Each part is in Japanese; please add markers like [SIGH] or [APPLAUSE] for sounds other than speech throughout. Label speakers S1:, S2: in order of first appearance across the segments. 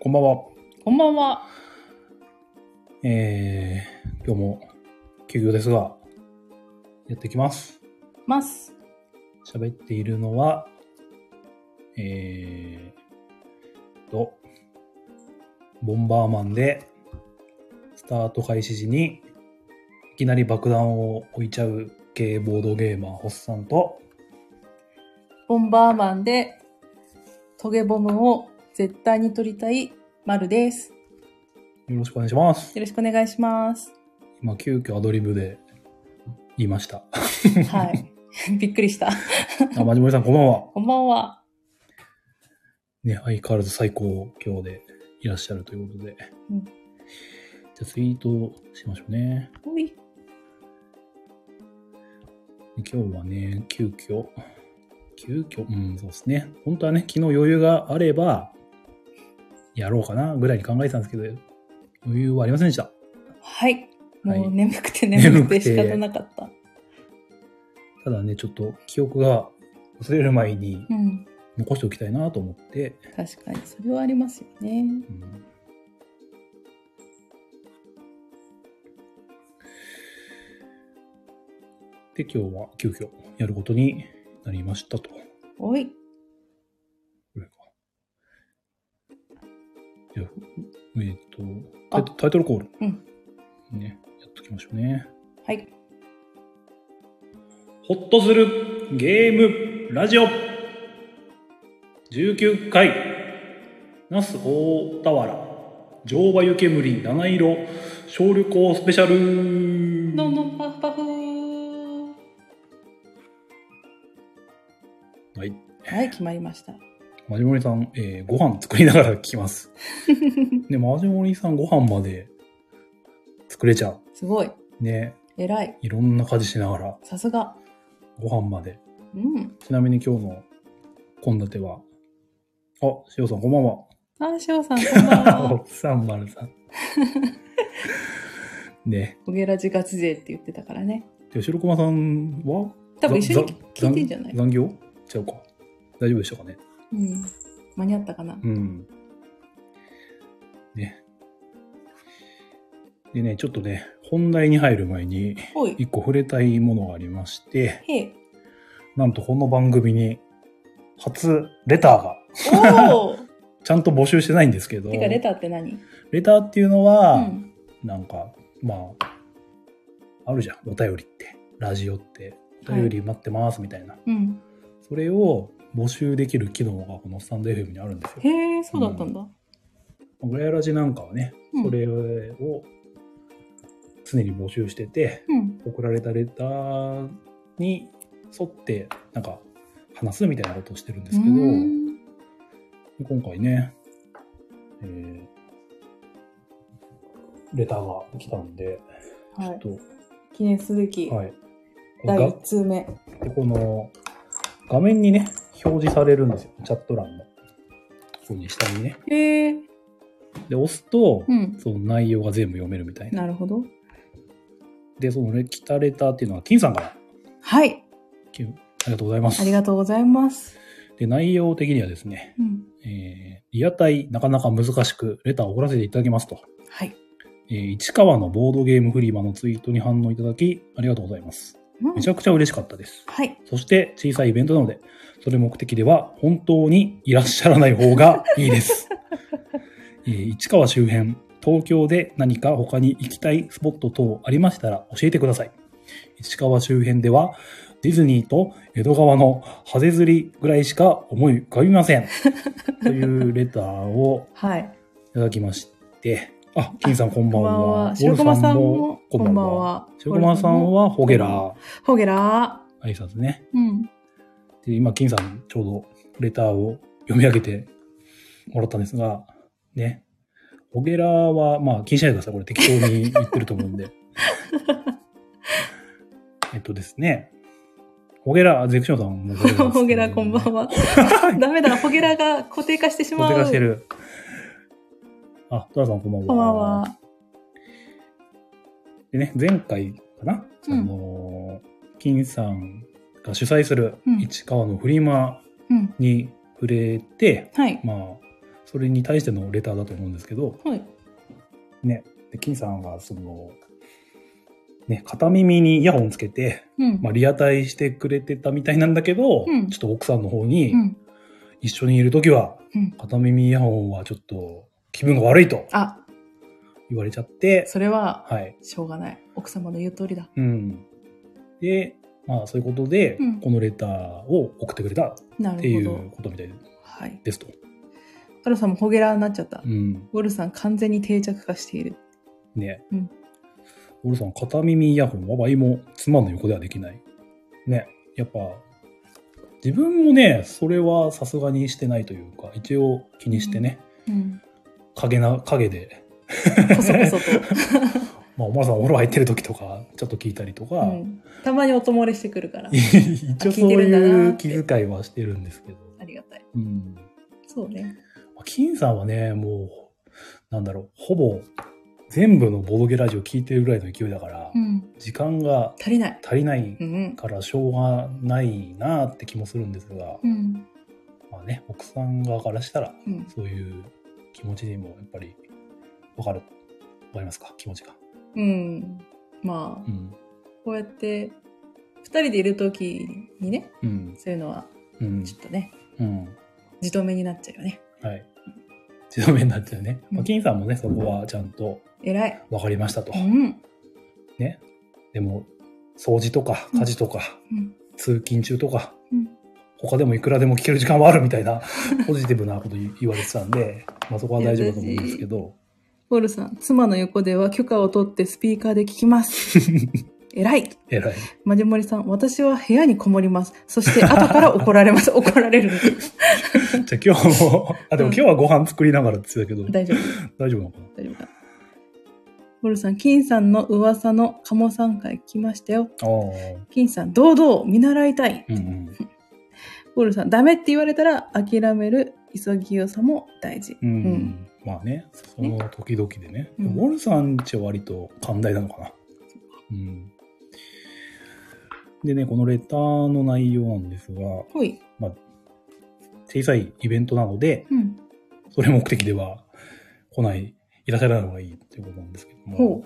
S1: こんばんは。
S2: こんばんは。
S1: えー、今日も休業ですが、やっていきます。
S2: ます。
S1: 喋っているのは、えーと、ボンバーマンで、スタート開始時に、いきなり爆弾を置いちゃう系ボードゲーマー、ホッサンと、
S2: ボンバーマンで、トゲボムを絶対に取りたい、まるです。
S1: よろしくお願いします。
S2: よろしくお願いします。
S1: 今、急遽アドリブで言いました。
S2: はい。 [LAUGHS] びっくりした。
S1: あ、まじもりさん、こんばんは。
S2: こんばんは。
S1: ね、相変わらず最高今日でいらっしゃるということで。
S2: うん
S1: じゃあツイートしましょうね。
S2: おい。
S1: で今日はね、急遽、急遽、うん、そうですね。本当はね、昨日余裕があれば、やろうかなぐらいに考えてたんですけど、余裕はありませんでした。
S2: はい。
S1: は
S2: も
S1: いう
S2: 眠くて眠くて仕
S1: 眠くて
S2: 方なかった。
S1: ただね、ちょっと記憶が忘れる前に
S2: うん。
S1: 残しておきたいなと思って、
S2: 確かに、それはありますよね。
S1: うんで、今日は急遽やることになりましたと。こ
S2: おい。
S1: れか。じゃあえっ、とタイト、タイトルコール。
S2: うん
S1: ね、やっときましょうね。
S2: はい。
S1: ホッとするゲームラジオ19回那須大田原乗馬湯煙七色小旅行スペシャル
S2: どんどんパフパフー
S1: はい
S2: はい、決まりました。
S1: マジモリさん、えーご飯作りながら聞きますねマジモリさんご飯まで作れちゃ
S2: すごい。
S1: うね
S2: 偉い。
S1: いろんな家事しながら
S2: さすが。
S1: ご飯まで
S2: うん。
S1: ちなみに今日の献立はあ塩さんこんばんは
S2: あ、しおさん、こんばん
S1: お [LAUGHS]
S2: は。
S1: っさん丸さん。ね。
S2: おげらじガチ勢って言ってたからね。
S1: で、白駒さんは
S2: 多分一緒に
S1: ざ
S2: 聞いてんじゃない
S1: 残残業ちゃうか。大丈夫でしたかね。
S2: うん。間に合ったかな。
S1: うん。ね。でね、ちょっとね、本題に入る前に、
S2: お
S1: [LAUGHS]
S2: い。
S1: 一個触れたいものがありまして、
S2: へえ。
S1: なんとこの番組に、初レターが、
S2: おお。
S1: ちゃんと募集してないんですけど、
S2: てか、レターって何
S1: レターっていうのは、
S2: うん。
S1: なんか、まあ、あるじゃん、お便りって。ラジオって、お便り待ってますみたいな。
S2: うん。
S1: それを募集できる機能がこのスタンド FM にあるんですよ。
S2: へえ、そうだったんだ。
S1: ガヤラジなんかはね、
S2: うん。
S1: それを常に募集してて、
S2: うん。
S1: 送られたレターに沿って、なんか、話すみたいなことをしてるんですけど、
S2: うーん
S1: 今回ね、えーレターが来たんで、
S2: は
S1: ち
S2: い。
S1: ょっ
S2: 記念すべき
S1: と、はい。
S2: 第
S1: が
S2: 1通目。
S1: で、この画面にね、表示されるんですよ。チャット欄の。ここに下にね。
S2: へえ。
S1: で、押すと、
S2: うん。
S1: その内容が全部読めるみたいな。
S2: なるほど。
S1: で、そのね、来たレターっていうのは、金さんから。
S2: はい。
S1: 金ありがとうございます。
S2: ありがとうございます。
S1: で、内容的にはですね、
S2: うん。
S1: えー、リアタイなかなか難しく、レターを送らせていただきますと。
S2: はい。
S1: えー、市川のボードゲームフリーマのツイートに反応いただき、ありがとうございます。
S2: うん
S1: めちゃくちゃ嬉しかったです。
S2: はい。
S1: そして小さいイベントなので、それ目的では本当にいらっしゃらない方
S2: [LAUGHS]
S1: がいいです。えー市川周辺、東京で何か他に行きたいスポット等ありましたら教えてください。市川周辺ではディズニーと江戸川のハゼ釣りぐらいしか思い浮かびま
S2: [LAUGHS]
S1: せん。というレターを
S2: はい。
S1: いただきまして、あ、金さんこんば
S2: こ
S1: ん
S2: んばん
S1: は。
S2: は。白駒さんも、
S1: こ
S2: こ
S1: ん
S2: ん
S1: ば
S2: ば
S1: ん
S2: ん
S1: は。
S2: は。
S1: 白駒さんはホゲラー
S2: こほげら
S1: 挨拶ね。
S2: ー。うん。
S1: で、今、金さん、ちょうどレターを読み上げてもらったんですが、ね。ホゲラーは、まあ、気にしないでください。これ適当に言ってると思
S2: [LAUGHS]
S1: うんで。えっとですね。ホゲラー、ゼクションさんもございます
S2: [LAUGHS] ほげらー、こんばんは。ダメだ、ほげらーが固定化してしま
S1: お
S2: う。
S1: 手がしてる。あ、トラさんこんばんは。
S2: こんばんは。
S1: でね、前回かな、
S2: うん
S1: あの、金さんが主催する
S2: うん
S1: 市川のフリマ
S2: うん。
S1: に触れて、
S2: はい。
S1: まあ、それに対してのレターだと思うんですけど、
S2: はい。
S1: ね、で金さんがその、ね、片耳にイヤホンつけて、
S2: うん。
S1: まあ、リアタイしてくれてたみたいなんだけど、
S2: うん
S1: ちょっと奥さんの方に、
S2: うん。
S1: 一緒にいるときは、
S2: うん
S1: 片耳イヤホンはちょっと気分が悪いと
S2: あ、
S1: 言われちゃって、
S2: それは、
S1: はい。
S2: しょうがない。奥様の言う通りだ。
S1: うん。で、まあそういうことで、
S2: うん
S1: このレターを送ってくれた
S2: な
S1: ってい
S2: るほど
S1: う。ことみたい
S2: はい。
S1: ですと。
S2: 太郎さんもホゲラーになっちゃった。
S1: うん。
S2: ウォルさん完全に定着化している。
S1: ね。
S2: うん
S1: オルさん、片耳イヤホンは場合も妻の横ではできない。ね。やっぱ、自分もね、それはさすがにしてないというか、一応気にしてね、
S2: うん。
S1: 影な、影で、
S2: こそ [LAUGHS] こそと。
S1: まあ、おまさんお風呂入ってる時とか、ちょっと聞いたりとか、。
S2: うんたまに音漏れしてくるから
S1: 一応そういう気遣いはしてるんですけど。
S2: ありがたい。
S1: うん。
S2: そうね。
S1: 金さんはね、もう、なんだろう、ほぼ全部のボドゲラジオ聞いてるぐらいの勢いだから、
S2: うん。
S1: 時間が
S2: 足りない。
S1: 足りない
S2: うん。
S1: からしょうがないなって気もするんですが、
S2: うん。
S1: まあね、奥さん側からしたら、
S2: うん。
S1: そういう気持ちにもやっぱり、わかる。わかりますか気持ちが。
S2: うん。ま
S1: う
S2: あ、
S1: ん。
S2: こうやって、二人でいるときにね、
S1: うん。
S2: そういうのは、
S1: うん。
S2: ちょっとね、
S1: うん。
S2: 自動目になっちゃうよね。
S1: はい。自動面になっちゃうね。ま
S2: う
S1: あ、
S2: ん
S1: 金さんもね、そこはちゃんと
S2: 偉い。
S1: わかりましたと
S2: う。ん。
S1: ね。でも、掃除とか
S2: うん
S1: 家事とか、
S2: うん。
S1: 通勤中とか、
S2: うん
S1: 他でもいくらでも聞ける時間はあるみたいな、ポジティブなこと言言われてたんで、まあそこは大丈夫だと思うんですけど、
S2: ウォルさん、妻の横では許可を取ってスピーカーで聞きます。 [LAUGHS] 偉い。
S1: えらい。
S2: マジモリさん、私は部屋にこもります。そして後から怒られます。 [LAUGHS] 怒られる。
S1: じゃあ今日も、あ、でも今日はご飯作りながらって言ってたけど、
S2: 大丈夫。
S1: 大丈夫なのかな
S2: 大丈夫か。ボルさん、金さんの噂のカモさん会来ましたよ。
S1: ああ。
S2: 金さん、堂々見習いたい。
S1: うんうん。
S2: ボルさん、ダメって言われたら諦める潔さも大事。
S1: うん
S2: うん
S1: まあね、その時々でね。
S2: うん
S1: ウォルさんちは割と寛大なのかな。うん。でね、このレターの内容なんですが、
S2: ほい。
S1: 小さいイベントなので、
S2: うん。
S1: それ目的では来ない、いらっしゃらない方がいいっていうことなんですけども
S2: ほ、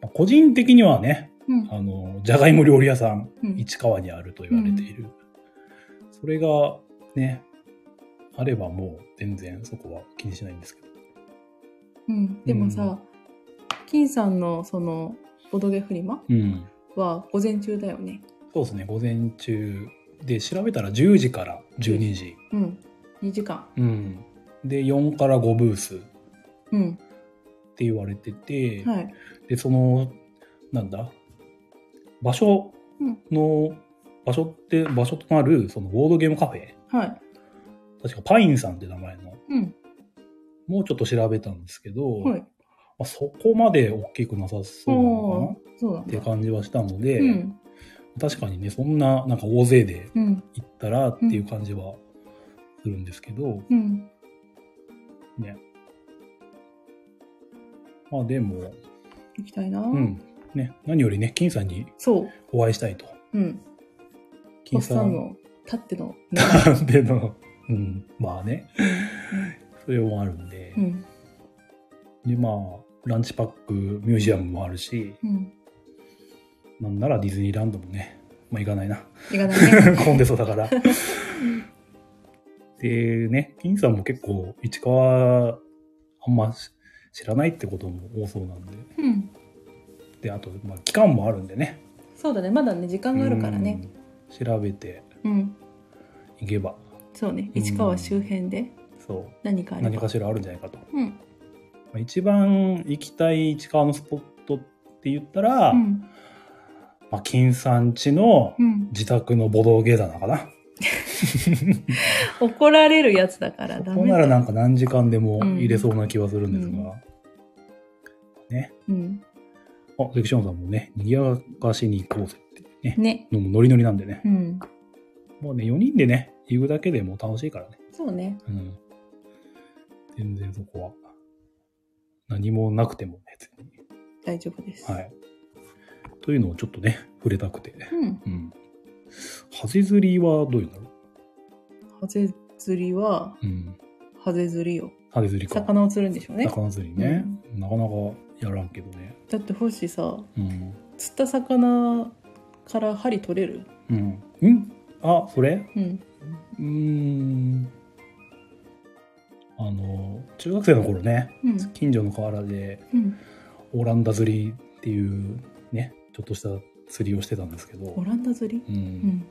S1: まあ個人的にはね、
S2: う。うん。
S1: あの、じゃがいも料理屋さん、
S2: うん、
S1: 市川にあると言われている。それがね、あればもう全然そこは気にしないんですけど。
S2: うんでもさ、
S1: うん
S2: 金さんのその、ボドゲフリマ
S1: うん。
S2: は午前中だよね。
S1: そうですね、午前中で調べたら10時から12時。
S2: うん。2時間。
S1: うん。で、4から5ブースって
S2: うん。
S1: 言われてて、
S2: はい。
S1: で、その、なんだ、場所の、場所って、場所となる、そのボードゲームカフェ、
S2: はい。
S1: 確かパインさんって名前の、
S2: うん。
S1: もうちょっと調べたんですけど、
S2: は
S1: ま
S2: い。
S1: あ、そこまで大きくなさそうなのかな
S2: おーそうなん
S1: っ
S2: だ。
S1: て感じはしたので、
S2: うん。
S1: 確かにね、そんな、なんか大勢で
S2: うん。
S1: 行ったらっていう感じはするんですけど、
S2: うん。
S1: まあでも、
S2: 行きたいな。
S1: うん。ね、何よりね、金さんに
S2: そう。
S1: お会いしたいと。
S2: うん。お
S1: 金
S2: っさんの立っての願い。
S1: さんでの、 [LAUGHS] うん、まあね、それもあるんで、
S2: うん。
S1: で、まあ、ランチパックミュージアムもあるし、
S2: うん。
S1: なんならディズニーランドもね、まあ行かないな。
S2: いか
S1: [LAUGHS]
S2: ないね。
S1: 混んでそうだから。でね、金さんも結構、市川、あんまし知らないってことも多そうなんで。
S2: うん。
S1: で、あと、まあ、期間もあるんでね。
S2: そうだね。まだね、時間があるからね。
S1: うん。調べて
S2: うん。
S1: いけば、
S2: そうね。
S1: うん
S2: 市川周辺で
S1: そ
S2: 何かあ
S1: う、
S2: れ
S1: 何
S2: ば
S1: か。しらあるんじゃないかと。ま
S2: うん。
S1: あ一番行きたい市川のスポットって言ったら、
S2: うん。
S1: まあ、金さん家の
S2: うん。
S1: 自宅のボドゲ棚かな。
S2: 怒られるやつだから
S1: そ
S2: ダ
S1: こ
S2: メ
S1: な
S2: だ。
S1: らなんか何時間でも入れそうな気はするんですが。
S2: うんうん。
S1: あ、セクションさんもね、賑やかしに行こうぜってね、
S2: ね。
S1: のもノリノリなんでね
S2: う。ん。
S1: もうね、4人でね、行くだけでもう楽しいからね。
S2: そうね。
S1: うん。全然そこは、何もなくても別に。
S2: 大丈夫です。
S1: はい。というのをちょっとね、触れたくて。
S2: うん。
S1: うん。ハゼ釣りはどういうの
S2: ハゼ釣りは、
S1: うん。
S2: ハゼ釣りよ。
S1: ハゲ釣りか。
S2: 魚を釣るんでしょうね。
S1: 魚釣りね、なかなかやらんけどね。
S2: だってホッシーさ、
S1: うん。
S2: 釣った魚から針取れる
S1: うん。うんあ、それ
S2: うん。
S1: うーん。あの、中学生の頃ね、
S2: うん。
S1: 近所の河原で
S2: うん。
S1: オランダ釣りっていうね、ちょっとした釣りをしてたんですけど
S2: オ、ランダ釣り
S1: うん。
S2: うん。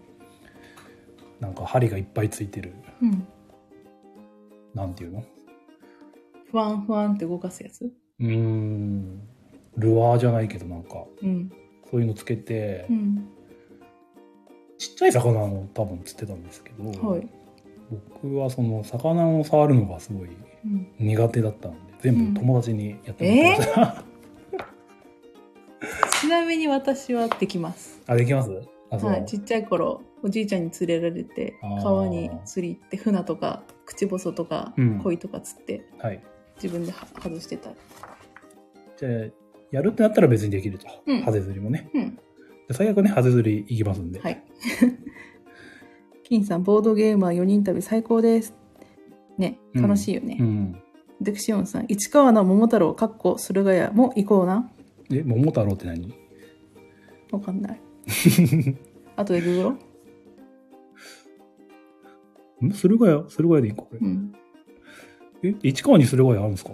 S1: なんか針がいっぱいついてる、
S2: うん。
S1: なんていうの
S2: ふわんふわんって動かすやつ
S1: うーん。ルアーじゃないけどなんか、
S2: うん。
S1: そういうのつけて、
S2: うん。
S1: ちっちゃい魚を多分釣ってたんですけど、
S2: はい。
S1: 僕はその魚を触るのがすごい
S2: うん。
S1: 苦手だったので全部友達にやってもらってました、
S2: ちなみに私はできます。
S1: [LAUGHS] あできますあそう、
S2: はい。ちっちゃい頃、おじいちゃんに連れられて
S1: あ、ー
S2: 川に釣り行って、船とか、口細とか
S1: うん、
S2: 鯉とか釣って、
S1: はい
S2: 自分では外してた。
S1: じゃあやるってなったら別にできると、
S2: うん
S1: ハゼ釣りもね
S2: うん。
S1: で最悪ねハゼ釣り行きますんで、
S2: はい。 [LAUGHS] 金さん、ボードゲームは4人旅最高です。ね、
S1: うん
S2: 楽しいよね。
S1: うん
S2: デクシオンさん、市川の桃太郎、かっこ駿河屋も行こうな。
S1: え桃太郎って何
S2: わかんない。 [LAUGHS] あとでググろ
S1: ん駿河屋駿河屋でいいかこれ
S2: う。う、ん。
S1: え市川に駿河屋あるんですか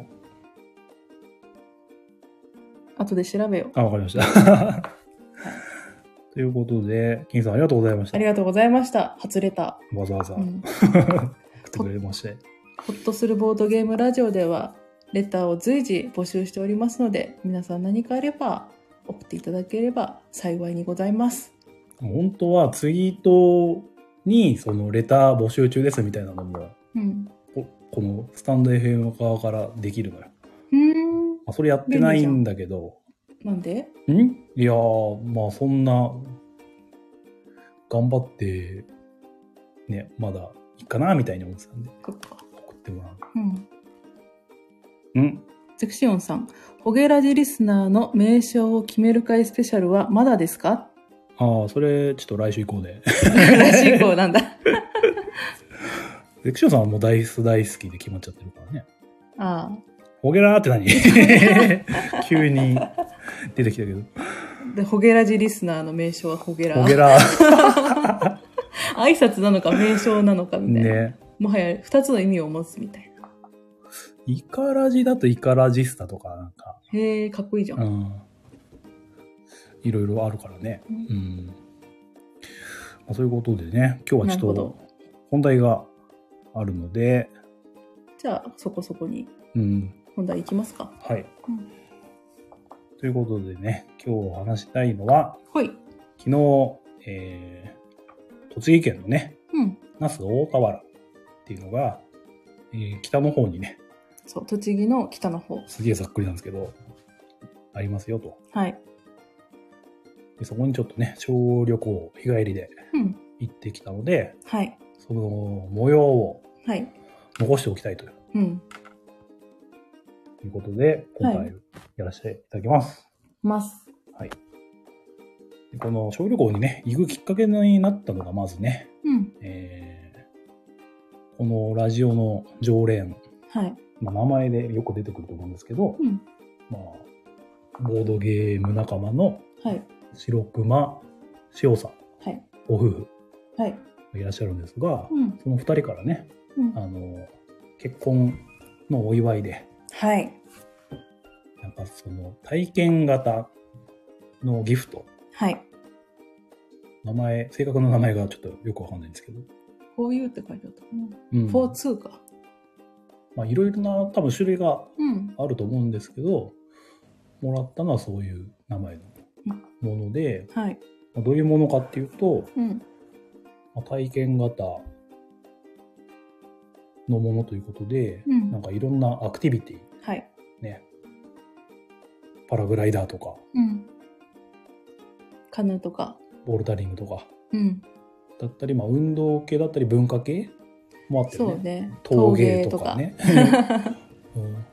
S2: あとで調べよう。
S1: あわかりました [LAUGHS] ということで金さんありがとうございまし
S2: あ
S1: た
S2: りがとうございました。初レタ
S1: わざわざ
S2: ー。う
S1: 送
S2: ん、
S1: ってくれまして、
S2: ほっとするボードゲームラジオでは、レターを随時募集しておりますので、皆さん何かあれば、送っていただければ幸いにございます。
S1: 本当はツイートにそのレター募集中ですみたいなのも
S2: うん。
S1: ここのスタンド FM 側からできるのよ。
S2: うーん。
S1: まあ、それやってないんだけど。
S2: なんで
S1: んいやー、まあそんな、頑張って、ね、まだいいかなみたいに思ってたんで、
S2: そっか。
S1: 送ってもらう。
S2: うん。
S1: ん
S2: ゼクシオンさん、ホゲラジリスナーの名称を決める会スペシャルはまだです [LAUGHS] か
S1: ああ、それ、ちょっと来週以降で。 [LAUGHS]
S2: 来週以降なんだ。
S1: ゼクションさんはもうダイス大好きで決まっちゃってるからね。
S2: あ
S1: ホゲラーって何 [LAUGHS] 急に出てきたけど。
S2: あ。で、ホゲラジリスナーの名称はホゲラ。
S1: ホゲラ
S2: [LAUGHS]
S1: ー。
S2: 挨拶なのか名称なのかみたいな。
S1: ね。
S2: もはや二つの意味を持つみたいな。
S1: イカラジだとイカラジスタとかなんか、
S2: へえ、かっこいいじゃん。
S1: うんいろいろあるからね。
S2: うん
S1: うん。まあ、そういうことでね、今日は
S2: な
S1: ち
S2: る
S1: ょ
S2: ほ
S1: っ
S2: ど
S1: と。本題があるので、
S2: じゃあ、そこそこに
S1: うん、
S2: 本題いきますか。
S1: はい。
S2: うん
S1: ということでね、今日お話したいのは、
S2: はい。
S1: 昨日、えー、栃木県のね、
S2: うん。
S1: 那須大田原っていうのが、えー北の方にね、
S2: そう、栃木の北の方。
S1: すげえざっくりなんですけど、ありますよと。
S2: はい。
S1: でそこにちょっとね、小旅行、日帰りで
S2: うん。
S1: 行ってきたので、
S2: はい。
S1: その模様を
S2: はい。
S1: 残しておきたいとい
S2: うん。
S1: うことで、今
S2: は
S1: 回
S2: い
S1: やらせていただきます。
S2: ます。
S1: でこの小旅行にね、行くきっかけになったのがまずね、
S2: うん。
S1: えーこのラジオの常連、
S2: はい。
S1: まあ、名前でよく出てくると思うんですけど、
S2: うん
S1: まあ、ボードゲーム仲間の
S2: はい。
S1: 白熊塩さん、
S2: はい。
S1: ご夫婦
S2: はい。
S1: がいらっしゃるんですが、
S2: うん。
S1: その二人からね、
S2: うん
S1: あ。の、結婚のお祝いで、
S2: はい。
S1: なんかその体験型のギフト、
S2: はい。
S1: 名前、正確な名前がちょっとよくわかんないんですけど。
S2: こういうって書いてあったかな。
S1: うん。
S2: フォーツーか。
S1: まあいろいろな多分種類が
S2: うん。
S1: あると思うんですけど、もらったのはそういう名前のもので、
S2: はい。
S1: まあ、どういうものかっていうと、
S2: うん。
S1: まあ、体験型のものということで、
S2: うん
S1: なんかいろんなアクティビティ、
S2: はい。
S1: ね。パラグライダーとか、
S2: うん。カヌーとか。
S1: ボルダリングとか、
S2: うん。
S1: だったり、まあ運動系だったり文化系もあって
S2: そうね。
S1: 陶芸とかね。 [LAUGHS] うん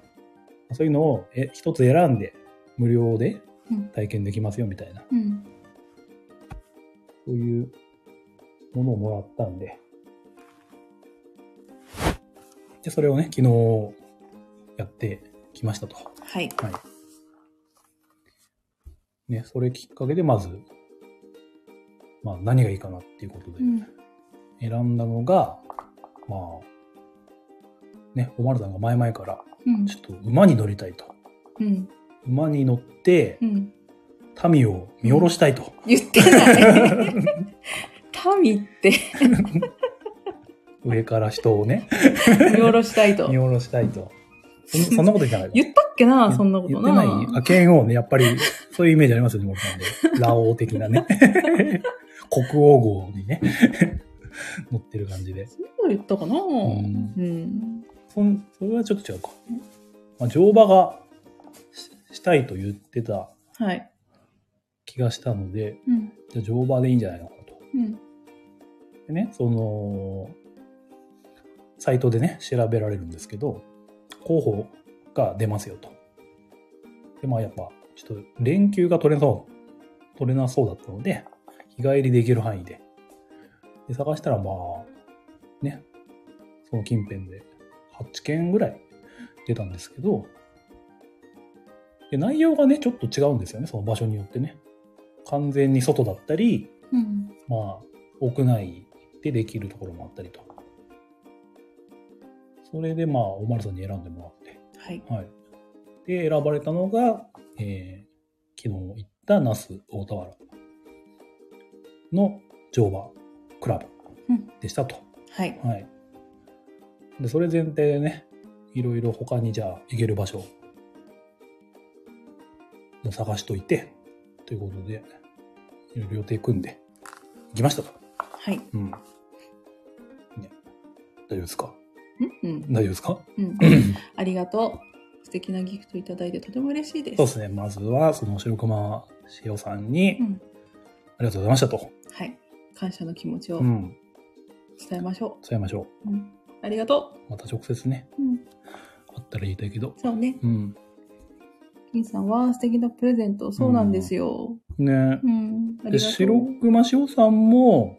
S1: そういうのをえ一つ選んで無料で
S2: うん
S1: 体験できますよみたいな、
S2: 陶芸。うん。
S1: そういうものをもらったんで、で、それをね、昨日やってきましたと。
S2: はい。
S1: ね、それきっかけでまず、まあ何がいいかなっていうことで
S2: うん。
S1: 選んだのが、まあ、ね、おまるさんが前々から、
S2: うん
S1: ちょっと馬に乗りたいと。
S2: うん。
S1: 馬に乗って
S2: う、ん。
S1: 民を見下ろしたいと。
S2: 言ってない。 [LAUGHS] 民って
S1: 上から人をね、
S2: 見下ろした [LAUGHS] いと
S1: 見。下ろしたいと。そんそんなこと言ってない
S2: 言ったっけな、
S1: 言
S2: そんなことな。
S1: 言ってない。あ、剣王ね、やっぱり、そういうイメージありますよね、僕なんで。ラオウ的な
S2: [LAUGHS]
S1: ね。国王号にね、乗ってる感じで。
S2: そんなこと言ったかな。
S1: ん
S2: うん。
S1: そんそれはちょっと違うか。まあ、乗馬がししたいと言ってた
S2: はい。
S1: 気がしたので、
S2: うん。
S1: じゃあ乗馬でいいんじゃないのかと。
S2: うん。
S1: でね、その、サイトでね、調べられるんですけど、候補が出ますよと。で、まあやっぱ、ちょっと連休が取れそう、取れなそうだったので、日帰りできる範囲で。で、探したらまあ、ね、その近辺で8件ぐらい出たんですけど、で、内容がね、ちょっと違うんですよね、その場所によってね。完全に外だったり、
S2: うん。
S1: まあ、屋内でできるところもあったりと。それでまあ、おまるさんに選んでもらっ
S2: はい。
S1: て。はい。で、選ばれたのが、えー、昨日行った那須大田原の乗馬クラブ
S2: うん
S1: でしたと。
S2: はい。
S1: はい。で、それ前提でね、いろいろ他にじゃあ行ける場所を探しといて、ということで、いろいろ予定組んで、行きましたと。
S2: はい。
S1: うん。ね、大丈夫ですか
S2: うん。うん。
S1: 大丈夫ですか
S2: うん。 [LAUGHS] ありがとう。素敵なギフトいただいてとても嬉しいです。
S1: そうですね。まずは、その白熊潮さんに、
S2: うん。
S1: ありがとうございましたと。
S2: はい。感謝の気持ちを
S1: うん。
S2: 伝えましょ
S1: 伝えましょ
S2: う。うん。ありがと
S1: う。また直接ね、
S2: う。うん。
S1: 会ったら言いたいけど。
S2: そうね。
S1: うん。
S2: 金さんは素敵なプレゼント。そうなんですよ。
S1: ね
S2: うん。
S1: で、
S2: ありがとう。
S1: 白熊潮さんも、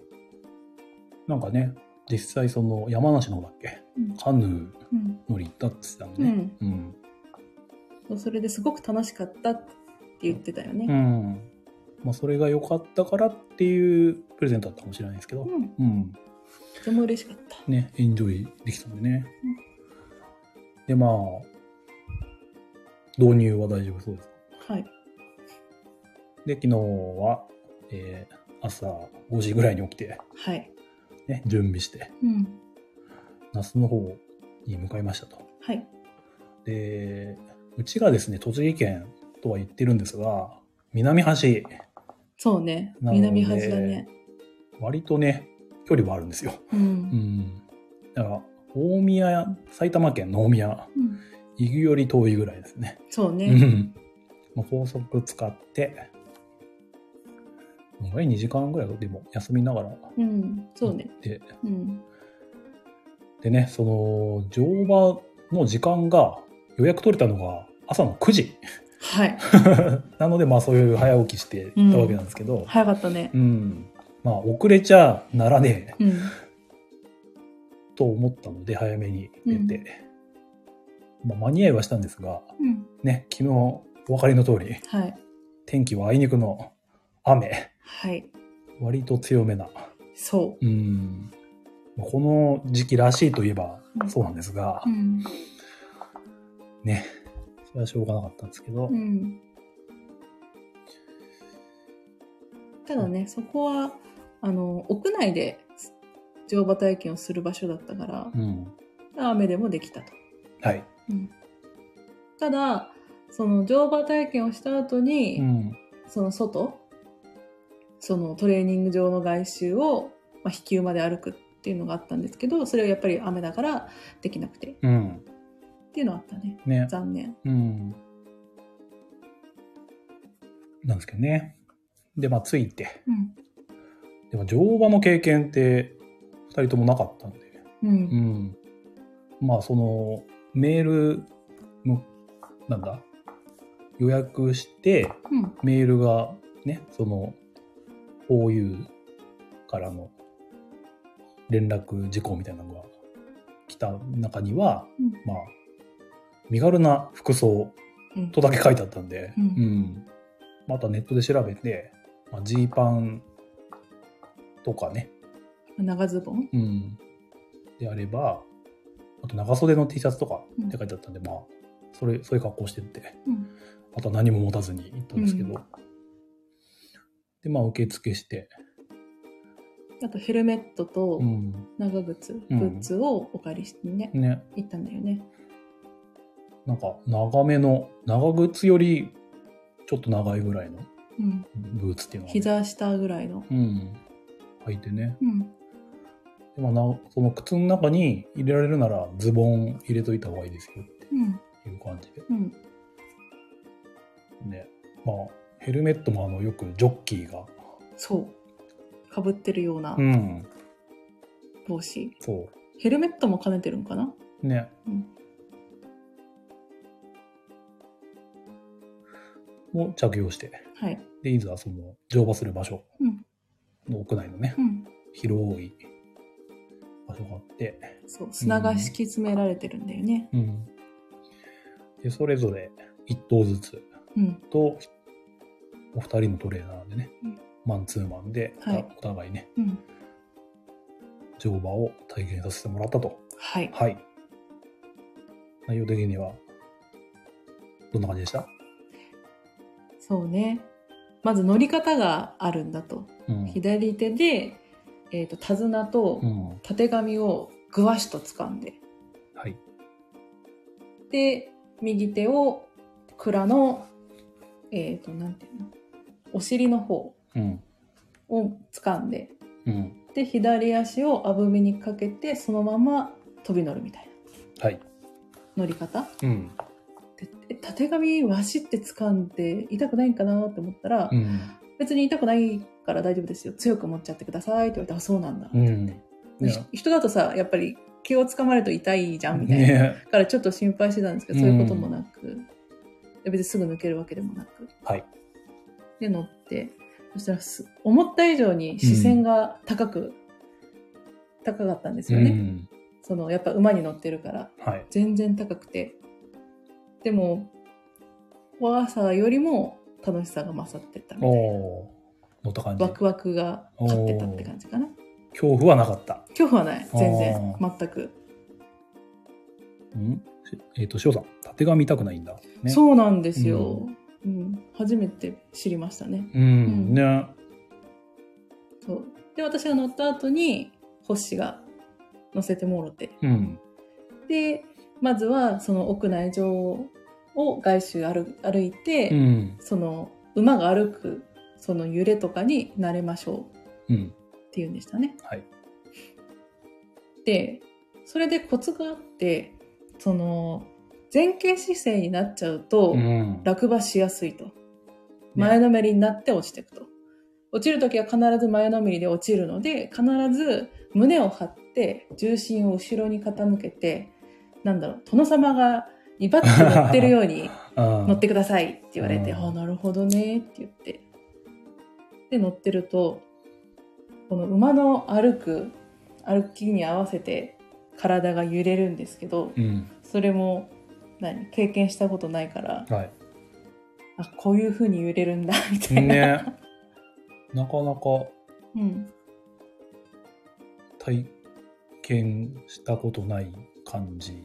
S1: なんかね、実際その山梨の方だっけ
S2: うん
S1: カヌー
S2: うん。
S1: 乗り行ったって言ってたんで
S2: う
S1: ね。
S2: ん。
S1: うん。
S2: そうそれですごく楽しかったって言ってたよ
S1: う
S2: ね。
S1: ん。まあ、それが良かったからっていうプレゼントだったかもしれないですけど
S2: う。ん。
S1: うん。
S2: とても嬉しかった。
S1: ね、エンジョイできたんでね。で、まあ、導入は大丈夫そうです。
S2: はい。
S1: で、昨日は、えー朝5時ぐらいに起きて、
S2: はい。
S1: ね、準備して、
S2: うん。
S1: 那須の方に向かいましたと。
S2: はい。
S1: で、うちがですね、栃木県とは言ってるんですが、南端、
S2: そうね。
S1: なので
S2: 南端だね。
S1: 割とね、距離はあるんですよ。
S2: う。
S1: うんん。だから、大宮、埼玉県の大宮、
S2: うん。
S1: 行くより遠いぐらいですね。
S2: そうね。
S1: うん。まあ、高速使って、どのぐらい2時間ぐらいでも休みながら行って。
S2: うん、そうね。うん。
S1: でね、その、乗馬の時間が、予約取れたのが朝の9時。 [LAUGHS]
S2: はい。
S1: なので、まあそういう早起きして行ったわけなんですけど、
S2: 早かったね。
S1: うん。まあ遅れちゃならね
S2: うん。
S1: えと思ったので、早めに出て、まあ間に合いはしたんですが、
S2: うん。
S1: ね、昨日お分かりの通り、
S2: はい。
S1: 天気はあいにくの雨、
S2: はい。
S1: 割と強めな
S2: そ
S1: うんこの時期らしいといえば
S2: うん
S1: そうなんですが、
S2: う。うん。
S1: ね、それはしょうがなかったんですけど、
S2: うん。ただね、そこは、あの、屋内で乗馬体験をする場所だったから
S1: うん、
S2: 雨でもできたと。
S1: はい、
S2: ただ、その乗馬体験をした後に、
S1: うん、
S2: その外、そのトレーニング場の外周を、まあ、飛球まで歩くっていうのがあったんですけど、それはやっぱり雨だからできなくてっ
S1: うん、
S2: ていうのはあったね。
S1: ね、
S2: 残念。
S1: うん。なんですけどね。で、まあ、ついて。
S2: うん。
S1: でも、乗馬の経験って、二人ともなかったんで。う
S2: う。
S1: んん。まあ、その、メールの、なんだ予約して、
S2: うん。
S1: メールがね、その、OU からの連絡事項みたいなのが来た中には、
S2: うん
S1: まあ、身軽な服装
S2: うん
S1: とだけ書いてあったんで、
S2: うん
S1: またネットで調べて、まあジー、パンとかね、
S2: 長ズボン
S1: うん、であれば、あと長袖の T シャツとかって書いてあったんで、まあ、それ、そういう格好してって、
S2: うん
S1: あとは何も持たずに行ったんですけど、
S2: うん
S1: で、まあ、受付して、
S2: あとヘルメットと
S1: うん、
S2: 長靴、
S1: うん
S2: グッズをお借りしてね、
S1: ね、
S2: 行ったんだよね。
S1: なんか、長めの、長靴より、ちょっと長いぐらいの
S2: うん。
S1: ブーツっていうのがね、
S2: 膝下ぐらいの。
S1: うん、履いてね。
S2: うん。
S1: でまあ、なその靴の中に入れられるなら、ズボン入れといた方がいいですよっ
S2: うん。
S1: ていう感じで。
S2: うん。
S1: ね、まあ、ヘルメットもあの、よくジョッキーが、
S2: そう。かぶってるような
S1: うん、
S2: 帽子。
S1: そ
S2: ヘルメットも兼ねてるのかな
S1: う、ね。
S2: うん
S1: を着用して、
S2: はい。
S1: で、いざその乗馬する場所
S2: うん。
S1: の屋内のね、
S2: うん。
S1: 広い場所があって、
S2: そう。砂が敷き詰められてるんだよね。
S1: うん。で、それぞれ一頭ずつ
S2: うん。
S1: と、お二人のトレーナーでね、
S2: うん
S1: マンツーマンで、
S2: はい
S1: お互いね、
S2: うん。
S1: 乗馬を体験させてもらったと。
S2: はい。
S1: はい。内容的には、どんな感じでした
S2: そうね。まず乗り方があるんだと。
S1: うん。
S2: 左手で、えっ、と、手綱と
S1: うん。は
S2: たてがみをぐわしと掴んで。
S1: い。
S2: で、右手を蔵の、えっ、と、なんていうの、お尻の方
S1: うん。
S2: を掴んで、
S1: うん。
S2: で、左足をあぶみにかけて、そのまま飛び乗るみたい
S1: はい。
S2: な乗り方。
S1: うん。
S2: でえ、たてがみわしって掴んで、痛くないんかなって思ったら、
S1: うん。
S2: 別に痛くないから大丈夫ですよ。強く持っちゃってくださいって言われて、あ、そうなんだ。
S1: うん。
S2: でひ人だとさ、やっぱり毛を掴まれると痛いじゃんみたいな。
S1: ね
S2: だからちょっと心配してたんですけど、そういうこともなく、別にすぐ抜けるわけでもなく。
S1: はい。
S2: で、乗って、そしたらす、思った以上に視線が高く、高かったんです
S1: う
S2: よね。
S1: ん。
S2: その、やっぱ馬に乗ってるから、
S1: はい。
S2: 全然高くて。でも、怖さよりも楽しさが勝ってたみ
S1: お
S2: たいな。
S1: おー。乗った感じ
S2: ワ。クワクが勝ってたって感じかな。
S1: 恐怖はなかった。
S2: 恐怖はない。全然
S1: お。
S2: 全く。
S1: うん。しえっ、と、しおさん、縦が見たくないんだ。ね。う。
S2: そうなんですよ、うん初めて知りましたね。
S1: うん。
S2: うん
S1: ね。
S2: そうで私が乗った後にホッシーが乗せてもろて
S1: うん。
S2: でまずはその屋内上を外周歩歩いて、
S1: うん。
S2: その馬が歩くその揺れとかに慣れましょう
S1: うん。
S2: っていうんでしたね。
S1: はい。
S2: でそれでコツがあってその前傾姿勢になっちゃうと、
S1: うん。
S2: 落馬しやすいと。前のめりになって落ちていくと。落ちるときは必ず前のめりで落ちるので、必ず胸を張って、重心を後ろに傾けて、なんだろう、殿様が威張って乗ってるよ
S1: [LAUGHS]
S2: うに
S1: 乗
S2: 乗ってくださいって言われて、
S1: うん
S2: ああ、なるほどねって言って。で、乗ってると、この馬の歩く、歩きに合わせて体が揺れるんですけど、
S1: うん。
S2: それも、何経験したことないから、
S1: はい。
S2: あこういう風に揺れるんだみたいな、
S1: ね。 [LAUGHS] なかなか
S2: うん、
S1: 体験したことない感じ。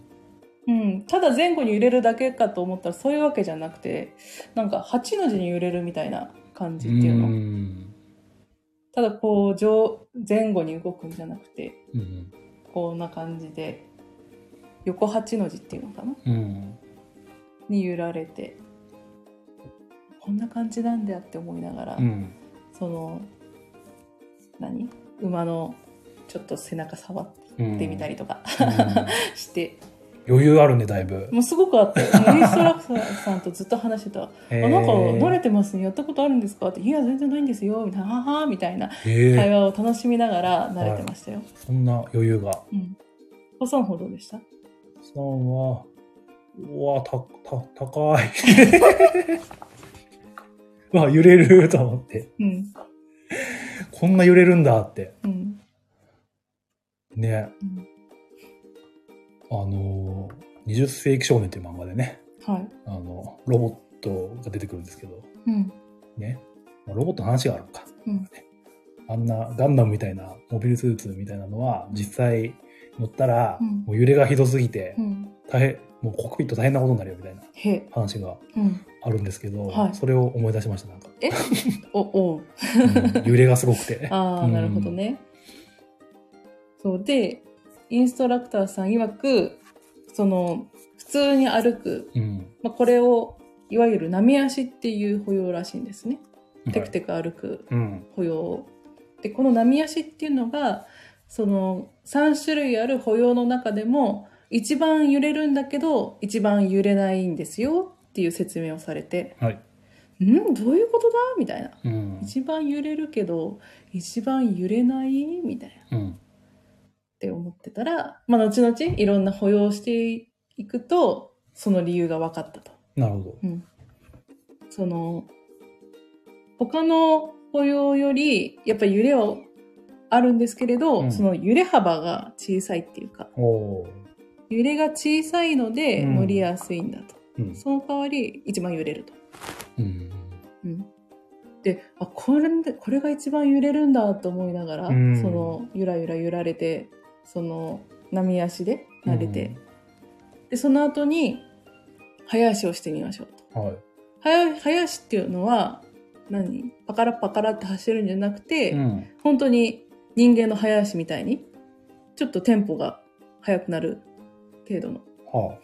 S2: うん、ただ前後に揺れるだけかと思ったらそういうわけじゃなくてなんか8の字に揺れるみたいな感じっていうの、
S1: ん。
S2: ただこう上前後に動くんじゃなくて
S1: うん。
S2: こんな感じで横8の字っていうのかな
S1: うん。
S2: に揺られてこんな感じなんだって思いながら、
S1: うん。
S2: その何馬のちょっと背中触ってみたりとか、 [LAUGHS]
S1: うん。
S2: して
S1: 余裕あるね、だいぶ。
S2: [LAUGHS] もうすごくあって、もうインストラクターさんとずっと話してた。あ
S1: え
S2: なんか慣れてますね、やったことあるんですかって、いや、全然ないんですよ、みたいな、ははみたいな
S1: え
S2: 会
S1: ー、
S2: 話を楽しみながら慣れてましたよ。
S1: そんな余裕が。
S2: うん。おさんほどうでした
S1: さんは、うわ、た、た、高い。 [LAUGHS] まあ、揺れると思って。
S2: うん。
S1: こんな揺れるんだって。
S2: うん。
S1: ね。
S2: うん
S1: あのー、20世紀少年という漫画でね、
S2: はい。
S1: あの、ロボットが出てくるんですけど、
S2: うん。
S1: ね、まあロボットの話があるのか。
S2: うん
S1: あんなガンダムみたいなモビルスーツみたいなのは実際乗ったら
S2: うん
S1: もう揺れがひどすぎて
S2: うん。
S1: 大変、もうコックピット大変なことになるよみたいな
S2: へ。
S1: 話が
S2: うん。
S1: あるんですけど、
S2: はい
S1: それを思い出しましたなんか、
S2: えお、お
S1: う
S2: う。
S1: ん揺れがすごくて。
S2: [LAUGHS] ああ、
S1: うん
S2: なるほどね。そう。で、インストラクターさん曰く、その、普通に歩く、
S1: うん。
S2: まあ、これを、いわゆる波足っていう歩様らしいんですね。テク
S1: ク。
S2: テク歩く
S1: うん。
S2: 歩様。で、この波足っていうのが、その、3種類ある歩様の中でも、一番揺れるんだけど、一番揺れないんですよっていう説明をされて、
S1: はい。
S2: んどういうことだみたいな。
S1: うん。
S2: 一番揺れるけど一番揺れないみたいなっ
S1: うん。
S2: て思ってたら、まあ、後々いろんな保養をしていくとその理由が分かったと。
S1: なるほど。
S2: うん、その他の保養よりやっぱり揺れはあるんですけれど、
S1: うん
S2: その揺れ幅が小さいっていうか
S1: おー
S2: 揺れが小さいので
S1: うん
S2: 乗りやすいんだと、
S1: うん。
S2: その代わり一番揺れると。
S1: うん。
S2: うんであこれでこれが一番揺れるんだと思いながら、
S1: うん
S2: そのゆらゆら揺られてその波足で慣れて、でその後に早足をしてみましょうと
S1: はい。
S2: 早早足っていうのは何パカラパカラって走るんじゃなくて、
S1: うん。
S2: 本当に人間の早足みたいにちょっとテンポが速くなる程度の
S1: は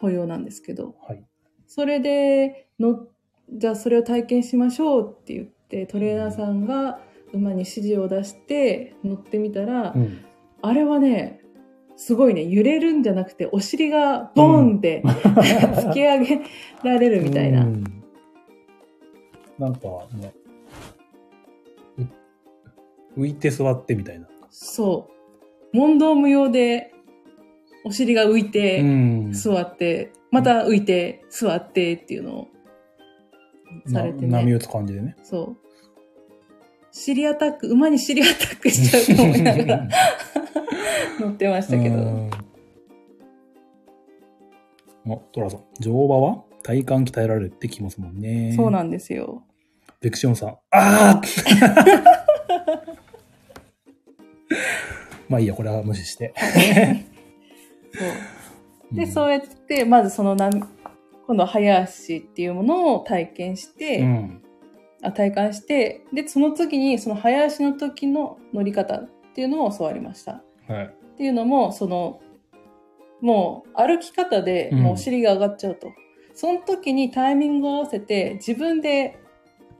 S2: 歩様なんですけど、
S1: あ。はい。
S2: それでの、じゃあそれを体験しましょうって言って、トレーナーさんが馬に指示を出して乗ってみたら、
S1: うん。
S2: あれはね、すごいね、揺れるんじゃなくて、お尻がボーンって、 [LAUGHS] 突き上げられるみたいな。
S1: うんなんか、ね、う浮いて座ってみたいな。
S2: そう。問答無用で、お尻が浮いて、
S1: ん
S2: 座って、また浮いて、座ってっていうのをされてね。
S1: な波打つ感じでね。
S2: そう。シリアタック、馬にシリアタックしちゃうと思いなが
S1: [LAUGHS]
S2: ら乗ってましたけど。
S1: うんあ、トラさん、乗馬は体幹鍛えられるって聞きますもんね。
S2: そうんなんですよ。
S1: [LAUGHS] ベクシオンさん、ああ [LAUGHS] まあいいや、これは無視して。
S2: そうで、
S1: ん
S2: そうやって、まずその波、今度は早足っていうものを体験して、
S1: うん。
S2: あ体感して、で、その次にその早足の時の乗り方っていうのを教わりました。
S1: はい。
S2: っていうのも、その、もう歩き方でもうお尻が上がっちゃうと。その時にタイミングを合わせて自分で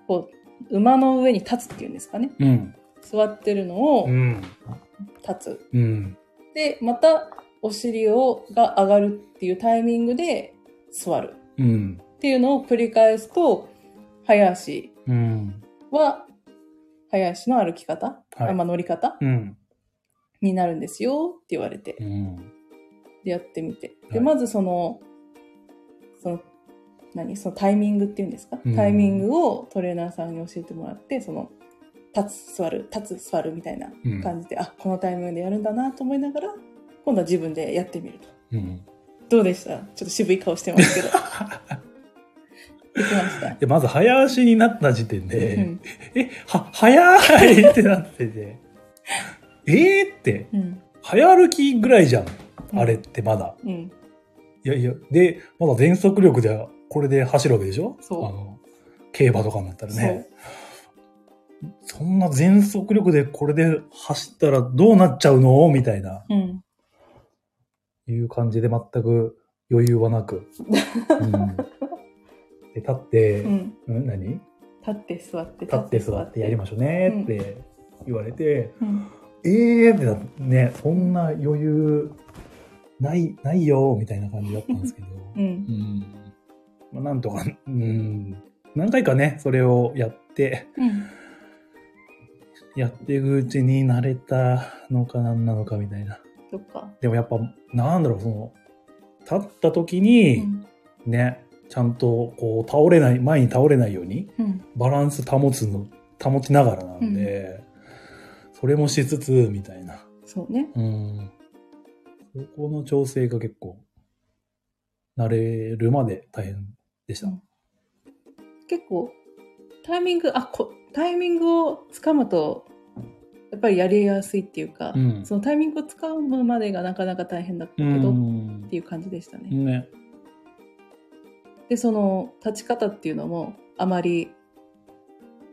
S2: こう馬の上に立つっていうんですかね。
S1: うん。
S2: 座ってるのを
S1: うん。
S2: 立つ。
S1: うん。
S2: で、またお尻をが上がるっていうタイミングで座る
S1: うん。
S2: っていうのを繰り返すと、早足
S1: うん。
S2: は、早足の歩き方、
S1: はい
S2: あまあ乗り方
S1: うん。
S2: になるんですよって言われて。
S1: うん。
S2: でやってみて。
S1: は
S2: で、
S1: い
S2: まずその、その、何そのタイミングっていうんですか、
S1: うん
S2: タイミングをトレーナーさんに教えてもらって、その、立つ、座る、立つ、座るみたいな
S1: うん
S2: 感じで、あ、このタイミングでやるんだなと思いながら、今度は自分でやってみると。
S1: うん。
S2: どうでしたちょっと渋い顔してますけ
S1: [LAUGHS]
S2: ど。できました。
S1: でまず早足になった時点で、
S2: うん。
S1: え、は、早いってなってて、 [LAUGHS] えーって、
S2: うん。
S1: 早歩きぐらいじゃん。
S2: うん
S1: あれってまだ。
S2: うん。
S1: いやいや、で、まだ全速力で、これで走るわけでしょ
S2: そう
S1: あの、競馬とかになったら
S2: そう
S1: ね。。そんな全速力でこれで走ったらどうなっちゃうのみたいな、
S2: うん。
S1: いう感じで全く余裕はな
S2: [LAUGHS]
S1: く。うん、で、立って、
S2: うん。
S1: うん、何
S2: 立って座って、
S1: 立って座ってやりましょうねって言われて、
S2: うん。
S1: ええー、ってなってね、そんな余裕ない、ないよ、みたいな感じだったんですけ
S2: [LAUGHS]
S1: ど、
S2: うん。
S1: うん。まあ、なんとか、うん。何回かね、それをやって、
S2: うん。
S1: やっていくうちに慣れたのか何なのかみたいな。
S2: そっか。
S1: でもやっぱ、なんだろう、その、立った時
S2: う
S1: に、
S2: ん。
S1: ね、ちゃんとこう、倒れない、前に倒れないように、
S2: うん。
S1: バランス保つの、保ちながらなんで、それもしつつ、みたいな。
S2: そうね。
S1: うん。ここの調整が結構、慣れるまで大変でした。
S2: うん結構タイミングあこタイミングをつかむとやっぱりやりやすいっていうか、
S1: うん
S2: そのタイミングをつかむまでがなかなか大変だったけど、っ
S1: ん
S2: ていう感じでしたね。
S1: ね。
S2: でその立ち方っていうのもあまり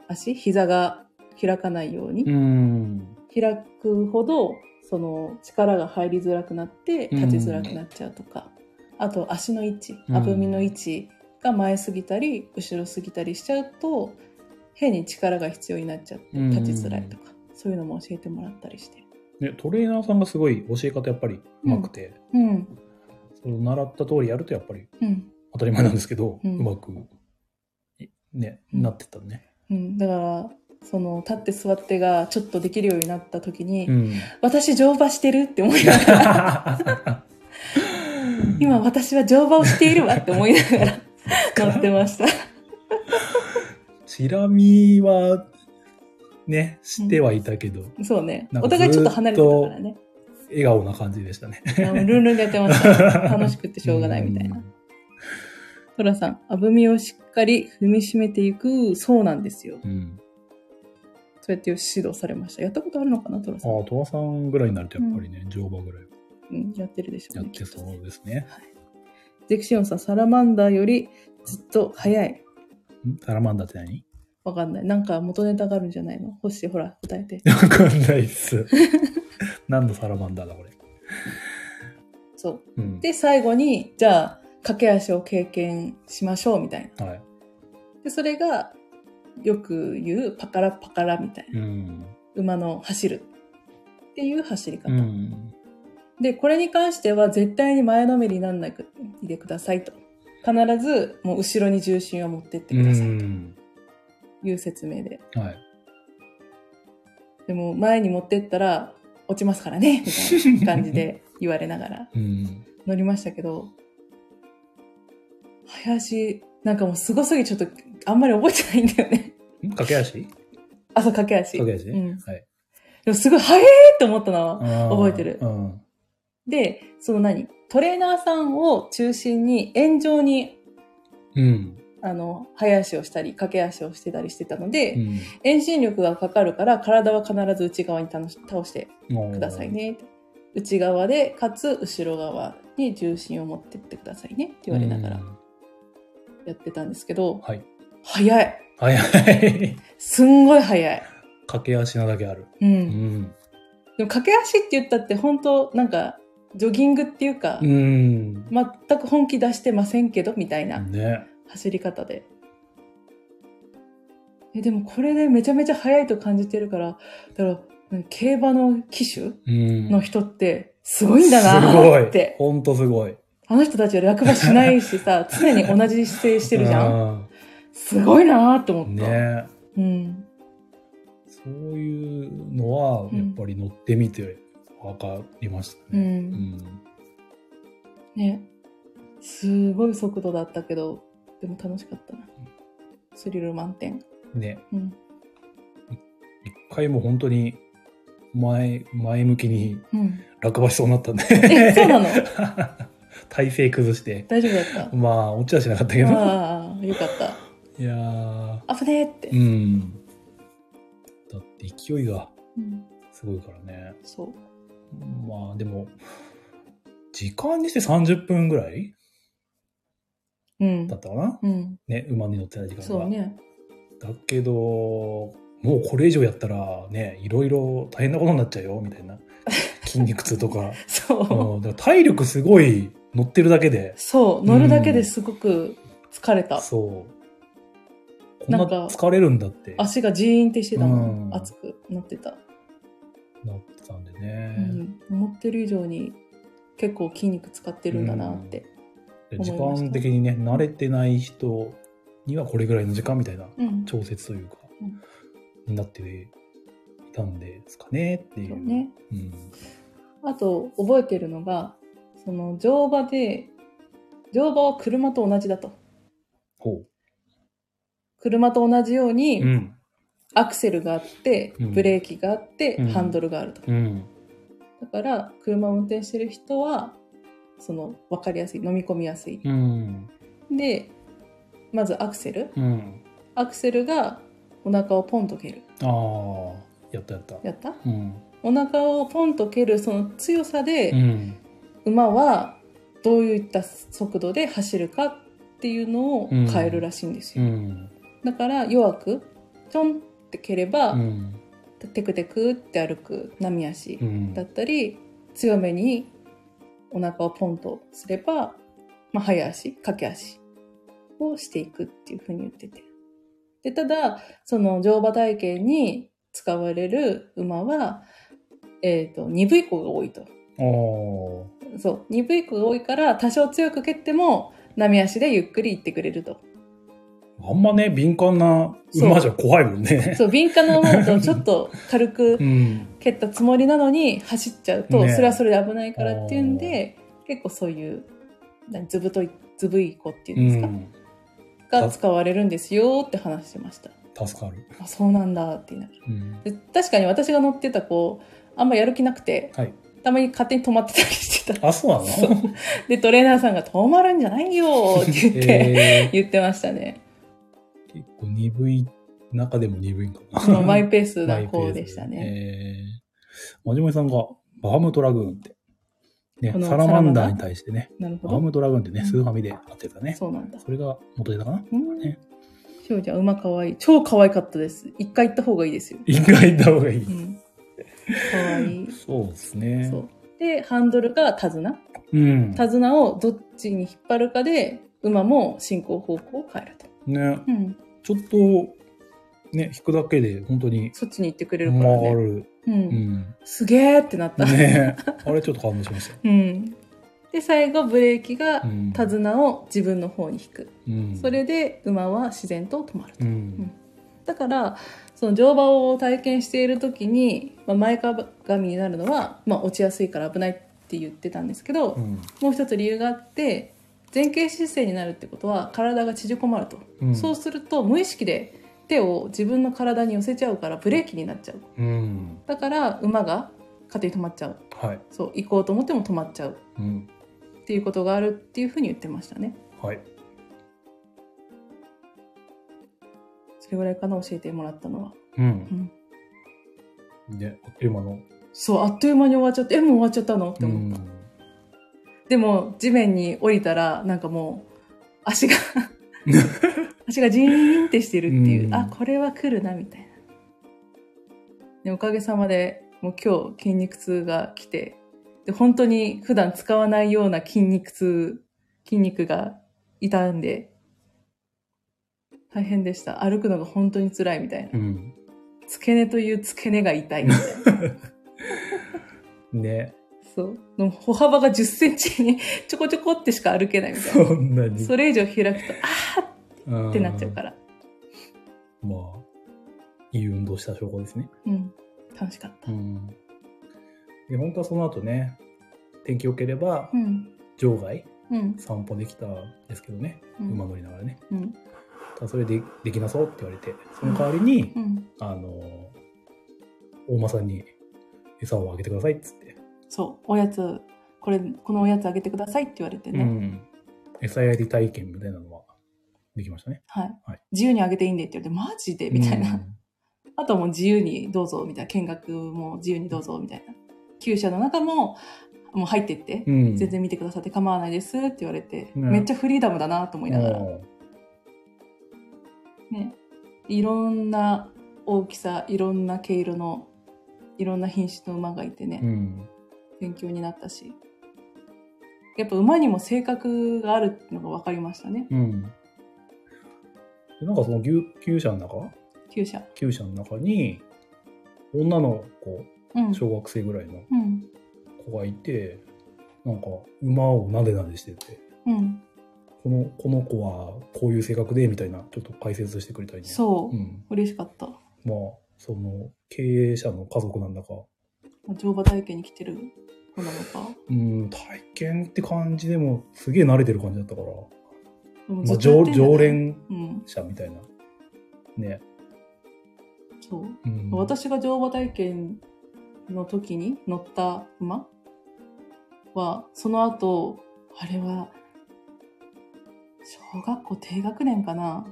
S2: 足膝が開かないように、
S1: うん。
S2: 開くほどその力が入りづらくなって
S1: うん
S2: 立ちづらくなっちゃうとか、あと足の位置
S1: うん
S2: あぶみの位置が前すぎたり後ろすぎたりしちゃうと変に力が必要になっちゃって
S1: うん
S2: 立ちづらいとか、そういうのも教えてもらったりして。
S1: ね、トレーナーさんがすごい教え方やっぱりうまくて、
S2: うん
S1: その習った通りやるとやっぱり
S2: うん
S1: 当たり前なんですけど、う
S2: う
S1: んまく、いね、
S2: うん
S1: なってったね。
S2: うん、だからその立って座ってがちょっとできるようになった時に、 [LAUGHS]
S1: うん。
S2: 私乗馬してるって思いながら今私は乗馬をしているわって思いな
S1: [LAUGHS]
S2: がら乗ってました。
S1: チラ見は、ね、してはいたけど、
S2: そうね
S1: なん。か
S2: お互いちょっと離れてたからね。
S1: 笑顔な感じでしたね。
S2: あもうルンルンでやってました。楽しく [LAUGHS] てしょうがないみたいな。トラさん、あぶみをしっかり踏みしめていく、そうなんですよ。
S1: うん。
S2: そうやって指導されました。やったことあるのかな、トラさん。
S1: ああ、戸田さんぐらいになるとやっぱりね、乗馬ぐらい
S2: うん、やってるでしょ
S1: や
S2: う
S1: っ
S2: ね。
S1: て
S2: き
S1: そ
S2: とね
S1: うですね。
S2: ゼクシオンさん、サラマンダーよりずっと早い。
S1: んサラマンダーって何 [LAUGHS]
S2: わかんない。なんか元ネタがあるんじゃないの星、ほら、答えて。
S1: わかんないっ
S2: [LAUGHS]
S1: す。何のサラマンダーだ、これ。
S2: そう。
S1: うん。
S2: で、最後に、じゃあ、駆け足を経験しましょう、みたいな。
S1: はい。
S2: で、それが、よく言う、パカラパカラみたいな。
S1: うん。
S2: 馬の走るっていう走り方、
S1: うん。
S2: でこれに関しては絶対に前のめりになんないでくださいと必ずもう後ろに重心を持ってって
S1: う
S2: ください
S1: ん。
S2: という説明で、
S1: はい。
S2: でも前に持ってったら落ちますからねみたいな感じで言われながら
S1: [LAUGHS] うん。
S2: 乗りましたけど林なんかもうすごすぎちょっとあんまり覚えてないんだよね [LAUGHS]
S1: ん駆け足
S2: あそう駆け足
S1: 駆け足ね
S2: うん、
S1: はい。
S2: でもすごい速いって思ったのは覚
S1: 覚
S2: えてる
S1: うん。
S2: で、その何トレーナーさんを中心に、炎上に、
S1: うん。
S2: あの、早足をしたり、駆け足をしてたりしてたの
S1: う
S2: で、
S1: ん
S2: 遠心力がかかるから、体は必ず内側に倒し倒してください。ね。内側で、かつ後ろ側に重心を持ってってくださいね。って言われながら
S1: うん
S2: やってたんですけど、
S1: はい。
S2: 早い。
S1: はいはい。
S2: すんごい早い。
S1: 駆け足なだけある。
S2: う。
S1: うんん。
S2: でも、駆け足って言ったって、本当なんか、ジョギングっていうか、
S1: うん。
S2: 全く本気出してませんけど、みたいな。
S1: ね。
S2: 走り方で。えでもこれでめちゃめちゃ速いと感じてるから、だから何競馬の騎手
S1: うん。
S2: の人ってすごいんだ
S1: すご
S2: なっ
S1: い。
S2: て。
S1: ほんとすごい。
S2: あの人たちは落馬しないしさ、常に同じ姿勢してるじゃん。
S1: ん。
S2: すごいなって思った。
S1: ね
S2: うん。
S1: そういうのは、やっぱり乗ってみてわかりました
S2: う。
S1: ね。うんん。
S2: ね。すごい速度だったけど、でも楽しかったな。スリル満点。
S1: ね。
S2: うん。
S1: 一回も本当に、前、前向きに
S2: うん。
S1: 落馬しそうになったんで。
S2: え、そうなの
S1: [LAUGHS] 体勢崩して。
S2: 大丈夫だっ
S1: [LAUGHS]
S2: た
S1: まあ、落ちはしなかったけど。
S2: ああ、よかった。
S1: いやー、
S2: 危ねえって。
S1: うん。だって勢いが
S2: うん、
S1: すごいからね。
S2: そう。
S1: まあでも、時間にして30分ぐらい
S2: うん
S1: だ。ったかな
S2: うん。
S1: ね、馬に乗ってない時間が。
S2: そうね。
S1: だけど、もうこれ以上やったらね、いろいろ大変なことになっちゃうよ、みたい
S2: [LAUGHS]
S1: な。筋肉痛とか。
S2: そう。
S1: うん、だから体力すごい乗ってるだけで、
S2: そう。乗るだけですごく疲れた。
S1: そう。こんな
S2: なんか
S1: 疲れるんだってなっ
S2: 足がジーンってしてた
S1: う
S2: の。
S1: ん
S2: 熱くなってた。
S1: てたんで
S2: う
S1: ね。
S2: ん。思ってる以上に結構筋肉使ってるんだなって。
S1: で
S2: 思い
S1: 時
S2: ました
S1: 間的にね慣れてない人にはこれぐらいの時間みたいな
S2: うん。
S1: 調節というか、
S2: うん
S1: になっていたんですかねってい
S2: そう
S1: う。
S2: ね。
S1: うん
S2: あと、覚えてるのが、その乗馬で、乗馬は車と同じだと。
S1: ほ
S2: 車と同じよう
S1: う。
S2: に、
S1: うん。
S2: アクセルがあって、
S1: うん
S2: ブレーキがあって、
S1: うん
S2: ハンドルがあると。
S1: うん。
S2: だから車を運転してる人はその分かりやすい飲み込みやすい。
S1: うん。
S2: でまずアクセル
S1: うん。
S2: アクセルがお腹をポンと蹴る
S1: ああ、やったやった。
S2: やった
S1: うん。
S2: お腹をポンと蹴るその強さ
S1: う
S2: で
S1: ん。
S2: 馬はどういった速度で走るかっていうのを変えるらしいんです
S1: う
S2: よ、
S1: ん。
S2: だから弱くちょんって蹴れば、
S1: うん。
S2: テクテクって歩く波足
S1: うん
S2: だ。ったり強めにお腹をポンとすれば、まあ、早足駆け足をしていくっていうふうに言っててでただその乗馬体験に使われる馬は、えー、と鈍い子が多いと
S1: ああ。
S2: そう鈍い子が多いから多少強く蹴っても波足でゆっくり行ってくれると
S1: あんまね、敏感な馬じゃ怖いもんね。
S2: そう敏感な馬だとちょっと軽く
S1: うん。
S2: 蹴ったつもりなのに走っちゃうと、
S1: ね
S2: それはそれで危ないからっていうんで結構そういう何ずぶといずぶい子っていう
S1: うん
S2: ですか、
S1: ん。
S2: が使われるんですよって話してました
S1: 助かる。
S2: あそうなんだって言いなが
S1: うん。
S2: らで確かに私が乗ってた子あんまやる気なくて、
S1: はい
S2: たまに勝手に止まってたりしてた
S1: あ、そうなの
S2: そうでトレーナーさんが「止まるんじゃないよ」って言って、
S1: [LAUGHS] え
S2: 言ってましたね
S1: ー結構鈍い、中でも鈍いんかな。
S2: そのマイペース
S1: マ
S2: な
S1: イペ
S2: 子
S1: ース
S2: でした
S1: え
S2: ね、
S1: ー、まじもりさんが、バハムトラグーンって、ね
S2: こ、の
S1: サラマンダーに対してね、
S2: なるほ
S1: バハ
S2: ど
S1: ムトラグーンってね、
S2: うん
S1: スーファミで合ってたね。
S2: そうなんだ
S1: それが元ネタかな
S2: うん
S1: ね
S2: しおちゃん馬かわいい超可愛かったです一回行った方がいいですよ
S1: 一回行った方がいい。
S2: うんかわいい。
S1: そうですね。
S2: そう。で、ハンドルが手綱。
S1: うん。
S2: 手綱をどっちに引っ張るかで、馬も進行方向を変えると。
S1: ね、
S2: うん。
S1: ちょっと、ね、引くだけで、本当に、
S2: そっちに行ってくれるから
S1: 回
S2: ね。
S1: る。
S2: う。
S1: うんん。
S2: すげーってな [LAUGHS] った。
S1: ねあれちょっと感動しました。
S2: うん。で、最後、ブレーキが
S1: うん
S2: 手綱を自分の方に引く。
S1: うん、
S2: それで、馬は自然と止まると。
S1: うん、
S2: だから、その乗馬を体験している時に、まあ、前かがみになるのは、まあ、落ちやすいから危ないって言ってたんですけど、
S1: うん、
S2: もう一つ理由があって前傾姿勢になるってことは体が縮こまると、
S1: うん、
S2: そうすると無意識で手を自分の体に寄せちゃうからブレーキになっちゃう
S1: うん、
S2: だから馬が勝手に止まっちゃう
S1: はい、
S2: そう行こうと思っても止まっちゃう
S1: うん、
S2: っていうことがあるっていうふうに言ってましたね
S1: はい、
S2: それぐらいかな教えてもらったのは
S1: うん、で、あっという間の、
S2: そうあっという間に終わっちゃってえもう終わっちゃったのって
S1: う
S2: 思っ
S1: ん
S2: た、、でも地面に降りたらなんかもう足が足がジーンってしてるっていう、
S1: うん
S2: あこれは来るなみたいなでおかげさまでもう今日筋肉痛が来てで本当に普段使わないような筋肉痛筋肉が痛んで大変でした歩くのが本当に辛いみたい
S1: う
S2: な
S1: ん、
S2: 付け根という付け根が痛いみたいな
S1: ね、 [LAUGHS]
S2: そうでも歩幅が1 0センチにちょこちょこってしか歩けないみたいな
S1: そんなに、
S2: それ以上開くと、あー
S1: うん
S2: ってなっちゃうから。
S1: まあ、いい運動した証拠ですね。
S2: うん。楽しかった。
S1: ん、で、本当はその後ね、天気良ければ
S2: う、ん。
S1: 場外
S2: うん。
S1: 散歩できたんですけどね、
S2: うん
S1: 馬乗りながらね。
S2: うん。
S1: ただそれでできなそうって言われて、その代わりに、
S2: うん。
S1: あの、大間さんに餌をあげてくださいっつって。
S2: そう。おやつ、これ、このおやつあげてくださいって言われてね。
S1: うん。餌やり体験みたいなのはできましたね。
S2: はい、
S1: はい
S2: 自由にあげていいんでって言われて、マジでみたいな。あとはもう自由にどうぞ、みたいな。見学も自由にどうぞ、みたいな。厩舎の中も、もう入ってって、
S1: うん。うん、
S2: [LAUGHS] 全然見てくださって構わないですって言われて、
S1: ね
S2: めっちゃフリーダムだなと思いながら。
S1: うん
S2: ね、いろんな大きさいろんな毛色のいろんな品種の馬がいてね、
S1: うん。
S2: 勉強になったしやっぱ馬にも性格があるってのが分かりましたね
S1: うん。でなんかその牛、厩舎の中
S2: 厩舎
S1: 厩舎の中に、女の子、
S2: うん、
S1: 小学生ぐらいの
S2: うん
S1: 子がいて、なんか馬をなでなでしてて、
S2: うん、
S1: この、この子はこういう性格で、みたいな、ちょっと解説してくれたりね。
S2: そう、
S1: うん。
S2: 嬉しかった
S1: まあ、その、経営者の家族なんだか、
S2: 乗馬体験に来てる子なのか
S1: うん、体験って感じでも、すげえ慣れてる感じだったから、
S2: でも
S1: ま
S2: ず
S1: あ、
S2: っと
S1: 常
S2: やってんだね
S1: 常連
S2: うん
S1: 者みたいな。ね。
S2: そ
S1: う
S2: う、
S1: ん、
S2: 私が乗馬体験の時に乗った馬は、その後、あれは、小学校低学年かな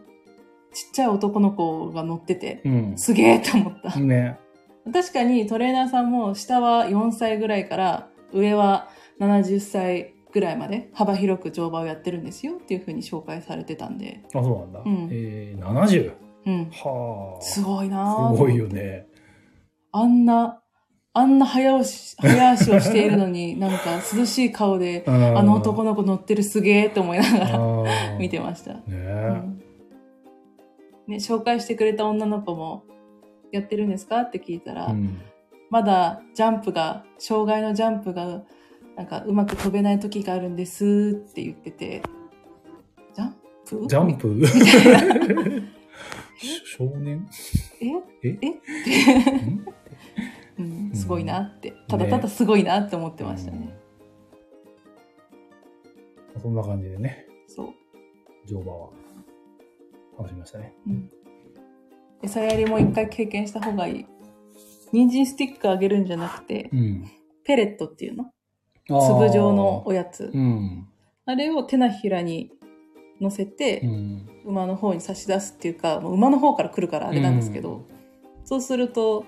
S2: ちっちゃい男の子が乗ってて、
S1: うん。
S2: すげえと思った。
S1: ね。
S2: 確かにトレーナーさんも下は4歳ぐらいから上は70歳ぐらいまで幅広く乗馬をやってるんですよっていう風に紹介されてたんで、
S1: あ、そうなんだ。
S2: うん
S1: えー、70。
S2: うん、
S1: はあ。
S2: す
S1: す
S2: ごいなぁ
S1: ごいよね。
S2: あんなあんな早押し早足をしているのになんか涼しい顔で
S1: あ
S2: あの男
S1: の
S2: の子乗ってるすげえと思いながら見て
S1: ま
S2: ました、
S1: す。ね
S2: うんね、紹介してくれた女の子もやってるんですかって聞いたら、
S1: うん。
S2: まだジャンプが、障害のジャンプが、なんかうまく飛べない時があるんですって言ってて、ジャンプ
S1: ジャンプ
S2: みたいな
S1: [LAUGHS] 少
S2: [LAUGHS]
S1: 年
S2: え
S1: え
S2: えって、
S1: ん
S2: うん、すごいなって、ただただすごいなって思ってましたね。
S1: うんそんな感じでね、
S2: そう。
S1: 乗馬は楽しみましたね。
S2: うん。餌やりも一回経験した方がいい。人参スティックあげるんじゃなくて、
S1: うん。
S2: ペレットっていうの
S1: あー
S2: 粒状の。おやつ。
S1: うん。
S2: あれを手のひらに乗せて、
S1: うん。
S2: 馬の方に差し出すっていうかもう馬の方から来るからあれなんですけど、そうすると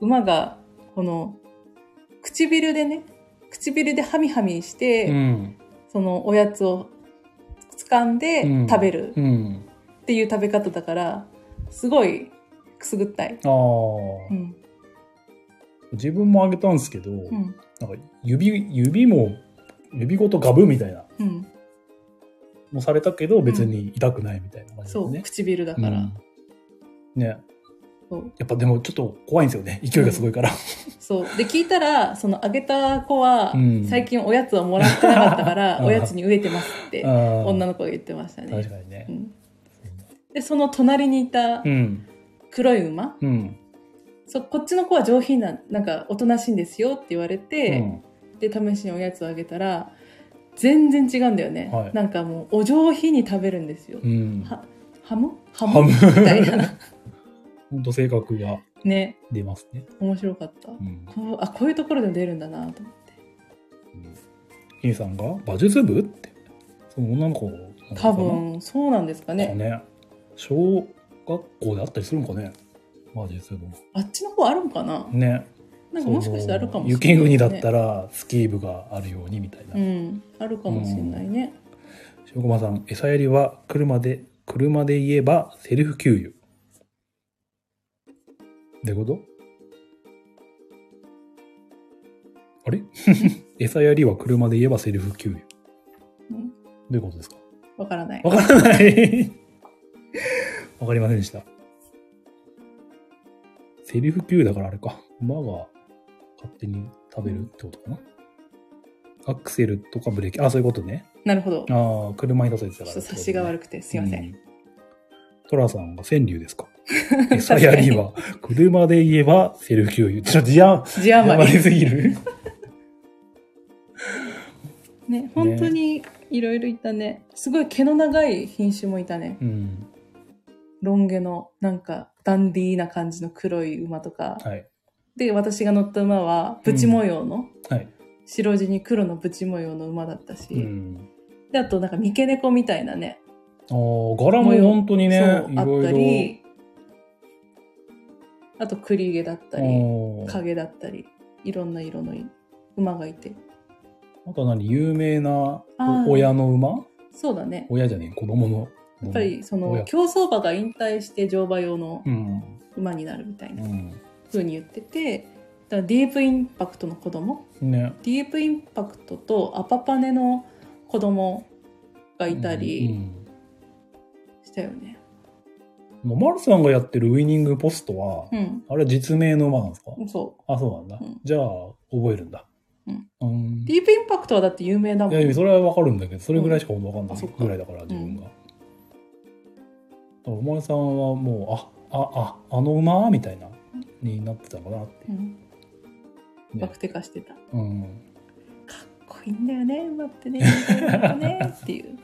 S2: 馬がこの唇でね唇でハミハミして、
S1: うん。
S2: そのおやつを掴んで
S1: うん
S2: 食べる
S1: うん。
S2: っていう食べ方だからすごいくすぐったい。
S1: ああ
S2: う。ん
S1: 自分もあげたんですけど、
S2: うん
S1: なんか指、指も、指ごとガブみたいな、
S2: うん、
S1: もされたけど、別に痛くないみたいな感じで
S2: そう、
S1: ね。
S2: 唇だから、
S1: うんね。
S2: そう
S1: やっぱでもちょっと怖いんですよね。勢いがすごいから。
S2: そうで聞いたらそのあげた子は、
S1: うん
S2: 最近おやつをもらってなかったから
S1: [LAUGHS] あー
S2: おやつに飢えてますって女
S1: 女
S2: の子が言ってましたね。
S1: 確かにね
S2: う。んでその隣にいた
S1: うん。
S2: 黒い馬、
S1: うん。
S2: そこっちの子は上品ななんかおとなしいんですよって言われ
S1: う
S2: て、
S1: ん
S2: で試しにおやつをあげたら全然違うんだよね、
S1: はい
S2: なんかもうお上品に食べるんですよ、
S1: うん。
S2: はハムハ
S1: ハ
S2: ム
S1: ム
S2: みたいな
S1: 本当性格が
S2: ね
S1: 出ますね。
S2: 面白かった、
S1: うん。
S2: こうあこういうところでも出るんだなと思って
S1: 金さんが馬術部って、その女の子なのかな
S2: 多分そうなんですか
S1: ね
S2: ね
S1: 小学校であったりするんかね馬術部も。
S2: あっちの方あるんかな、
S1: ね。
S2: なんかもしかしたらあるかもしれない、
S1: 雪国だったらスキー部があるようにみたいな。
S2: うんあるかもしれないね、
S1: 塩駒さん、餌やりは車で、車で言えばセルフ給油。ってことあれ [LAUGHS] 餌やりは車で言えばセルフ給油。
S2: うん
S1: どういうことですか
S2: わからない
S1: わからない。わかりませんでした。セルフ給油だからあれか。馬が勝手に食べるってことかな。アクセルとかブレーキ。あ、そういうことね。
S2: なるほど
S1: ああ、車に例えてた
S2: ち
S1: か
S2: ょっ
S1: ら、
S2: と察しが悪くてすいません、
S1: う。トラさんが川柳ですか [LAUGHS] 餌やりは、車で言えばセルフ給油。ちょっと字余
S2: 字
S1: 字
S2: 余
S1: 余
S2: り
S1: りすぎ
S2: [LAUGHS]
S1: る。
S2: ね本当にいろいろいたねすごい毛の長い品種もいたね
S1: うん。
S2: ロン毛のなんかダンディーな感じの黒い馬とか、
S1: はい。
S2: で私が乗った馬はブチ模様の、
S1: はい。
S2: 白地に黒のブチ模様の馬だったし、
S1: うん。
S2: であとなんか三毛猫みたいなね
S1: ああ、柄も本当にね、
S2: そう
S1: い
S2: あっ
S1: ろ
S2: た
S1: い
S2: りあと栗毛だったり
S1: ろ。あー
S2: 影だったりいろんな色の馬がいて
S1: あとは何有名なお
S2: あー
S1: 親の馬
S2: そうだね
S1: 親じゃねえ、子供の。
S2: やっぱりその
S1: 親
S2: 競走馬が引退して乗馬用の
S1: うん。
S2: 馬になるみたいな
S1: う
S2: ふうに言っててだからディープインパクトの子供
S1: ん。ね。
S2: ディープインパクトとアパパネの子供がいた
S1: う
S2: り
S1: ん
S2: したよね。
S1: うんマルさんがやってるウィニングポストは、
S2: うん、
S1: あれは実名の馬なんですか
S2: そ
S1: あ、そうなんだ。
S2: うん
S1: じゃあ、覚えるんだ。
S2: うん
S1: うん
S2: う。ディープインパクトはだって有名だもん。
S1: いや、それはわかるんだけど、それぐらいしかほんとわかんな
S2: あ
S1: い
S2: そっか
S1: ぐらいだから、自分が。お前さんはもう、あ、あ、あ、あの馬みたいな、になってたのかなって
S2: う
S1: いう。
S2: ん
S1: ね
S2: バクテカしてた。か
S1: うん。
S2: っこいいんだよね、馬ってね。かっこねっていう。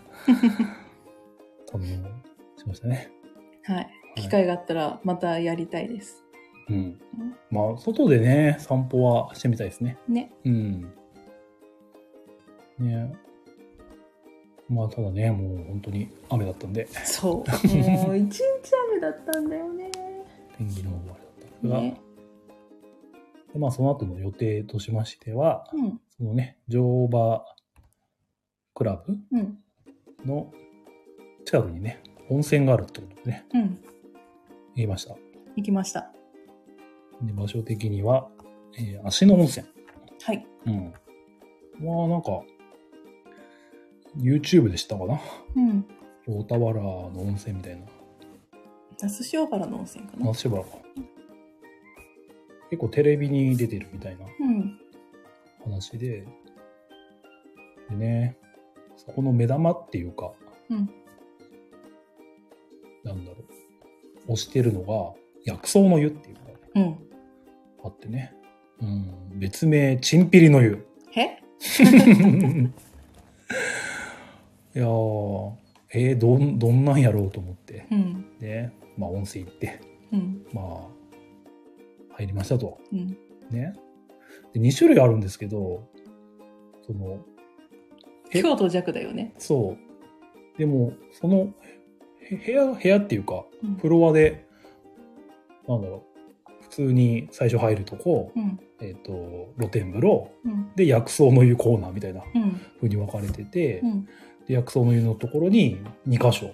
S1: 堪能しましたね。
S2: はい。機会があったらまたやりたいです。
S1: うん。まあ、外でね、散歩はしてみたいですね。
S2: ね。
S1: うん。ねまあ、ただね、もう本当に雨だったんで、 [LAUGHS]
S2: そう。もう一日雨だったんだよね。
S1: 天気の方があれだったんですが、
S2: ね。
S1: でまあ、その後の予定としましては、
S2: うん。
S1: そのね、乗馬クラブ
S2: うん。
S1: の近くにね、温泉があるってことでね、
S2: うん。
S1: 言いました。
S2: 行きました。
S1: で場所的には、えー足の温泉。
S2: はい。
S1: うん。まあ、なんか、YouTube でしたかな
S2: うん。
S1: 大田原の温泉みたいな。
S2: 那須塩原の温泉かな
S1: あ、。千葉か。結構テレビに出てるみたいな
S2: うん。
S1: 話で、でね、そこの目玉っていうか、
S2: うん
S1: なんだろう、推してるのが、薬草の湯っていうのが
S2: うん。
S1: あってね、うん、別名、チンピリの湯。
S2: へ
S1: [LAUGHS] いやー、えー、どん、どんなんやろうと思って、
S2: うん。
S1: ね、まあ温泉行って、
S2: うん。
S1: まあ、入りましたと。
S2: うん。
S1: ね。で、2種類あるんですけど、その、え
S2: 京都弱だよね。
S1: そう。でも、その、へ部屋、部屋っていうか、
S2: うん
S1: フロアで、なんだろう、普通に最初入るとこ、
S2: うん。
S1: えっ、と、露天風呂、
S2: うん。
S1: で、薬草の湯コーナーみたいな
S2: うん。
S1: 風に分かれてて、
S2: うん。
S1: で薬草の湯のところに2箇所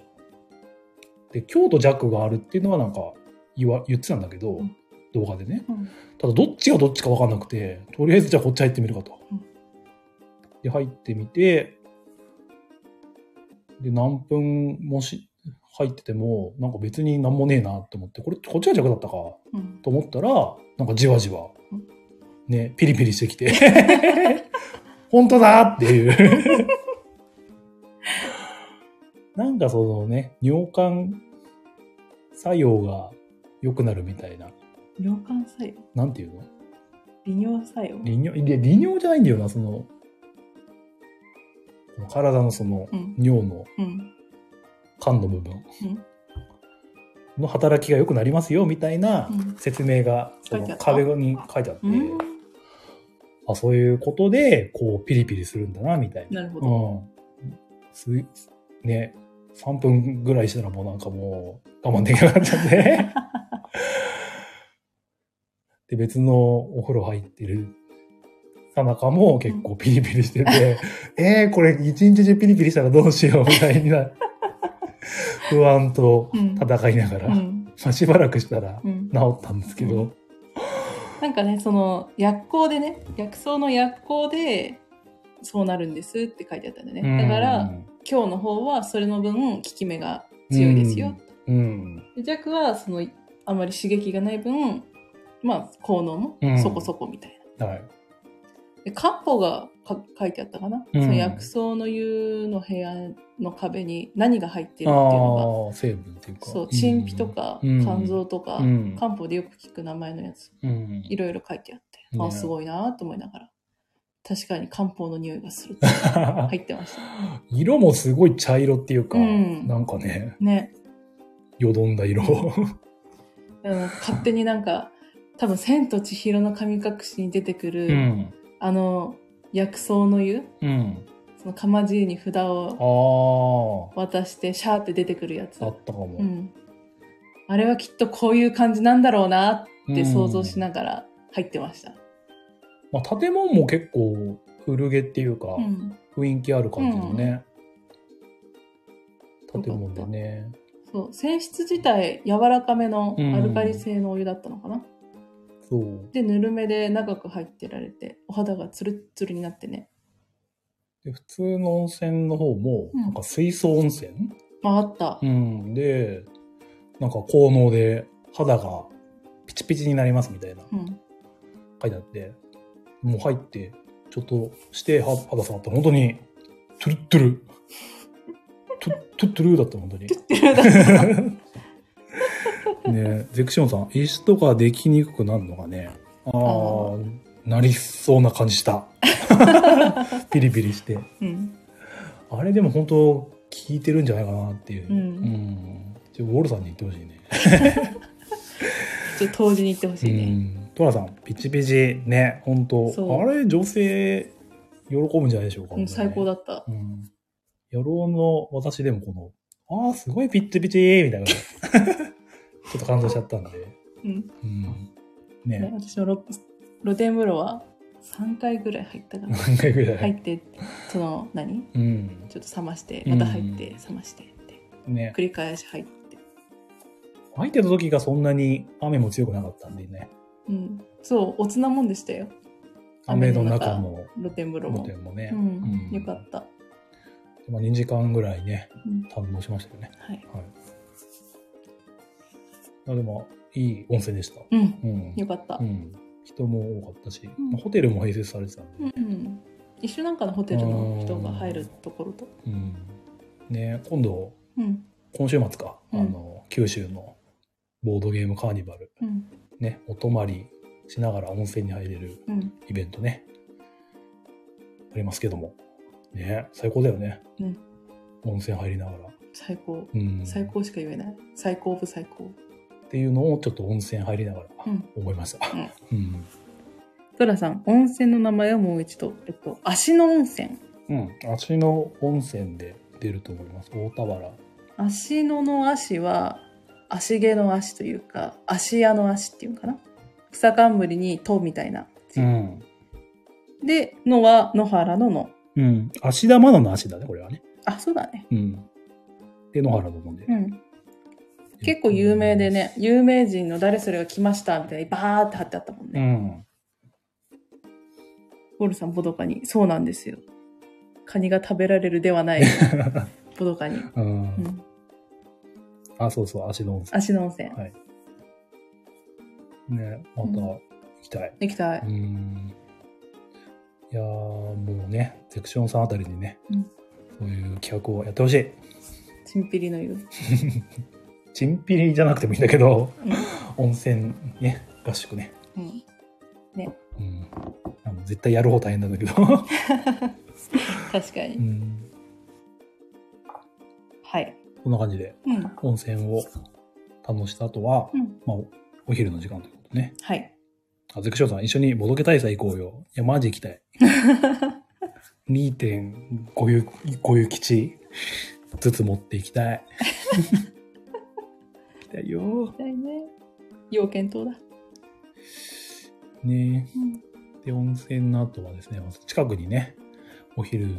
S1: で京都弱があるっていうのはなんか言わ言ってたんだけど、
S2: うん
S1: 動画でね
S2: うん。
S1: ただどっちがどっちか分かんなくてとりあえずじゃあこっち入ってみるかと、
S2: うん
S1: で入ってみてで何分もし入っててもなんか別になんもねえなって思ってこれこっちが弱だったか
S2: うん。
S1: と思ったらなんかじわじわ
S2: うん
S1: ねピリピリしてき [LAUGHS] て本当だっていう [LAUGHS] なんかそのね尿管作用が良くなるみたいな
S2: 尿管作用。
S1: なんていうの
S2: 利尿作用。
S1: 利尿いや利尿じゃないんだよなそのこの体のその
S2: うん。
S1: 尿の
S2: うん。
S1: 管の部分
S2: うん
S1: の働きが良くなりますよみたいな
S2: うん
S1: 説明がそ
S2: 書いてあ
S1: の
S2: った
S1: 壁に書いてあって、
S2: うん。
S1: あ、そういうことで、こう、ピリピリするんだな、みたいな。
S2: なるほ
S1: う
S2: ど。
S1: ん。すね、3分ぐらいしたらもうなんかもう、我慢できなくなっちゃって。 [LAUGHS] で、別のお風呂入ってるさなかも結構ピリピリして
S2: [LAUGHS]
S1: て、えー、これ一日中ピリピリしたらどうしよう、みたい
S2: [LAUGHS]
S1: な不安と戦いながら、
S2: う
S1: ま
S2: ん。
S1: あ、しばらくしたら
S2: うん。
S1: 治ったんですけど、
S2: なんかね、その薬効でね、薬草の薬効で、そうなるんですって書いてあったんだよね。だから、今日の方はそれの分効き目が強いですよ。
S1: うん、うん。
S2: で弱はそのあまり刺激がない分、まあ効能も
S1: うん
S2: そこそこみたい
S1: はい。
S2: な。で漢方がか書いてあったかな。
S1: うん
S2: その薬草の湯の部屋の壁に何が入ってるっていうの
S1: ああ、成分っていう
S2: が、
S1: か。
S2: そう、陳皮とか
S1: うん
S2: 肝臓とか、
S1: うん
S2: 漢方でよく聞く名前のやつ、
S1: うん
S2: いろいろ書いてあって、あ
S1: ね
S2: あすごいなと思いながら。確かに漢方の匂いが
S1: [LAUGHS]
S2: する。入ってました。
S1: 色もすごい茶色っていうか、
S2: うん
S1: なんかね、
S2: ね。
S1: よどんだ色。
S2: あの勝手になんか多分「千と千尋の神隠し」に出てくる、
S1: うん。
S2: あの薬草の湯
S1: うん。
S2: そのかまじいに札
S1: あ
S2: を
S1: あ、
S2: 渡してシャーって出てくるやつ
S1: あったかも。
S2: うん、あれはきっとこういう感じなんだろうなって想像し
S1: い。
S2: ながら入ってました、
S1: まあ、建物も結構古げっていうか、
S2: うん、
S1: 雰囲気ある感じのね、建物でね。
S2: そう泉質自体柔らかめの
S1: うん
S2: アルカリ性のお湯だったのかな、
S1: そう。
S2: でぬるめで長く入ってられてお肌がツルッツルになってね
S1: で、普通の温泉の方も、
S2: うん
S1: なんか水素温泉、
S2: ああった
S1: う、ん、で、なんか効能で肌がピチピチになりますみたいな
S2: うん、
S1: 書いてあって、もう入って、ちょっとして、は肌触ったら本当に、トゥルットゥル。トゥトゥットゥルーだった、本当に。ねゼクシオンさん、石とかできにくくなるのがね、ああ
S2: あ、
S1: なりそうな感じした。ピリピリして。
S2: うん、
S1: あれでも本当効いてるんじゃないかなっていう。
S2: うん
S1: うん。ちょウォルさんに言ってほしいね。
S2: ちょっと当時に行ってほ
S1: う
S2: しいね。
S1: ん。トラさん、ピチピチね、本
S2: そう
S1: 当あれ、女性、喜ぶんじゃないでしょうか。
S2: うん、最高だった。
S1: うん。野郎の私でもこの、ああ、すごいピッチピチみたいな。ちょっと感 [LAUGHS] 動しちゃったんで。
S2: うん。
S1: うん。
S2: ね
S1: ね。
S2: 私の露露天風呂は3回ぐらい入ったかな。
S1: 何回ぐらい。
S2: 入って、その、何
S1: うん。
S2: ちょっと冷まして、
S1: うん
S2: また入って、冷ましてって、
S1: ね。
S2: 繰り返し入って。
S1: 入ってた時がそんなに雨も強くなかったんでね。
S2: うん。そう、おつなもんでしたよ。
S1: 雨の中の
S2: 露天風呂
S1: 露
S2: も。
S1: 天もね。
S2: うん。よかった。
S1: た。まあ、2時間ぐらいね、
S2: うん。
S1: 堪能しましたよね。
S2: はい。
S1: まあ、でも、いい温泉でした。
S2: うん。
S1: うん。
S2: よかった
S1: う。ん。人も多かったし、
S2: ん
S1: まあホテルも併設されてたんで。
S2: うんうん。一緒なんかのホテルの人が入るところと。
S1: うん。ね、今度、
S2: うん。
S1: 今週末か、
S2: うん
S1: あの九州のボードゲームカーニバル
S2: うん。
S1: ねお泊まりしながら温泉に入れる
S2: うん。
S1: イベントねありますけどもね最高だよね、
S2: うん
S1: 温泉入りながら、
S2: 最高。
S1: うん、
S2: 最高しか言えない。最高オブ最高。
S1: っていうのをちょっと温泉入りながら
S2: うん
S1: 思いました、うん
S2: トラさん、温泉の名前をもう一度。えっと、足の温泉。
S1: うん、足の温泉で出ると思います大田原
S2: 足のの足は、足毛の足というか、足屋の足っていうのかな。草冠に、とみたいな字。
S1: ん、
S2: で、のは、野原のの。
S1: うん、芦田愛菜の足だねこれはね
S2: あ、そうだね。
S1: うんで野原のもんで、
S2: うん。結構有名でね、有名人の誰それが来ましたみたいにバーって貼ってあったもん
S1: う
S2: ね。
S1: ん
S2: ボルさん、ボドカに。そうなんですよ。カニが食べられる
S1: [LAUGHS]
S2: ではない。ボドカに。
S1: うん
S2: うん。
S1: あ、そうそう、足の温泉。
S2: 足の温泉。
S1: ね、また行きたい。
S2: 行きた
S1: う
S2: い。
S1: ん。いやー、もうね、セクションさんあたりにね、
S2: うん
S1: そういう企画をやってほしい。
S2: チンピリの湯。
S1: チンピリじゃなくてもいいんだけど、
S2: うん
S1: 温泉ね、合宿ね。
S2: うん
S1: うん。あの絶対やる方大変なんだけ
S2: [LAUGHS]
S1: ど。
S2: 確か
S1: う
S2: に。
S1: ん。
S2: はい。
S1: こんな感じで、
S2: うん。
S1: 温泉を楽した後は、
S2: うん。
S1: まあ、おお昼の時間ということね。
S2: はい。
S1: あ、ゼクションさん、一緒にボドケ大祭行こうよ。いや、マジ行きた
S2: [LAUGHS]
S1: い。2.5ゆ、5ゆ基地ずつ持っていきた
S2: [LAUGHS]
S1: い。行きたいよ。
S2: だいね。要検討だ。
S1: ね
S2: うん。
S1: で、温泉の後はですね、まず近くにね、お昼っ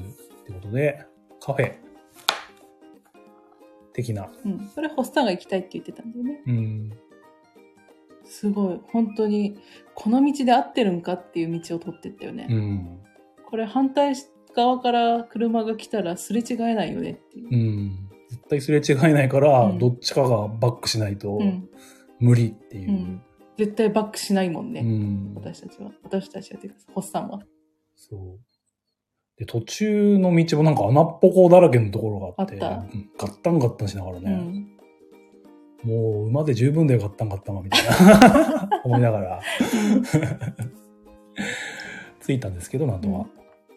S1: てことで、カフェ的な。
S2: うん。それ、ホスタンが行きたいって言ってたんだよね。
S1: うん。
S2: すごい。本当に、この道で合ってるんかっていう道を取ってったよね。
S1: うん。
S2: これ、反対側から車が来たらすれ違えないよねっていう。
S1: うん。絶対すれ違いないから、
S2: うん
S1: どっちかがバックしないと
S2: うん。
S1: 無理っていうう。
S2: ん絶対バックしないもんね。
S1: うん
S2: 私たちは。私たちはというか、ホスタンは。
S1: そう。で、途中の道もなんか穴っぽこだらけのところがあって、
S2: あっ
S1: うんガッタンガッタンしながら
S2: う
S1: ね、
S2: ん。
S1: もう馬で十分だよ、ガッタンガッタンは、みたい
S2: [LAUGHS]
S1: な思いながら、着いたんですけど、なんとか。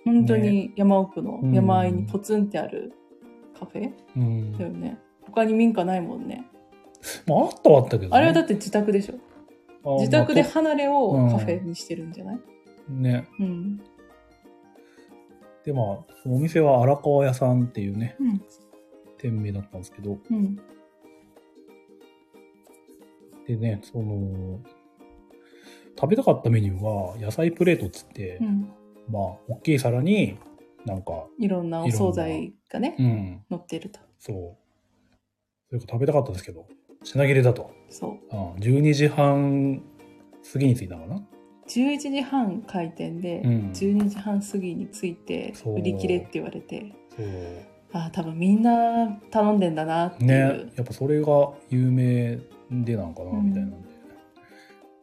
S2: 本当に山奥の
S1: うん
S2: 山あいにポツンってあるカフェ
S1: うん。
S2: だよね。他に民家ないもんね。
S1: まあ、あったはあったけど、ね。
S2: あれはだって自宅でしょ。
S1: あ
S2: 自宅で
S1: まあ
S2: 離れをカフェにしてるんじゃない
S1: とね。
S2: うん。
S1: で、まあ、そのお店は荒川屋さんっていうね、
S2: うん。
S1: 店名だったんですけど、
S2: うん。
S1: でね、その、食べたかったメニューは野菜プレートっつって、
S2: うん。
S1: まあ、大きい皿に、なんか、
S2: いろんなお惣菜がね
S1: う、ん、
S2: 乗ってると。
S1: そう。それか食べたかったんですけど、品切れだと。
S2: そう。
S1: うん、12時半過ぎに着いたのかな
S2: 11時半開店で、
S1: うん
S2: 12時半過ぎに着いて
S1: そう
S2: 売り切れって言われて
S1: そう。
S2: ああ多分みんな頼んでんだなってい
S1: ね
S2: う、、
S1: やっぱそれが有名でなんかな、
S2: うん
S1: みたいなんで。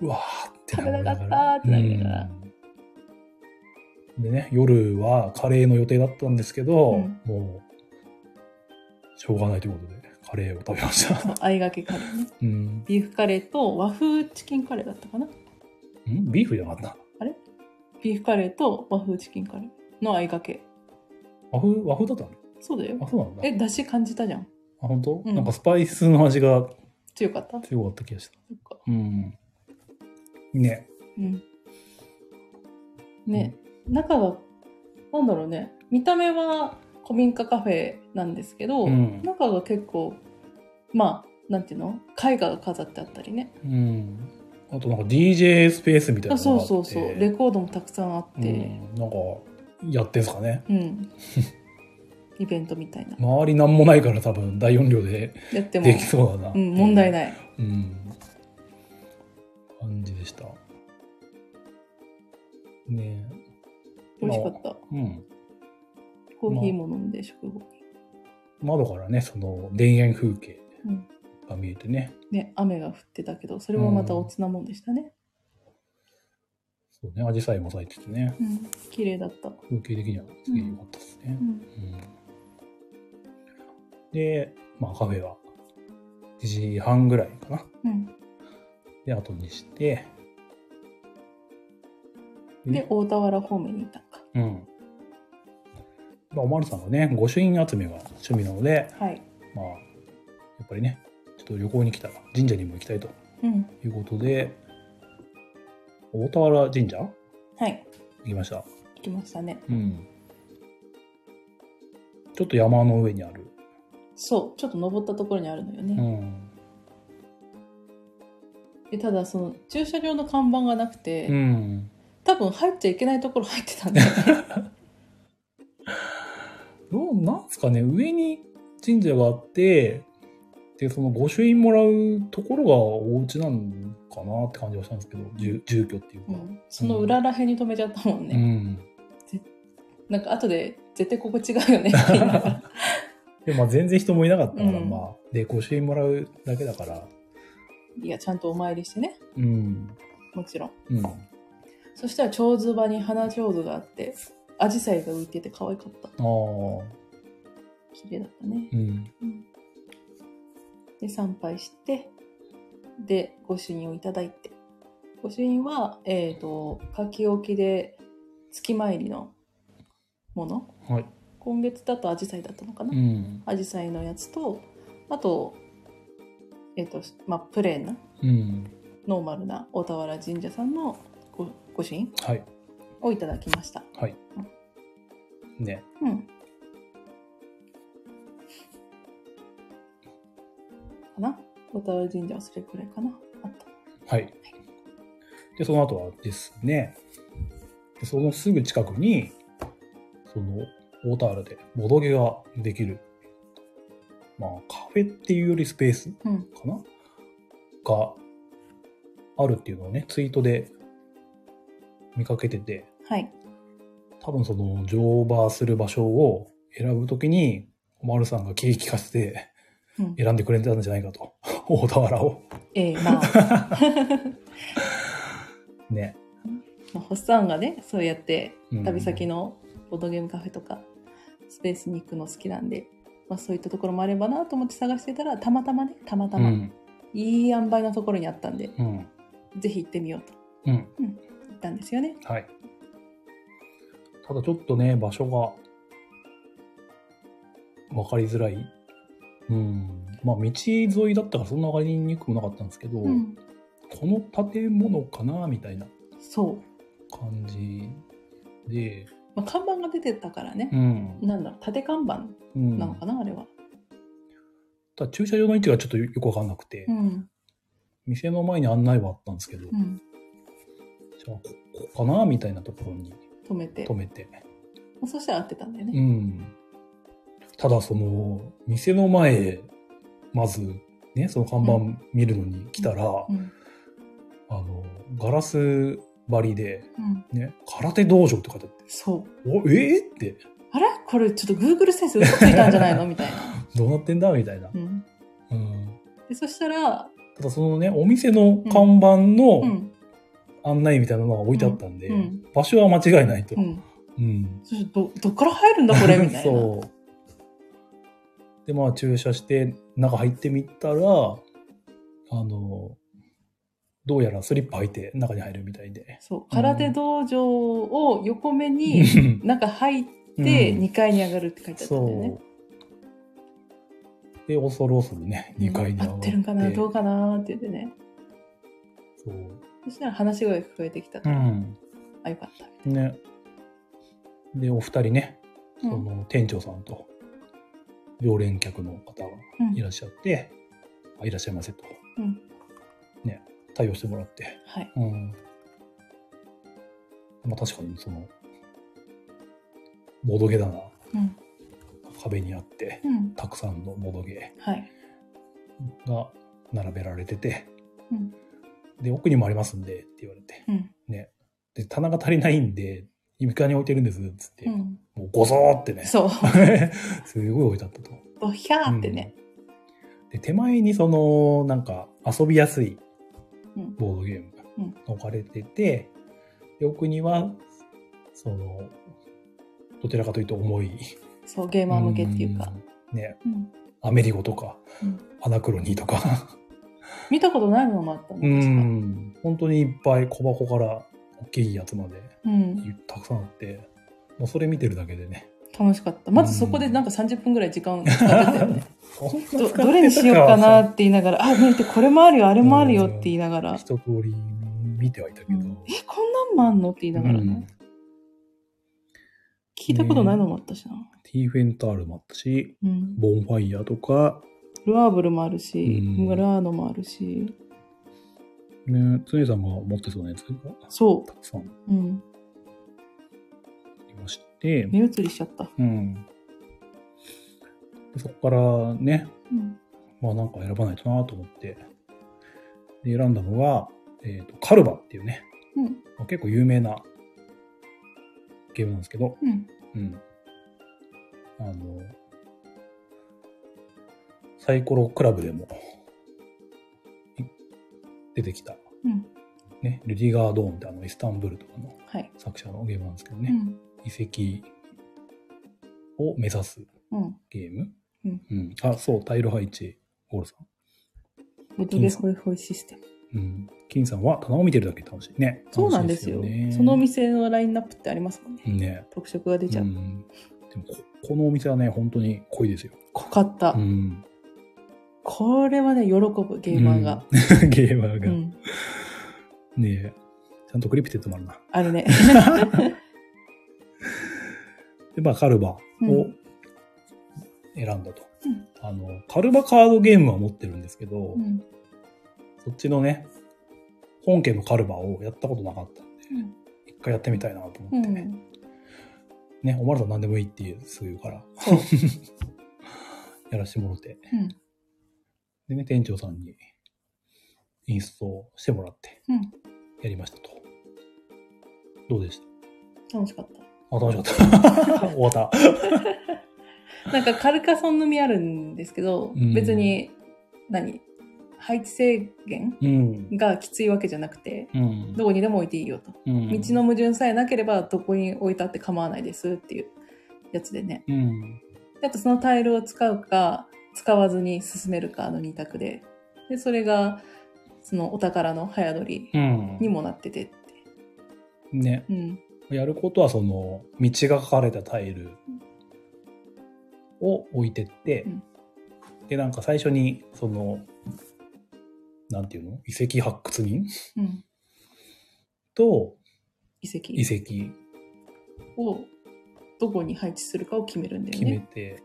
S1: うわーって
S2: 食べたかったーって
S1: な
S2: な
S1: り
S2: り
S1: な
S2: な
S1: が
S2: が
S1: ら
S2: ら
S1: うんでね、夜はカレーの予定だったんですけど、
S2: うん
S1: もう、しょうがないということで、カレーを食べました。
S2: そうあいがけカレーね
S1: うん。
S2: ビーフカレーと和風チキンカレーだったかなん
S1: ビーフじゃなかった。
S2: ビーフカレーと和風チキンカレーのあいがけ
S1: 和風、和風だったの
S2: そうだよ
S1: あ、そうなんだ。
S2: えだし感じたじゃん
S1: あ、本当、
S2: うん
S1: なんかスパイスの味が
S2: 強かったそっ
S1: 強かった気がした。
S2: か
S1: うん。ね。
S2: うん。ね、中は、なんだろうね、見た目は古民家カフェなんですけど、
S1: うん
S2: 中が結構、まあ、なんていうの絵画が飾ってあったりね。
S1: うん。あとなんか DJ スペースみたいな
S2: あ
S1: の
S2: そう
S1: があって
S2: そうそう。レコードもたくさんあっ
S1: う
S2: て、
S1: ん、なんか、やってんすかね。
S2: うん。
S1: [LAUGHS]
S2: イベントみたいな。
S1: 周りなんもないから多分大音量で
S2: やっても
S1: で、きそうだな。
S2: うん、問題
S1: い。
S2: ない。
S1: うん。感じでした。ねえ。
S2: 美味しかった。
S1: うん。
S2: コーヒーも飲んで、食後に。
S1: 窓からね、その田園風景
S2: うん
S1: が見えてね。
S2: ね、雨が降ってたけど、それもまたおつなもんでしたね。
S1: そうね、紫陽花も咲いててね。
S2: うん。綺麗だった。
S1: 風景的にはすげえ良かったですね。
S2: うん。
S1: うんで、まあカフェは1時半ぐらいかな。
S2: うん。
S1: で、後にして、
S2: で、大田原方面にいたんか。
S1: うん。まあ、おまるさんがね、御朱印集めが趣味なので、
S2: はい。
S1: まあ、やっぱりね、ちょっと旅行に来たら神社にも行きたいと
S2: うん。
S1: いうことで、大田原神社行
S2: はい。
S1: きました。
S2: 行きましたね。
S1: うん。ちょっと山の上にある。
S2: そう。ちょっと登ったところにあるのよ
S1: う
S2: ね。
S1: ん。
S2: でただ、その、駐車場の看板がなくて、
S1: うん。
S2: 多分入っちゃいけないところ入ってたんだよね。
S1: どう、なんすかね、上に神社があって、で、その御朱印もらうところがお家なのかなって感じはしたんですけど、住住居っていうか。
S2: うんその裏らへんに止めちゃったもん
S1: う
S2: ね。
S1: ん。
S2: なんか、後で、絶対ここ違う [LAUGHS] よねって言いながら。
S1: でもまあ全然人もいなかったから、
S2: うん
S1: まあ、で、御朱印もらうだけだから、
S2: いや、ちゃんとお参りしてね。
S1: うん。
S2: もちろん。
S1: うん。
S2: そしたら、蝶子場に花蝶子があって、紫陽花が浮いてて可愛かっ
S1: あ
S2: た。
S1: あ、
S2: 綺麗だったね。
S1: うん。
S2: で参拝してで御朱印をいただいて御朱印はえっ、と書き置きで月参りのもの
S1: はい。
S2: 今月だとアジサイだったのか
S1: う。
S2: なんアジサイのやつとあとえっ、とまあプレーンな
S1: うん。
S2: ノーマルな大田原神社さんのご御朱印
S1: はい。
S2: をいただきました
S1: はい。ね。
S2: うんかな大田原神社はそれくらいかなあった
S1: はい。で、その後はですね、でそのすぐ近くに、その、大田原でボドゲができる、まあ、カフェっていうよりスペース
S2: うん
S1: かながあるっていうのをね、ツイートで見かけてて、
S2: はい
S1: 多分その乗馬する場所を選ぶときに、おまるさんが気利かせて
S2: うん
S1: 選んでくれたんじゃないかと。 [LAUGHS] 大田原を。
S2: [LAUGHS] ええまあ、
S1: ね。
S2: まあ、ホッサンがね、そうやって
S1: うん
S2: 旅先のボードゲームカフェとかスペースに行くの好きなんで、まあそういったところもあればなと思って探してたら、たまたまね、たまたま、
S1: うん。
S2: いい塩梅のところにあったんで、
S1: うん。
S2: ぜひ行ってみようと
S1: うん。
S2: 言ったんですよね。
S1: はい。ただちょっとね、場所が分かりづらい。うん。まあ、道沿いだったからそんな分かりにくくもなかったんですけど、
S2: うん。
S1: この建物かなみたいな
S2: そう。
S1: 感じで、
S2: まあ、看板が出てたからね
S1: う、ん。
S2: なんだろう、縦看板
S1: うん、
S2: なのかな、あれは。
S1: ただ駐車場の位置がちょっとよくわかんなくて、
S2: うん。
S1: 店の前に案内はあったんですけど、
S2: う
S1: じ
S2: ん。
S1: ゃあこここかなみたいなところに
S2: 止めて。
S1: 止めて。
S2: まあそしたら合ってたんだよ
S1: う
S2: ね。
S1: ん。ただその、店の前、まず、ね、その看板見るのに来たら、
S2: うん。
S1: あの、ガラス張りで、
S2: うん。
S1: ね、空手道場って書いてあって、
S2: そう。
S1: お、ええって、
S2: あれこれちょっと Google センス嘘ついたんじゃないのみたいな。
S1: どうなってんだみたいな
S2: う。ん。
S1: うん。
S2: でそしたら、
S1: ただそのね、お店の看板の
S2: うん。
S1: 案内みたいなのが置いてあったんで、
S2: うん。
S1: 場所は間違いないと。
S2: うん。
S1: うん。
S2: そしてど、どっから入るんだこれみたいな。
S1: [LAUGHS] そう。で、まあ駐車して、中入ってみたら、あの、どうやらスリッパ履いて中に入るみたいで。
S2: そう空手道場を横目に、中入っ
S1: うん
S2: て2階に上がるって書いてあったんだよね
S1: そ。う。で、恐る恐るね、2階に上が
S2: 合
S1: っ。
S2: っててるんかなどうかなって言ってね。
S1: そう。
S2: そしたら話し声が聞こえてきた
S1: う
S2: から、
S1: ん。
S2: あ、よかった。
S1: ね。で、お二人ね、
S2: う
S1: そ
S2: ん
S1: の店長さんと、常連客の方が
S2: うん
S1: いらっしゃって、あいらっしゃいませと、
S2: うん
S1: ね、対応してもらって。
S2: はい。
S1: うん。まあ確かに、その、ボドゲだな、
S2: うん。
S1: 壁にあって、
S2: うん。
S1: たくさんのボドゲ
S2: はい。
S1: が並べられてて、
S2: うん
S1: で、奥にもありますんで、って言われて。
S2: うん。
S1: で、棚が足りないんで、床に置いてるんです、つって。
S2: うん。
S1: もうごそーってね。
S2: そう。
S1: [LAUGHS]
S2: [LAUGHS]
S1: すごい置いてあったと。
S2: ドヒャーってね。
S1: うんで、手前にその、なんか遊びやすい
S2: うん。
S1: ボードゲーム
S2: うん
S1: が置かれてて、で奥には、その、どちらかというと重い。
S2: そう、ゲーマー向けっていうか。
S1: うん。ね、
S2: うん。
S1: アメリゴとか、
S2: うん
S1: アナクロニーと
S2: [LAUGHS]
S1: か。
S2: 見たことないものもあったの
S1: う
S2: 確か
S1: ん。本当にいっぱい小箱から大きいやつまで
S2: うん。
S1: たくさんあって、もうそれ見てるだけでね。
S2: 楽しかった。まずそこでなんか30分ぐらい時間使ってたよ
S1: [LAUGHS]
S2: ね。
S1: そんな使っ
S2: ど
S1: てた
S2: どれにしようかなって言いながら、あ、見て、これもあるよ、あれもあるよって言いながら、
S1: 一通り見てはいたけど。
S2: うんえ、こんなんもあんのって言いながら
S1: う
S2: ね
S1: ん。
S2: 聞いたことないのもあったしな。
S1: ティーフェンタールもあったし、
S2: うん。
S1: ボンファイヤーとか、
S2: ルアーブルもあるし、
S1: うん
S2: ムラーノもあるし、
S1: ね、つねさんが持ってそうなやつが
S2: そ
S1: たくさんあ
S2: う。うん。
S1: りまして、
S2: 目移りしちゃった。
S1: うん。でそこからね、
S2: うん。
S1: まあなんか選ばないとなと思って、で選んだのが、えっ、と、カルバっていうね、
S2: うん。
S1: まあ結構有名なゲームなんですけど、
S2: うん。
S1: うん。あの、サイコロクラブでも、い出てきた、
S2: うん。
S1: ね、ルディガー・ドーンってあの、イスタンブールとかの
S2: はい。
S1: 作者のゲームなんですけど
S2: う
S1: ね、
S2: ん。
S1: 遺跡を目指す
S2: うん。
S1: ゲーム。
S2: うん
S1: あ、そう、タイル配置、ゴールさ
S2: ボトゲホイホイシステム。
S1: ん。うん。金さんは棚を見てるだけで楽しいね。
S2: そうなんですよ。
S1: 楽しい
S2: そのお店のラインナップってありますもんね。
S1: ね。
S2: 特色が出ちゃう。
S1: うんでもこ、このお店はね、本当に濃いですよ。
S2: 濃かった、
S1: うん。
S2: これはね、喜ぶ、ゲーマーが。
S1: うん [LAUGHS] ゲーマー
S2: う
S1: が。
S2: ん。
S1: ねえ。ちゃんとクリプテッドもあるな。
S2: あるね。
S1: で、まあ、カルバを
S2: うん
S1: 選んだと。
S2: うん
S1: あの、カルバカードゲームは持ってるんですけど、
S2: うん。
S1: そっちのね、本家のカルバをやったことなかったんで、
S2: うん
S1: 一回やってみたいなと思
S2: う
S1: って、
S2: [LAUGHS]
S1: ね。
S2: ん。
S1: ね、おまるさん何でもいいってすぐ言うから、
S2: そう。
S1: [LAUGHS] やらしてもろて。
S2: うん。
S1: でね、店長さんにインストしてもらって、
S2: うん
S1: やりましたと。どうでし
S2: 楽しかった
S1: あ、楽しか
S2: [LAUGHS]
S1: った。終わった。
S2: た。なんかカルカソンのみあるんですけど、
S1: うん
S2: 別に、何配置制限
S1: うん。
S2: がきついわけじゃなくて、
S1: うん。
S2: どこにでも置いていいよと。
S1: うん
S2: 道の矛盾さえなければ、どこに置いたって構わないですっていうやつでね。
S1: うん。
S2: であとそのタイルを使うか、使わずに進めるかの2択で。で、それが、そのお宝の早取り
S1: うん。
S2: にもなっててって。
S1: ね。
S2: うん。
S1: やることは、その、道が書かれたタイルを置いてって、
S2: うん
S1: で、なんか最初に、その、なんていうの遺跡発掘人
S2: うん。
S1: と
S2: 遺跡。
S1: 遺跡
S2: をどこに配置するかを決めるんだよ
S1: 決め
S2: ね。
S1: て、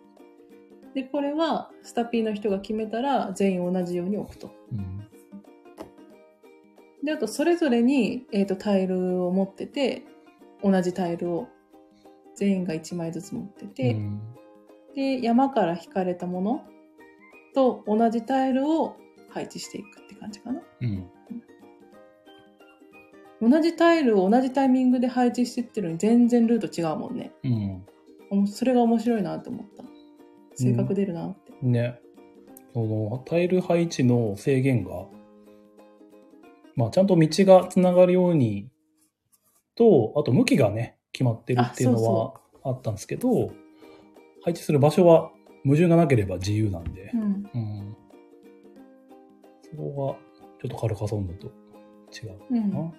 S2: で、これはスタピーの人が決めたら全員同じように置くと。
S1: うん。
S2: で、あとそれぞれに、えー、とタイルを持ってて、同じタイルを全員が1枚ずつ持ってて、
S1: うん
S2: で、山から引かれたものと同じタイルを配置していくって感じかな。
S1: うん。
S2: 同じタイルを同じタイミングで配置してってるのに全然ルート違うもんね。
S1: うん。
S2: おもそれが面白いなと思った。性格出るなって。
S1: ね。その、タイル配置の制限が、まあ、ちゃんと道がつながるように、と、あと向きがね、決まってるっていうのはあったんですけど、配置する場所は矛盾がなければ自由なんで、
S2: うん
S1: うん。そこが、ちょっと軽かそうだと違う
S2: う
S1: か
S2: ん
S1: な。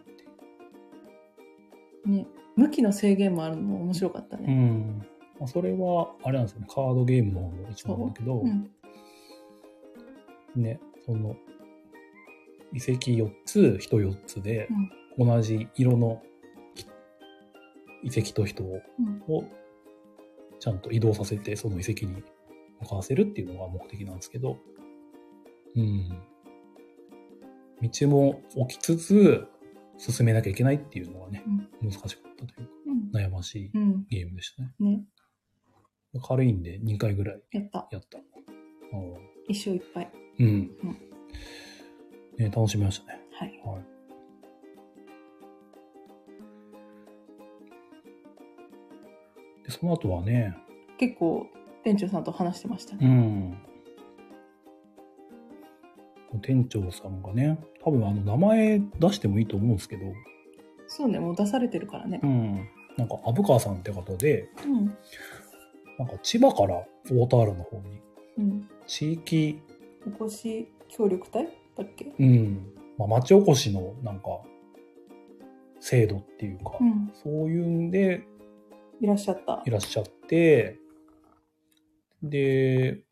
S2: ね、向きの制限もあるのも面白かった
S1: うん。
S2: ね。
S1: まあ、それは、あれなんですよね、カードゲームの方の一番なんだけど、
S2: うん、
S1: ね、その、遺跡4つ、人4つで、同じ色の遺跡と人を
S2: うん
S1: をちゃんと移動させて、その遺跡に向かわせるっていうのが目的なんですけど、うん。道も置きつつ、進めなきゃいけないっていうのはね、難しかったというか、
S2: うん
S1: 悩ましい
S2: うん
S1: ゲームでしたね。
S2: ね
S1: 軽いんで2回ぐらい
S2: やった
S1: やった。うん
S2: 一生いっぱい
S1: うん
S2: うん。
S1: ね、楽しみましたね。
S2: はい
S1: はい。で、その後はね、
S2: 結構店長さんと話してました
S1: う
S2: ね、
S1: ん。店長さんがね、多分あの名前出してもいいと思うんですけど、
S2: そうねもう出されてるからね
S1: うん。なんか、虻川さんって方で、
S2: うん
S1: なんか千葉から大田原の方に、
S2: うん
S1: 地域、
S2: おこし協力隊だっけ
S1: うん、まあ、町おこしのなんか、制度っていうか、
S2: うん
S1: そういうんで
S2: いらっしゃった
S1: いらっしゃって、で、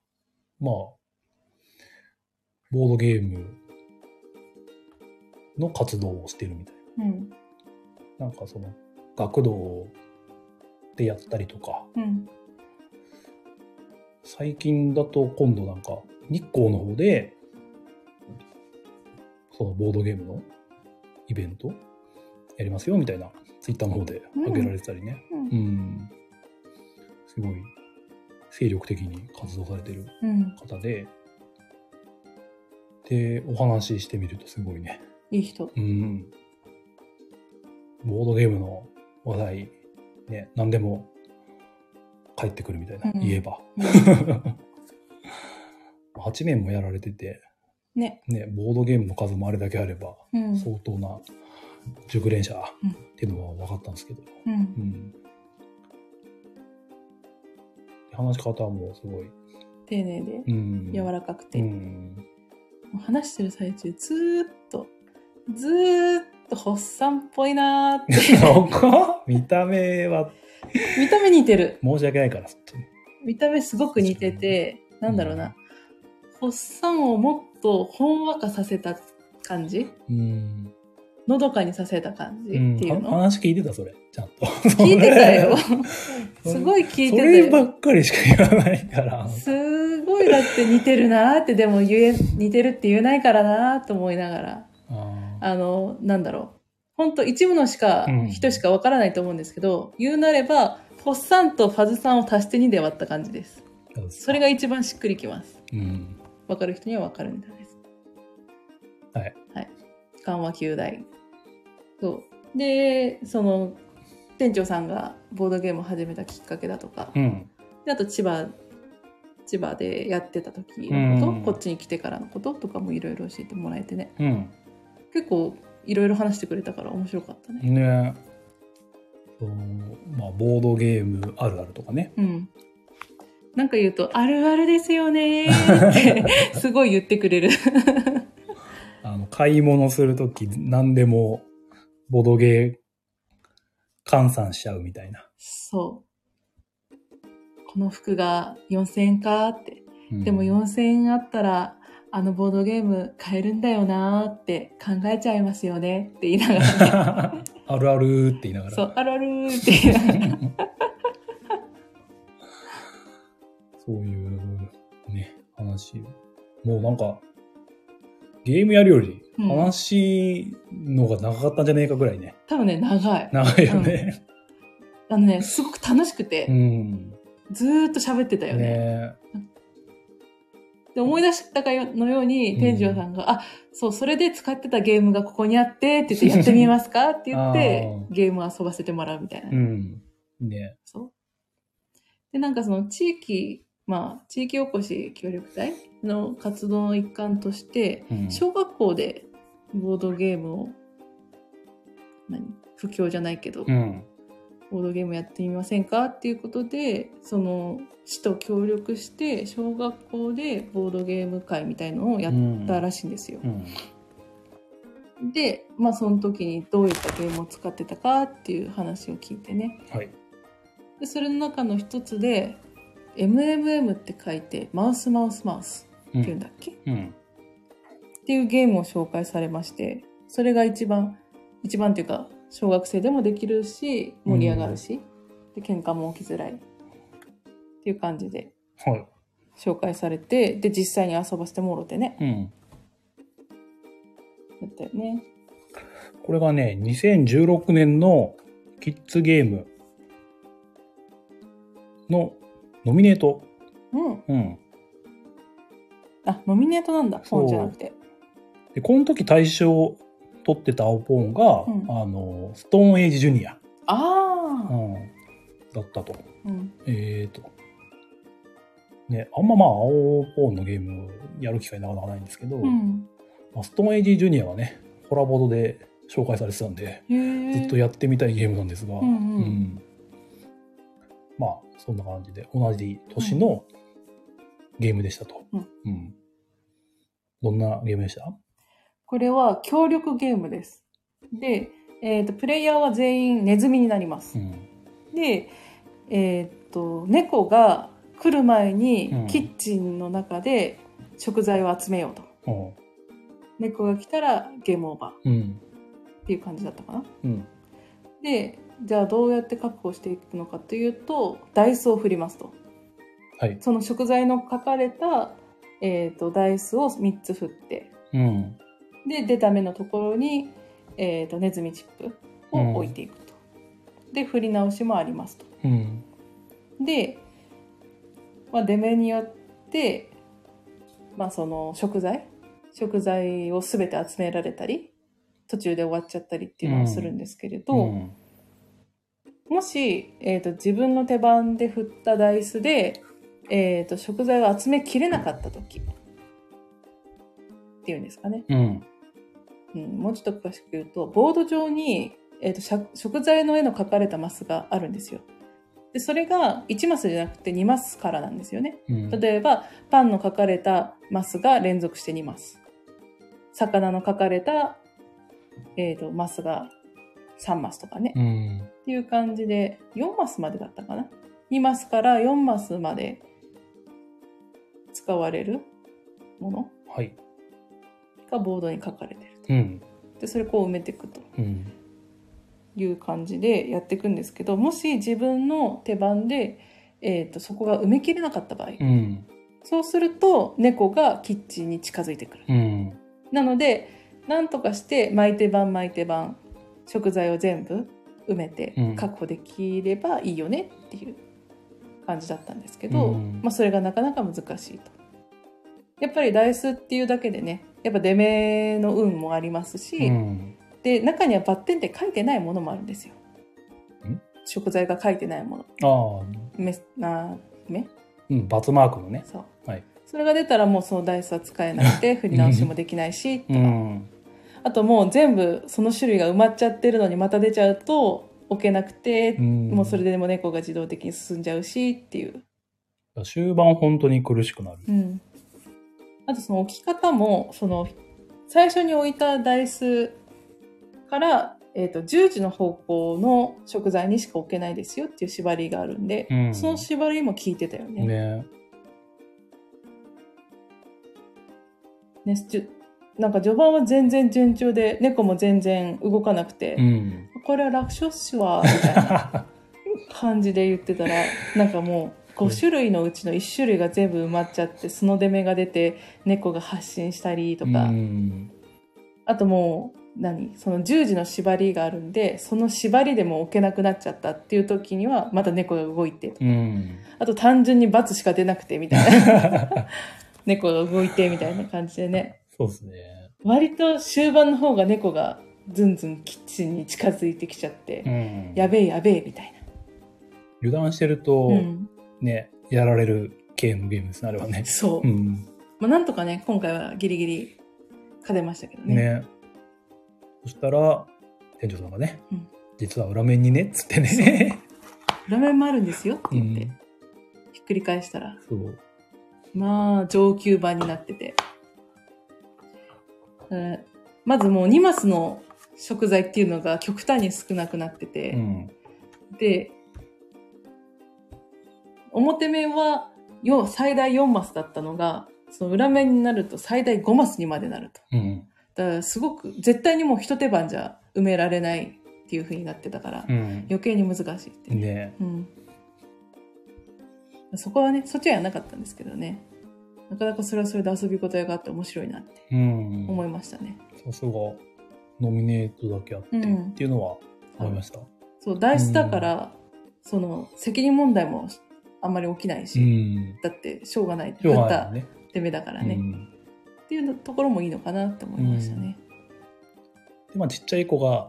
S1: まあ、ボードゲームの活動をしてるみたい
S2: うん
S1: な。なんかその、学童でやったりとか、
S2: うん
S1: 最近だと今度なんか、日光の方で、そのボードゲームのイベントやりますよみたいな、ツイッターの方で上げられてたりね。
S2: うん
S1: うん。すごい、精力的に活動されてる
S2: うん
S1: 方で、で、お話ししてみるとすごいね、
S2: いい人
S1: うん。ボードゲームの話題、ね、何でも帰ってくるみたいな、
S2: うん
S1: 言えば。8年もやられてて、
S2: ね
S1: ね、ボードゲームの数もあれだけあれば、
S2: うんう、
S1: 相当な熟練者
S2: うん
S1: っていうのは分かったんですけど、
S2: ん
S1: う、ん。話し方もすごい。
S2: 丁寧で
S1: うん。
S2: 柔
S1: から
S2: かく
S1: う
S2: て、も
S1: ん。 [LAUGHS]
S2: う話してる最中ずーっとずーっとホッサンっぽいなーって
S1: そこ見た目は
S2: 見た目似てる
S1: 申し訳ないから、そっちに
S2: 見た目すごく似てて、なんだろうな、ホッサンをもっとほんわかさせた感じ
S1: うん。
S2: のどかにさせた感じって
S1: うん
S2: いうの、
S1: は話聞いてた、それ。ちゃんと。
S2: [LAUGHS] 聞いてた
S1: [LAUGHS]
S2: よ
S1: それ
S2: すごい聞い
S1: そ
S2: てたよ
S1: ればっかりしか言わないから。
S2: すごいだって似てるなーってでも言え似てるって言えないからなーと思いながら
S1: あ
S2: あのなんだろう本当一部のしか、
S1: うん
S2: 人しかわからないと思うんですけど言うなればホッサンとファズさんを足して2で割った感じです
S1: ー
S2: それが一番しっくりきます
S1: うん。
S2: わかる人にはわかるみたいです
S1: はい、
S2: はい、緩和球大そうでその店長さんがボードゲームを始めたきっかけだとか
S1: うん。
S2: であと千葉千葉でやってた時のこと、
S1: うん
S2: こっちに来てからのこととかもいろいろ教えてもらえてね
S1: うん。
S2: 結構いろいろ話してくれたから面白かったね
S1: ねそうまあ、ボードゲームあるあるとかね。
S2: うんなんか言うと「あるあるですよね」って
S1: [LAUGHS]
S2: すごい言ってくれる
S1: あの、買い物するとき何でもボドゲー換算しちゃうみたいな。
S2: そうこの服が4000円かって
S1: うん
S2: でも4000円あったらあのボードゲーム買えるんだよなーって考えちゃいますよねって言いながら、ね、
S1: あ [LAUGHS] るあるって言いながら。
S2: [LAUGHS] そうあるあるーって言いながら
S1: そういうね、話。もうなんか、ゲームやるより
S2: うん
S1: 話のが長かったんじゃねえかぐらいね。
S2: 多分ね長い
S1: 長いよね。
S2: あのねすごく楽しくて、
S1: うん。
S2: ずーっと喋ってたよね
S1: ね
S2: で思い出したかのように
S1: うん
S2: 天井さんが「あそうそれで使ってたゲームがここにあって」って言って
S1: [LAUGHS]
S2: 「やってみますか?」って言っ
S1: あ
S2: て
S1: ー
S2: ゲームを遊ばせてもらうみたいな、
S1: うん。ね
S2: そうでなんかその地域まあ地域おこし協力隊の活動の一環として
S1: うん
S2: 小学校でボードゲームを何不況じゃないけど、
S1: うん。
S2: ボードゲームやってみませんかっていうことでその市と協力して小学校でボードゲーム会みたいのをやったらしいんですよ。
S1: うん。
S2: でまあその時にどういったゲームを使ってたかっていう話を聞いてね
S1: はい。
S2: でそれの中の一つで「MMM」って書いて「マウスマウスマウス」
S1: う
S2: っていうん
S1: ん。
S2: だっけ、
S1: うん。
S2: っていうゲームを紹介されまして、それが一番、一番っていうか、小学生でもできるし、盛り上がるし、で、喧嘩も起きづらい。っていう感じで
S1: はい。
S2: 紹介されて、で、実際に遊ばせてもろてね。
S1: うん。
S2: だったよね。
S1: これがね、2016年のキッズゲームのノミネート。
S2: うん。
S1: うん。
S2: あ、ノミネートなんだ。
S1: そう
S2: 本じゃなくて。
S1: で、この時大賞取ってた青ポーンが、
S2: うん
S1: あの、ストーンエイジジュニア、う
S2: ああ。
S1: ん、だったと。
S2: うん。
S1: えーと。ね、あんままあ、青ポーンのゲームやる機会なかなかないんですけど、
S2: うん。
S1: まあ、ストーンエイジジュニアはね、コラボで紹介されてたんで、
S2: へえ。
S1: ずっとやってみたいゲームなんですが、
S2: うんうん
S1: まあそんな感じで同じ年のゲームでしたと、
S2: うん
S1: うんどんなゲームでした
S2: これは協力ゲームです。で、えっ、と、プレイヤーは全員ネズミになります
S1: う。ん
S2: で、えっ、と、猫が来る前
S1: うん
S2: にキッチンの中で食材を集めようと。
S1: うん
S2: 猫が来たらゲームオーバ
S1: うん
S2: ーっていう感じだったかな。
S1: うん
S2: で、じゃあどうやって確保していくのかというと、ダイスを振りますと。
S1: はい
S2: その食材の書かれた、えっ、と、ダイスを3つ振って、
S1: うん
S2: で出た目のところに、えー、とネズミチップを置いていくと、で振り直しもありますと
S1: うん
S2: で、まあ、出目によって、まあ、その食材食材を全て集められたり途中で終わっちゃったりっていうのをするんですけれど、
S1: うん
S2: もし、えー、と自分の手番で振ったダイスで、えー、と食材を集めきれなかった時っていうんですかね
S1: うん
S2: うん、もうちょっと詳しく言うと、ボード上に、えー、としゃ食材の絵の描かれたマスがあるんですよ。で、それが1マスじゃなくて2マスからなんですよね。
S1: うん
S2: 例えば、パンの描かれたマスが連続して2マス。魚の描かれた、えー、とマスが3マスとかね。
S1: うん
S2: っていう感じで、4マスまでだったかな。2マスから4マスまで使われるもの
S1: はい
S2: がボードに描かれてると。
S1: うん
S2: で、それこう埋めていくと。
S1: うん
S2: いう感じでやっていくんですけどもし自分の手番で、えー、とそこが埋めきれなかった場合、
S1: うん
S2: そうすると猫がキッチンに近づいてくる
S1: うん
S2: なのでなんとかして巻いて番巻いて番食材を全部埋めて
S1: うん
S2: 確保できればいいよねっていう感じだったんですけど、
S1: うん
S2: まあ、それがなかなか難しいと。やっぱりダイスっていうだけでねやっぱ出目の運もありますし、
S1: うん
S2: で中にはバッテンって書いてないものもあるんですよ
S1: ん。
S2: 食材が書いてないもの。
S1: ああ
S2: めなめ
S1: うんバツマークのね
S2: そう、
S1: はい
S2: それが出たらもうそのダイスは使えな
S1: [LAUGHS]
S2: くて振り直しもできないし
S1: うん
S2: あともう全部その種類が埋まっちゃってるのにまた出ちゃうと置けなくて、
S1: ん
S2: もうそれでも猫が自動的に進んじゃうしっていう、
S1: 終盤本当に苦しくなる
S2: うん、あとその置き方もその最初に置いたダイスから、えー、と10時の方向の食材にしか置けないですよっていう縛りがあるんで、
S1: うん
S2: その縛りも効いてたよね。
S1: ね
S2: ねじゅなんか序盤は全然順調で猫も全然動かなくて、
S1: うん
S2: これは楽勝っしわみたいな感じで言ってたら [LAUGHS] なんかもう5種類のうちの1種類が全部埋まっちゃってその出目が出て猫が発信したりとか、
S1: うん
S2: あともう何その十字の縛りがあるんでその縛りでも置けなくなっちゃったっていう時にはまた猫が動いて
S1: うん
S2: あと単純に罰しか出なくてみたいな
S1: [LAUGHS]
S2: 猫が動いてみたいな感じでね
S1: そうですね。
S2: 割と終盤の方が猫がずんずんキッチンに近づいてきちゃって、
S1: うん
S2: やべえやべえみたい
S1: 油断してる
S2: な、
S1: と、
S2: うん、
S1: ね、やられる系のゲームですね、あれはね。
S2: そう、
S1: うん。
S2: まあ、なんとかね今回はギリギリ勝てましたけどね
S1: ね。そしたら、店長さんがね、
S2: うん
S1: 実は裏面にね、っつってね。
S2: 裏面もあるんですよって
S1: う
S2: 言って、
S1: ん。
S2: ひっくり返したら
S1: そう。
S2: まあ上級版になってて、うんまずもう2マスの食材っていうのが極端に少なくなってて、
S1: うん。
S2: で、表面はよ最大4マスだったのが、その裏面になると最大5マスにまでなると。
S1: うん。
S2: だからすごく、絶対にもう一手番じゃ埋められないっていう風になってたから、
S1: うん。
S2: 余計に難しいっていう。
S1: ね
S2: うん。そこはね、そっちはやらなかったんですけどね。なかなかそれはそれで遊び応えがあって面白いなって
S1: うん。
S2: 思いましたね。
S1: さすが、ノミネートだけあって、
S2: うん
S1: っていうのは思いました。
S2: そう、ダイスだから、その、責任問題もあんまり起きないし、
S1: うん。
S2: だってしょうがない。
S1: 今日
S2: 打っ
S1: は
S2: た
S1: ね。
S2: 手目だからね。
S1: うん
S2: っていうところもいいのかなって思いましたね。
S1: で、まあ、ちっちゃい子が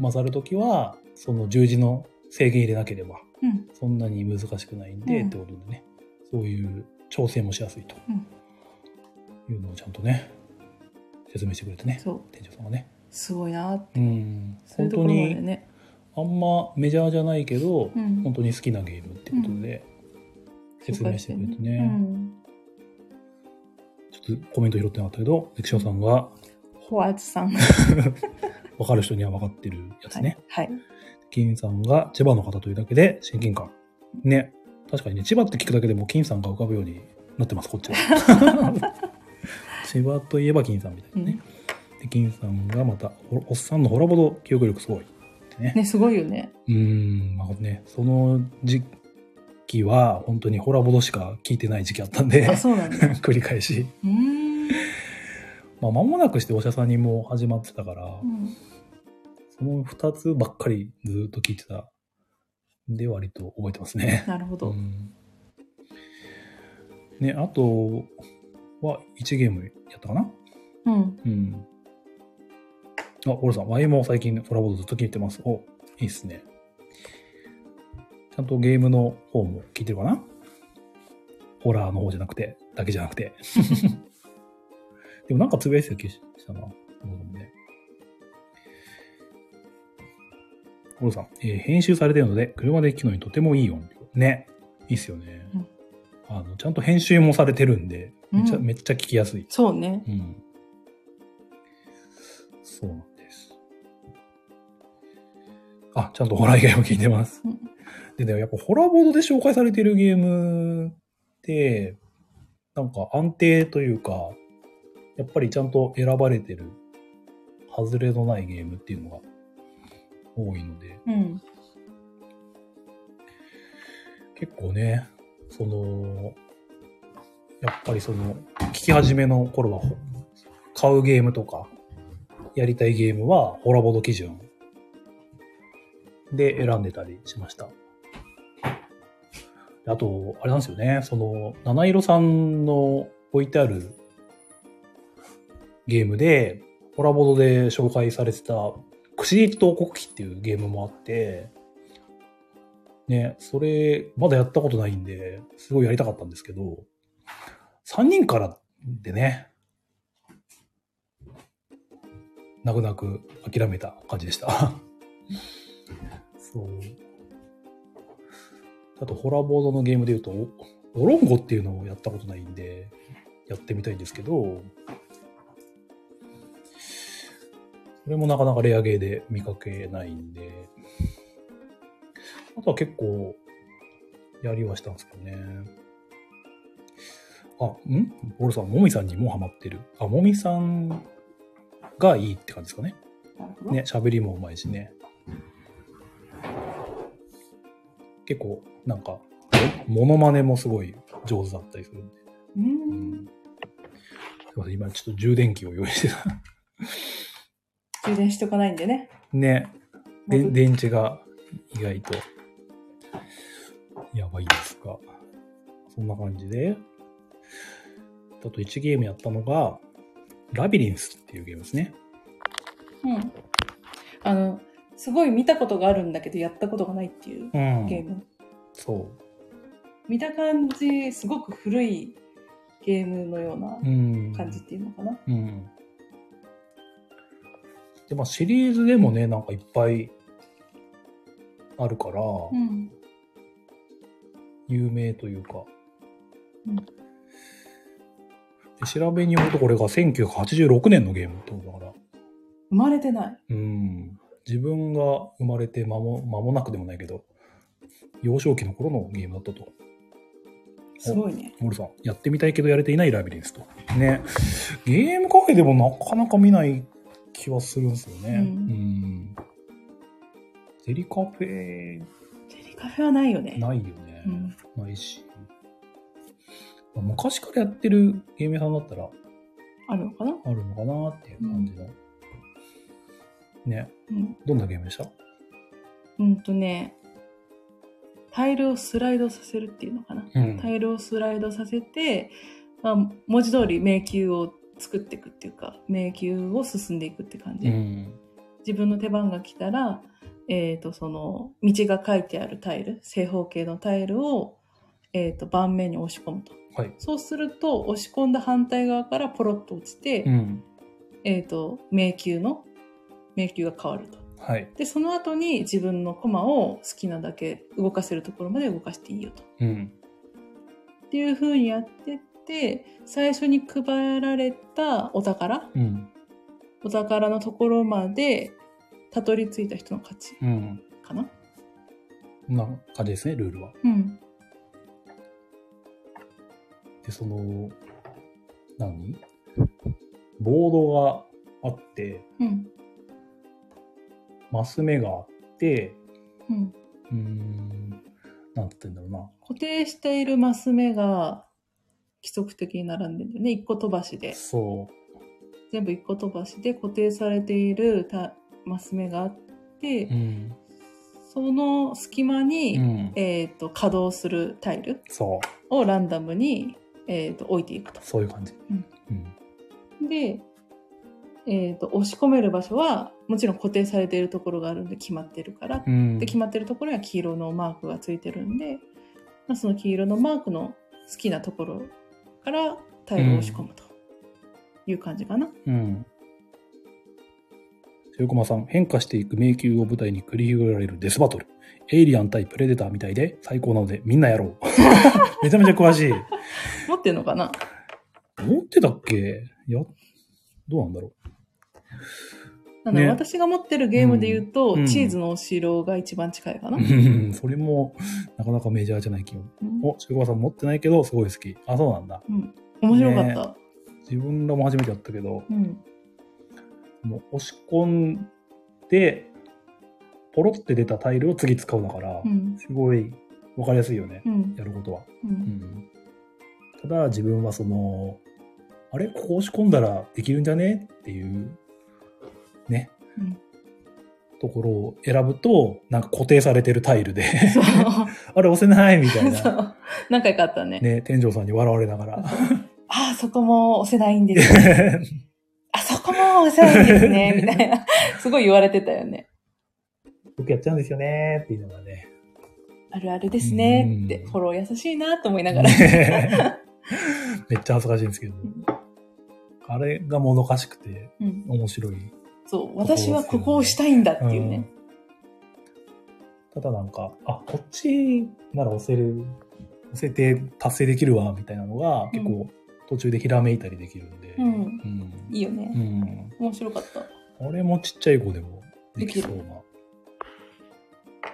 S1: 混ざるときは、その十字の制限入れなければ、
S2: うん。
S1: そんなに難しくないんで、
S2: うん
S1: ってことでね、そういう調整もしやすいと
S2: うん
S1: いうのをちゃんとね、説明してくれてね、
S2: そう。
S1: 店長さんがね。
S2: すごいなって。
S1: うん。
S2: そう
S1: 本
S2: いうと
S1: 当
S2: ころまで
S1: に、
S2: ね。
S1: あんまメジャーじゃないけど、
S2: うん
S1: 本当に好きなゲームってことで、説明してくれてね。
S2: うん。
S1: ちょっとコメント拾ってなかったけど、関所さんが
S2: ホワーツさん。
S1: 分かる人には分かってるやつね。
S2: はい。
S1: 金さんが千葉の方というだけで親近感。ね。確かにね、千葉って聞くだけでもう金さんが浮かぶようになってます、こっちは。
S2: [LAUGHS]
S1: 千葉といえば金さんみたいなね。で、金さんがまた、おおっさんのホラボド記憶力すごい。ってね。
S2: ね、すごいよね。
S1: うーん、まあね、その時期は本当にホラボドしか聞いてない時期あったんで
S2: あ、、そうなんだ。
S1: [LAUGHS] 繰り返し。
S2: うーん。
S1: まあ、間もなくしてお医者さんにも始まってたから
S2: う、ん
S1: その2つばっかりずっと聞いてたんで割と覚えてますね。
S2: なるほ
S1: う
S2: ど。
S1: ん、ねあとは1ゲームやったかな
S2: うん。
S1: うん。あ、オルさん、ワイも最近コラボずっと聞いてます。お、いいっすね。ちゃんとゲームの方も聞いてるかなホラーの方じゃなくて、だけじゃなくて。 [LAUGHS] でもなんかつぶやいてた気がしたな。僕もね。オルさん、えー編集されてるので、車で聞くのにとてもいい音量。ね。いいっすよね。
S2: うん
S1: あの、ちゃんと編集もされてるんで、めっちゃ、
S2: うん
S1: めっちゃ聞きやすい。
S2: そうね。
S1: うん。そうなんです。あ、ちゃんとホラー以外も聞いてます。
S2: うん
S1: でね、やっぱホラーボードで紹介されてるゲームって、なんか安定というか、やっぱりちゃんと選ばれてる、外れのないゲームっていうのが多いので、
S2: うん。
S1: 結構ね、その、やっぱりその、聞き始めの頃は、ほ買うゲームとか、やりたいゲームは、ホラボード基準で選んでたりしました。あと、あれなんですよね、その、七色さんの置いてあるゲームで、ホラボードで紹介されてた、クシリット王国記っていうゲームもあって、ね、それ、まだやったことないんで、すごいやりたかったんですけど、3人からでね、泣く泣く諦めた感じでした。 [LAUGHS] そう。あと、ホラーボードのゲームで言うと、おドロンゴっていうのをやったことないんで、やってみたいんですけど、それもなかなかレアゲーで見かけないんで、あとは結構、やりはしたんですけどね。あ、んボルさん、もみさんにもハマってる。あ、もみさんがいいって感じですかね。
S2: なるほど
S1: ね、喋りもうまいしね。結構、なんか、モノマネもすごい上手だったりするんで。う
S2: う。
S1: んん。すいません、今ちょっと充電器を用意してた。
S2: 充電しとかないんでね。
S1: ね、で
S2: 戻っ
S1: 電池が意外とやばいですが、そんな感じで、あと1ゲームやったのが、ラビリンスっていうゲームですね。
S2: うん。あの、すごい見たことがあるんだけど、やったことがないっていう
S1: う
S2: ゲー
S1: ん。
S2: ム。
S1: そ
S2: 見た感じ、すごく古いゲームのような
S1: う。うん。
S2: 感じっていうのかな。
S1: うん。で、まあシリーズでもね、なんかいっぱいあるから、
S2: うん。
S1: 有名というか。
S2: うん
S1: で調べによるとこれが1986年のゲームってことだから、
S2: 生まれてない。
S1: うん、自分が生まれて間も間もなくでもないけど、幼少期の頃のゲームだったと
S2: すごいね。
S1: モルさん、やってみたいけどやれていないラビリンスと。ね。ゲームカフェでもなかなか見ない気はするんですよね。
S2: う
S1: う
S2: ん
S1: ん。デリカフェ、
S2: デリカフェはないよね。
S1: ないよね。
S2: うん
S1: ないし。まあ昔からやってるゲーム屋さんだったら
S2: あるのかな
S1: あるのかなっていう感じの。ね。
S2: うん。
S1: どんなゲームでした
S2: うんとね、タイルをスライドさせるっていうのかな。
S1: うん
S2: タイルをスライドさせて、まあ、文字通り迷宮を作っていくっていうか、迷宮を進んでいくって感じ。
S1: うん。
S2: 自分の手番が来たら、えっ、と、その、道が書いてあるタイル、正方形のタイルを、えっ、と、盤面に押し込むと。
S1: はい。
S2: そうすると、押し込んだ反対側からポロッと落ちて、
S1: うん。
S2: えっ、と、迷宮の、迷宮が変わると。
S1: はい。
S2: で、その後に自分の駒を好きなだけ動かせるところまで動かしていいよと。
S1: うん。
S2: っていう風にやってって、最初に配られたお宝、
S1: うん。
S2: お宝のところまで、たどり着いた人の勝ち
S1: うん。
S2: かな。
S1: こんな感じですね、ルールは。
S2: うん。
S1: で、その、何ボードがあって、
S2: うん
S1: マス目があって、
S2: うん、
S1: うーん、なんて言うんだろうな。
S2: 固定しているマス目が規則的に並んでるんだよね1個飛ばしで
S1: そ
S2: 全部1個飛ばしで固定されているたマス目があって、
S1: う。うん。
S2: その隙間に、
S1: うん。
S2: えー、と稼働するタイル
S1: そう。
S2: をランダムに、えー、と置いていくと。
S1: そういう感じ。
S2: うん。
S1: うん。
S2: で、えー、と押し込める場所はもちろん固定されているところがあるんで決まってるから
S1: うん、
S2: で決まってるところには黄色のマークがついてるんで、まあ、その黄色のマークの好きなところからタイルを押し込むという感じかな。
S1: うん。豊駒さん、変化していく迷宮を舞台に繰り広げられるデスバトル。エイリアン対プレデターみたいで最高なのでみんなやろう。めちゃめちゃ詳しい。
S2: 持ってるのかな
S1: 持ってたっけいや、どうなんだろ
S2: なんだろ
S1: ね
S2: う私が持ってるゲームで言うと、
S1: うん
S2: チーズのお城が一番近いかな
S1: う。う。ん [LAUGHS] それも、なかなかメジャーじゃない気も。
S2: うん
S1: お、中川さん持ってないけど、すごい好き。あ、そうなんだ。
S2: うん面白かった。
S1: 自分らも初めてやったけど、
S2: うん
S1: もう押し込んで、ポロって出たタイルを次使うだから、
S2: うん
S1: すごい分かりやすいよね、
S2: うん
S1: やることは。
S2: う
S1: うんん、ただ、自分はその、あれここ押し込んだらできるんじゃねっていう、ね、
S2: うん
S1: ところを選ぶと、なんか固定されてるタイルで、 [LAUGHS]
S2: [LAUGHS] そう
S1: あれ押せないみた [LAUGHS] い
S2: そ
S1: な。
S2: う何回かあったね。
S1: ね、天井さんに笑われながら。
S2: ああ、そこも押せないんですね。あそこも押せないんです [LAUGHS] ね。みたいな。すごい言われてたよね。
S1: [LAUGHS] 僕やっちゃうんですよねーっていうのがね。
S2: あるあるですねって、
S1: うん
S2: フォロー優しいなと思いながら。
S1: [LAUGHS] めっちゃ恥ずかしいんですけど。あれがもどかしくて
S2: うん
S1: 面白い。うん
S2: そう、私はここをしたいんだっていうね。
S1: ただなんか、あ、こっちなら押せる、押せて達成できるわ、みたいなのが結構途中でひらめいたりできるんで。
S2: うん
S1: うん。
S2: いいよ
S1: う
S2: ね。
S1: ん。
S2: 面白かった。
S1: あれもちっちゃい子でもできそうな
S2: で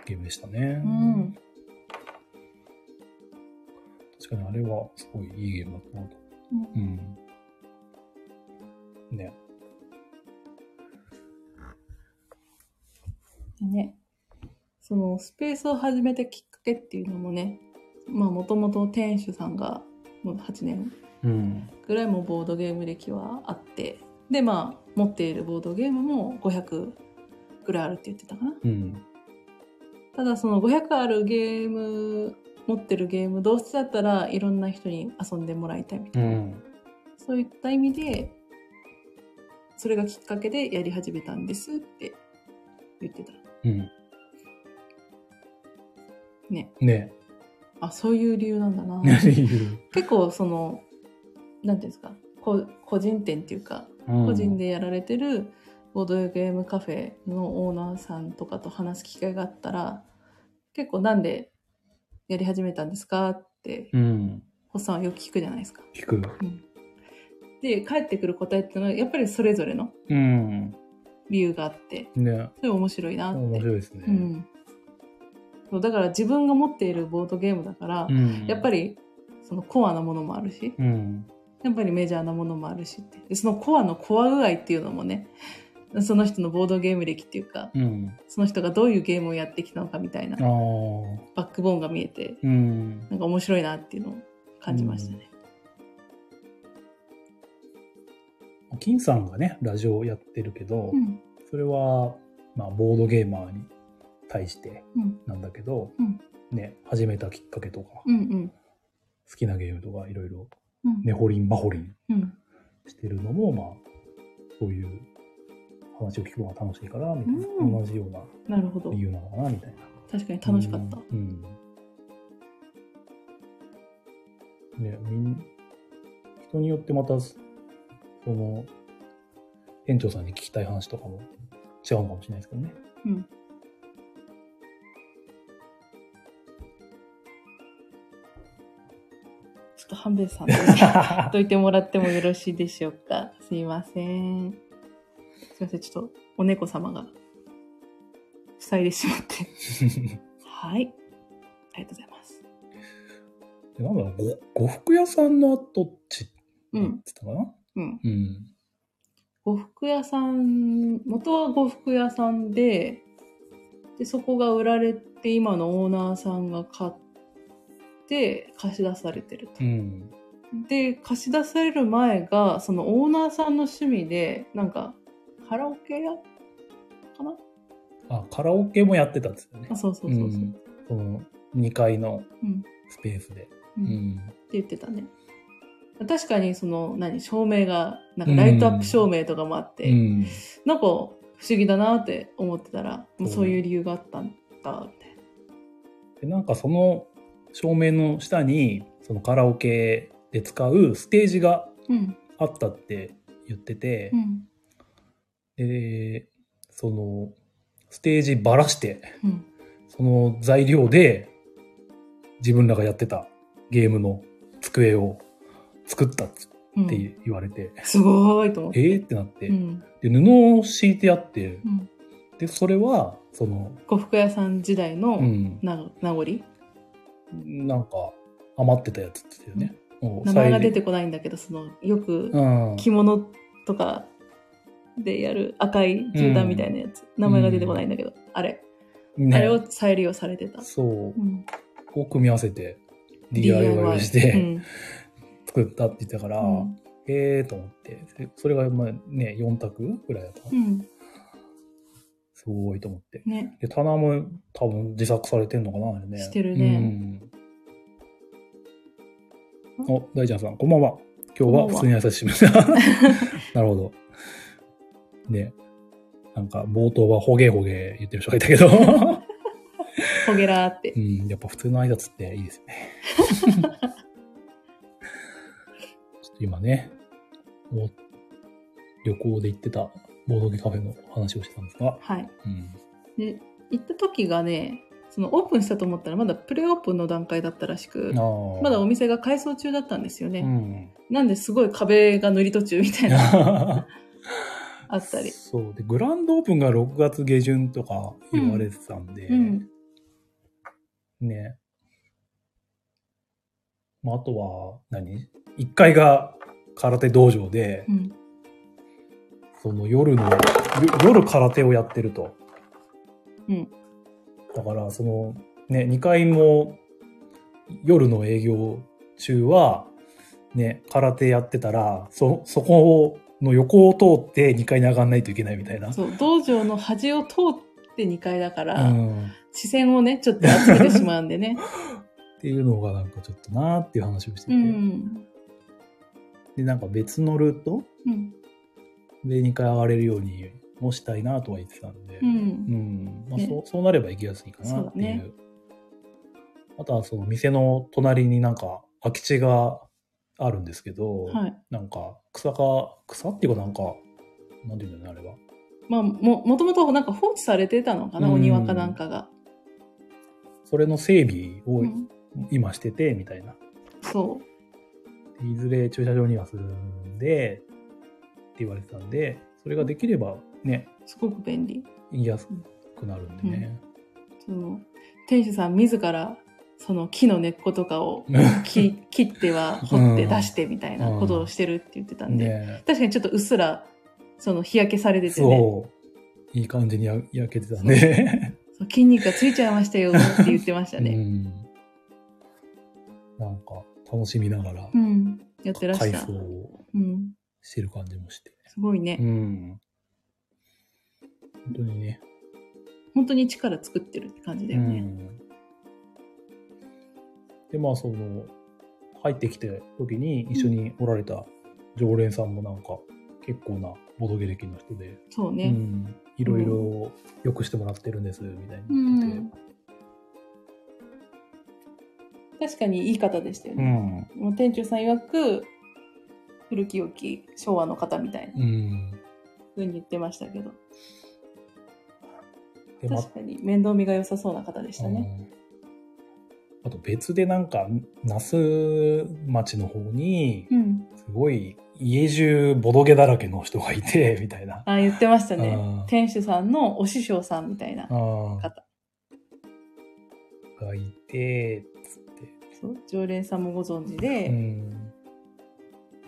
S1: ゲームでしたね。
S2: うん。
S1: 確かにあれはすごいいいゲームだったなと。
S2: うん
S1: うん。ね。
S2: でね、そのスペースを始めたきっかけっていうのもね、まあもともと店主さんがもう8年
S1: うん。
S2: ぐらいもボードゲーム歴はあって、でまあ持っているボードゲームも500ぐらいあるって言ってたかな。
S1: うん。
S2: ただその500あるゲーム、持ってるゲームどうせだったらいろんな人に遊んでもらいたいみたいな。
S1: うん。
S2: そういった意味で、それがきっかけでやり始めたんですって言ってた。
S1: うん。
S2: ね。 [LAUGHS]
S1: ね。
S2: あ、そういう理由なんだな。結構その、なんていうんですか、こ個人店っていうか、個人でやられてるボードゲームカフェのオーナーさんとかと話す機会があったら、結構なんでやり始めたんですかって、
S1: うん。
S2: ホッさんはよく聞くじゃないですか。
S1: 聞く。
S2: で、返ってくる答えっていうのは、やっぱりそれぞれの
S1: うん。
S2: 理由があって、
S1: ね。
S2: それ面白いなって。
S1: 面白いです
S2: う
S1: ね。
S2: ん、そうだから自分が持っているボードゲームだから、
S1: うん。
S2: やっぱ
S1: り、
S2: りそのコアなものもあるし、
S1: うん。
S2: やっぱりメジャーなものもあるしって。で、そのコアのコア具合っていうのもね、その人のボードゲーム歴っていうか、
S1: うん。
S2: その人がどういうゲームをやってきたのかみたいな
S1: ああ。
S2: バックボーンが見えて、
S1: うん。
S2: なんか面白いなっていうのを感じましたね。
S1: 金さんがね、ラジオをやってるけど、
S2: うん。
S1: それは、まあ、ボードゲーマーに対して
S2: うん。
S1: なんだけど、
S2: うん
S1: ね、始めたきっかけとか、
S2: うん。うん。
S1: 好きなゲームとかいろいろ、
S2: うん。
S1: ねほりんばほりん
S2: うん。
S1: してるのも、まあ、そういう話を聞くのが楽しいから、みたいな、
S2: うん
S1: 同じような
S2: なるほど
S1: 理。由なのかな、みたいな。
S2: 確かに楽しかった。
S1: うん。うんね、みん、人によってまた、その、園長さんに聞きたい話とかも違うのかもしれないですけど
S2: [LAUGHS]
S1: ね。
S2: うん。ちょっと半兵衛さんですどいてもらってもよろしいでしょうか。 [LAUGHS] すいません。すいません、ちょっとお猫様が塞いでしま
S1: [LAUGHS]
S2: って。はい。ありがとうございます。
S1: でなんだろう、ご、呉服屋さんの跡地って
S2: う
S1: 言っ
S2: ん。
S1: てたかな
S2: うん。
S1: うん。
S2: 呉服屋さん、元は呉服屋さんで、で、そこが売られて、今のオーナーさんが買って、貸し出されてると。
S1: うん。
S2: で貸し出される前がそのオーナーさんの趣味でなんかカラオケ屋かな
S1: あ、カラオケもやってたんですよね
S2: あ。そうそうそうそう、
S1: んその、2階の
S2: うん
S1: スペースで。
S2: う
S1: うん
S2: って
S1: ん。
S2: 言ってたね確かにその何照明がなんかライトアップ照明とかもあって、
S1: うん。
S2: なんか不思議だなって思ってたら、もうそういう理由があったんだみたい
S1: でなんかその照明の下にそのカラオケで使うステージが
S2: なうん
S1: あったって言ってて
S2: う、ん
S1: でそのステージばらして
S2: うん
S1: その材料で自分らがやってたゲームの机を作ったっつ
S2: うん
S1: って言われて、
S2: すごーいと思って
S1: えーってなって、
S2: うん
S1: で布を敷いてあって
S2: うん
S1: でそれはその、
S2: 呉服屋さん時代の
S1: うん、
S2: な名残、
S1: なんか余ってたやつって言ってたよね。もう
S2: 名前が出てこないんだけどそのよく
S1: うん
S2: 着物とかでやる赤い絨毯みたいなやつ、名前が出てこないんだけど、あれ、
S1: ね
S2: あれを再利用されてた、
S1: そう
S2: う、ん
S1: を組み合わせて DIY して作ったって言ってたから、
S2: うんうん
S1: ええーと思って、でそれがまあね、4択ぐらいだったか
S2: う
S1: な、
S2: ん
S1: すごいと思って。
S2: ね
S1: で、棚も多分自作されてんのかな、あれね。
S2: してるね
S1: うん。お、大ちゃんさん、こんばんは。今日
S2: こんばん
S1: は
S2: は
S1: 普通に挨拶しま
S2: [LAUGHS]
S1: した。なるほど。ね。なんか冒頭はほげほげ言ってる人がいたけど、
S2: ほげらーって
S1: うん、やっぱ普通の挨拶っていいですよ
S2: [LAUGHS]
S1: ね。ちょっと今ね、お旅行で行ってたボードゲカフェの話をしてたんですが、
S2: はい
S1: うん、
S2: 行った時がねそのオープンしたと思ったらまだプレオープンの段階だったらしく
S1: ああ
S2: まだお店が改装中だったんですよ
S1: う
S2: ね、
S1: ん、
S2: なんですごい壁が塗り途中みた
S1: [LAUGHS]
S2: いなあったり
S1: そうでグランドオープンが6月下旬とか言われてたんで、
S2: うん
S1: ね、まあ、あとは何1階が空手道場で、
S2: うん
S1: その夜の、よ夜空手をやってると。
S2: うん
S1: だから、その、ね、2階も夜の営業中は、ね、空手やってたら、そ、そこの横を通って2階に上がんないといけないみたいな。
S2: そう道場の端を通って2階だから、
S1: うん。
S2: 視線をねちょっと集めてしまうんでね
S1: っていうのがなんかちょっとなーって [LAUGHS] いう話をしてて。
S2: うん
S1: で、なんか別のルート
S2: うん
S1: で2階上がれるようにもしたいなとは言ってたんで。
S2: うん
S1: うんまあ
S2: ね
S1: そうそうなれば行きやすいかなっていう。
S2: そうだね
S1: あとはその店の隣になんか空き地があるんですけど、
S2: はい。
S1: なんか草か、草っていうかなんか、なんていうんだろうね、
S2: まあ、も、もともとなんか放置されてたのかな、
S1: うん
S2: お庭かなんかが。
S1: あれは。それの整備を
S2: うん
S1: 今してて、みたいな。
S2: そ
S1: いずれ駐車場にはするんで、って言われてたんで、それができればね
S2: う、。すごく便利。
S1: 行きやすくなるんでね。
S2: その、店主さん自らその木の根っことかを切 [LAUGHS] 切っては掘って出してみたいなことをしてるって言ってたんで、
S1: [LAUGHS] ね
S2: 確かにちょっとうっすらその日焼けされててね
S1: そう。いい感じにや焼けてたね。
S2: そう筋肉がついちゃいましたよって言ってました
S1: う
S2: ね、
S1: ん。なんか、楽しみながら
S2: う、んやってらっし
S1: 改
S2: ゃ
S1: 装
S2: る、
S1: を
S2: うん、
S1: してる感じもして。
S2: すごいね、
S1: うん。本当にね。
S2: 本当に力作ってるって感じだよ
S1: う
S2: ね、
S1: ん、でまあその入ってきた時に一緒におられた常連さんもなんか結構なボドゲ歴の人で、
S2: そう
S1: う
S2: ね、
S1: ん、いろいろよくしてもらってるんですみたいに
S2: う
S1: 言
S2: ん
S1: ってて、
S2: 確かにいい方でしたよ
S1: う
S2: ね、
S1: ん
S2: もう店長さん曰く古き良き昭和の方みたいな
S1: うん
S2: 風に言ってましたけど、
S1: でま
S2: 確かに面倒見が良さそうな方でしたね、
S1: うんあと別でなんか那須町の方に
S2: うん、
S1: すごい家中ボドゲだらけの人がいて [LAUGHS] みたいな。
S2: あ言ってました
S1: あ
S2: ね
S1: ー
S2: 店主さんのお師匠さんみたいな
S1: ああ
S2: 方
S1: がいてつって
S2: そう常連さんもご存知で,、
S1: うん、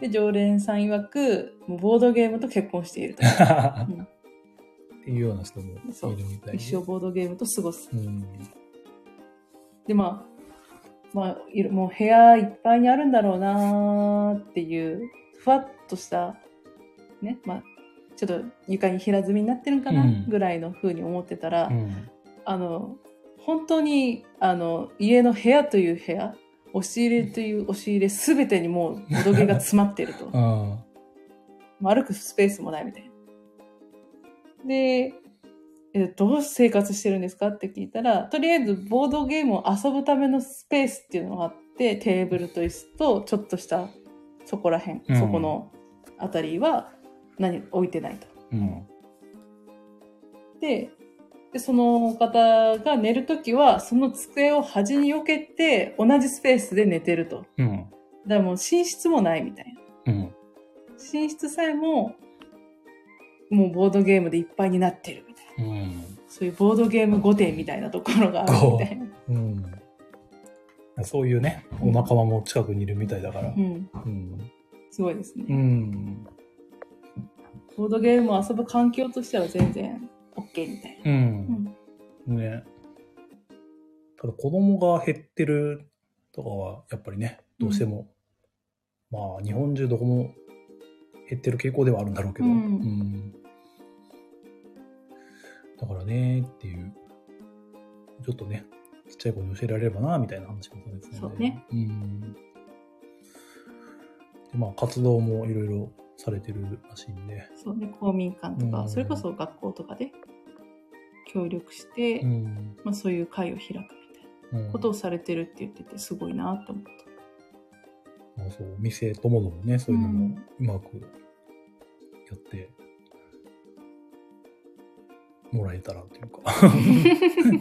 S2: で常連さん曰くもうボードゲームと結婚していると
S1: っていうような人もいるみたいで
S2: 一生ボードゲームと過ごす
S1: うん
S2: でまあまあ、いろもう部屋いっぱいにあるんだろうなーっていうふわっとしたねまあちょっと床に平積みになってるんかな
S1: うん
S2: ぐらいの風に思ってたら、
S1: うん
S2: あの本当にあの家の部屋という部屋押し入れという押し入れ全てにもうボドゲが詰まって
S1: [LAUGHS]
S2: ると
S1: あ
S2: もう歩くスペースもないみたいな。でえどう生活してるんですかって聞いたらとりあえずボードゲームを遊ぶためのスペースっていうのがあってテーブルと椅子とちょっとしたそこら辺、
S1: うん
S2: そこの辺りは何置いてないと。
S1: ーうん
S2: ででその方が寝るときはその机を端に避けて同じスペースで寝てると
S1: うん
S2: だからもう寝室もないみたいな
S1: うん
S2: 寝室さえももうボードゲームでいっぱいになってるみたい
S1: う
S2: な
S1: ん
S2: そういうボードゲーム御殿みたいなところがあるみたいな、
S1: うんそういうねお仲間も近くにいるみたいだから
S2: うん、
S1: うん、
S2: すごいです
S1: う
S2: ね
S1: ん
S2: ボードゲームを遊ぶ環境としては全然 OK みたいな、
S1: うんねただ子供が減ってるとかはやっぱりねどうしても、まあ日本中どこも減ってる傾向ではあるんだろうけど、
S2: うん
S1: んだからねっていうちょっとねちっちゃい子に教えられればなみたいな話もそうですね。
S2: そうね
S1: んでまあ活動もいろいろされてるらしいんで。
S2: そうね公民館とか、
S1: うん
S2: それこそ学校とかで協力して、
S1: うん
S2: まあ、そういう会を開くみたいな
S1: うん
S2: ことをされてるって言っててすごいなって思った。
S1: まあ、そう店ともどもねそういうのもうまくやってもらえたらと
S2: [LAUGHS]
S1: いうか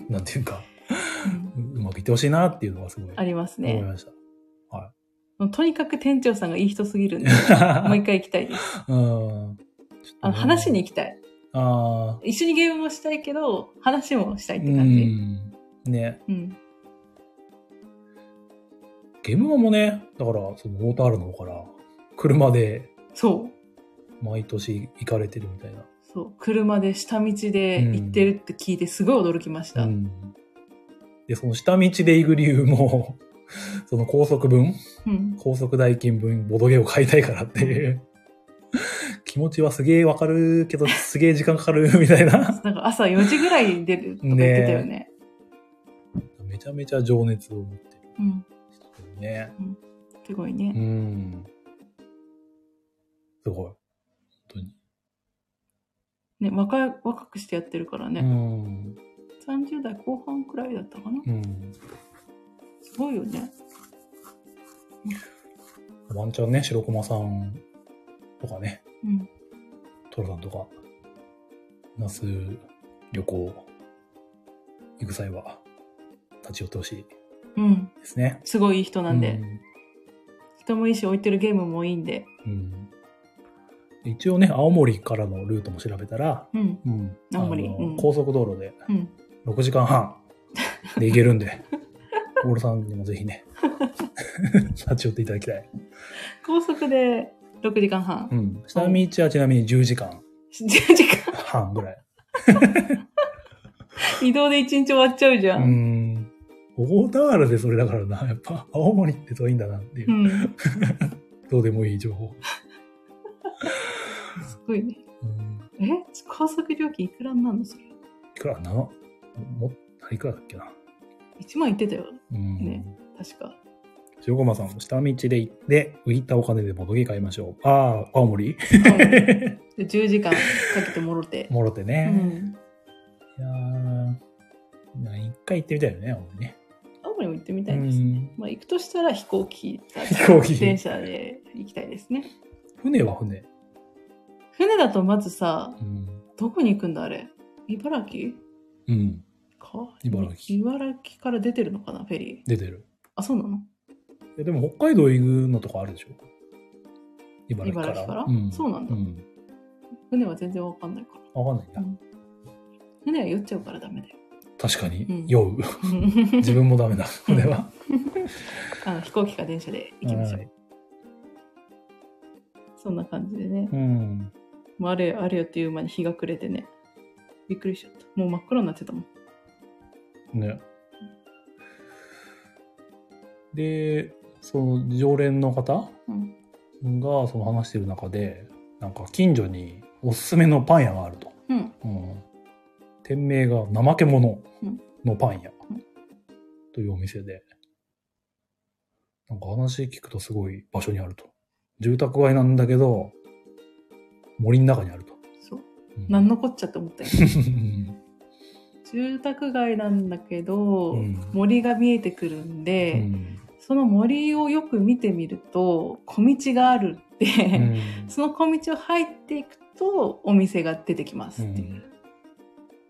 S1: なんていうかううまくいってほしいなっていうのがすごい
S2: あります
S1: 思い
S2: ね。
S1: ました。
S2: もうとにかく店長さんがいい人すぎ [LAUGHS] るんで、もう一回行きたいです。
S1: [LAUGHS] うん
S2: あの話に行きたい。
S1: あ
S2: 一緒にゲームもしたいけど、話もしたい
S1: ー
S2: って感じ。
S1: うんね
S2: うん。
S1: ゲームマもねだからその OTR の方から車で
S2: そう。
S1: 毎年行かれてるみたいな。
S2: そう。車で下道で行ってるって聞いて、すごい驚きました。うん。
S1: でその下道で行く理由も [LAUGHS] その高速分高速代金分ボドゲを買いたいからっていう。 [LAUGHS] 気持ちはすげえわかるけど、すげえ時間かかるみたいな。 [LAUGHS]
S2: なんか朝4時ぐらいに出るとか言ってたよね。
S1: めちゃめちゃ情熱を持って
S2: うん。
S1: るね。
S2: すごいうね。
S1: ん。すごい。本当に。
S2: ね若い、若くしてやってるから
S1: う
S2: ね。
S1: ん。
S2: 30代後半くらいだったかな。
S1: うん。
S2: すごいよね。
S1: ワンチャンね、白駒さんとかね、
S2: うん。
S1: トラさんとか、那須旅行行く際は立ち寄ってほしい
S2: うん。
S1: ですね。
S2: すごいいい人なんで。
S1: うん
S2: 人もいいし置いてるゲームもいいんで、
S1: うん、一応ね青森からのルートも調べたら、
S2: うん、
S1: うん
S2: 青森
S1: あの
S2: うん
S1: 高速道路で
S2: うん、 [LAUGHS]
S1: 6時間半で行けるんで、オールさんにもぜひね、立ち寄っていただきたい。
S2: 高速で6時間半
S1: う。ん。下道はちなみに10時間
S2: 10時間。
S1: 半ぐらい。
S2: 移動で1日終わっちゃうじゃ。
S1: うんん。大田原でそれだからな。やっぱ、青森って遠いんだなっていうう、
S2: ん。
S1: どうでもいい情報。
S2: すごいね。
S1: うん。
S2: え高速料金いくらになるのそれ。
S1: いくらなも、あれいくらだっけな。
S2: 1万いってたよ。
S1: うん。
S2: ね
S1: [LAUGHS]
S2: 確か。
S1: 塩駒さん、下道で行って、浮いたお金でボドゲ買いましょう。ああ、青森 [LAUGHS]
S2: で10時間かけてもろて。
S1: もろて
S2: う
S1: ね。
S2: ん。
S1: いやー、一回行ってみたいよね、青森ね。
S2: 青森も行ってみ
S1: う
S2: たいです。
S1: ん。
S2: まあ行くとしたら飛行機だったり
S1: 飛行機
S2: 電車で行きたいですね。
S1: 船は船。
S2: 船だとまずさ、
S1: うん。
S2: どこに行くんだあれ茨城
S1: うん。
S2: か
S1: 茨城
S2: 茨城から出てるのかなフェリー。
S1: 出てる。
S2: あ、そうなの
S1: いやでも北海道行くのとかあるでしょ茨城から。
S2: 茨城から
S1: うん、
S2: そうなんだ
S1: うん。
S2: 船は全然わかんないから。
S1: わかんないんだ。
S2: うん船は酔っちゃうからダメだよ。
S1: 確かに、
S2: うん
S1: 酔
S2: [LAUGHS]
S1: う。自分もダメだ、
S2: うん
S1: 船は。
S2: あの飛行機か電車で [LAUGHS] 行きましょう。
S1: はい
S2: そんな感じでね。
S1: うん。
S2: もうあれよあれよっていう間に日が暮れてね。びっくりしちゃった。もう真っ暗になってたもん。
S1: ね。で、その常連の方
S2: うん。
S1: がその話してる中で、なんか近所におすすめのパン屋があると。
S2: うん。
S1: うん、店名が怠け者
S2: うん
S1: のパン屋
S2: うん
S1: というお店で、なんか話聞くとすごい場所にあると。住宅街なんだけど、森の中にあると。
S2: そう。
S1: うん
S2: なんのこっちゃって思ったよ。 [LAUGHS]
S1: うん
S2: 住宅街なんだけど、
S1: うん
S2: 森が見えてくるんで、
S1: うん
S2: その森をよく見てみると小道があるって、
S1: うん
S2: その小道を入っていくとお店が出てきますっていう。
S1: うん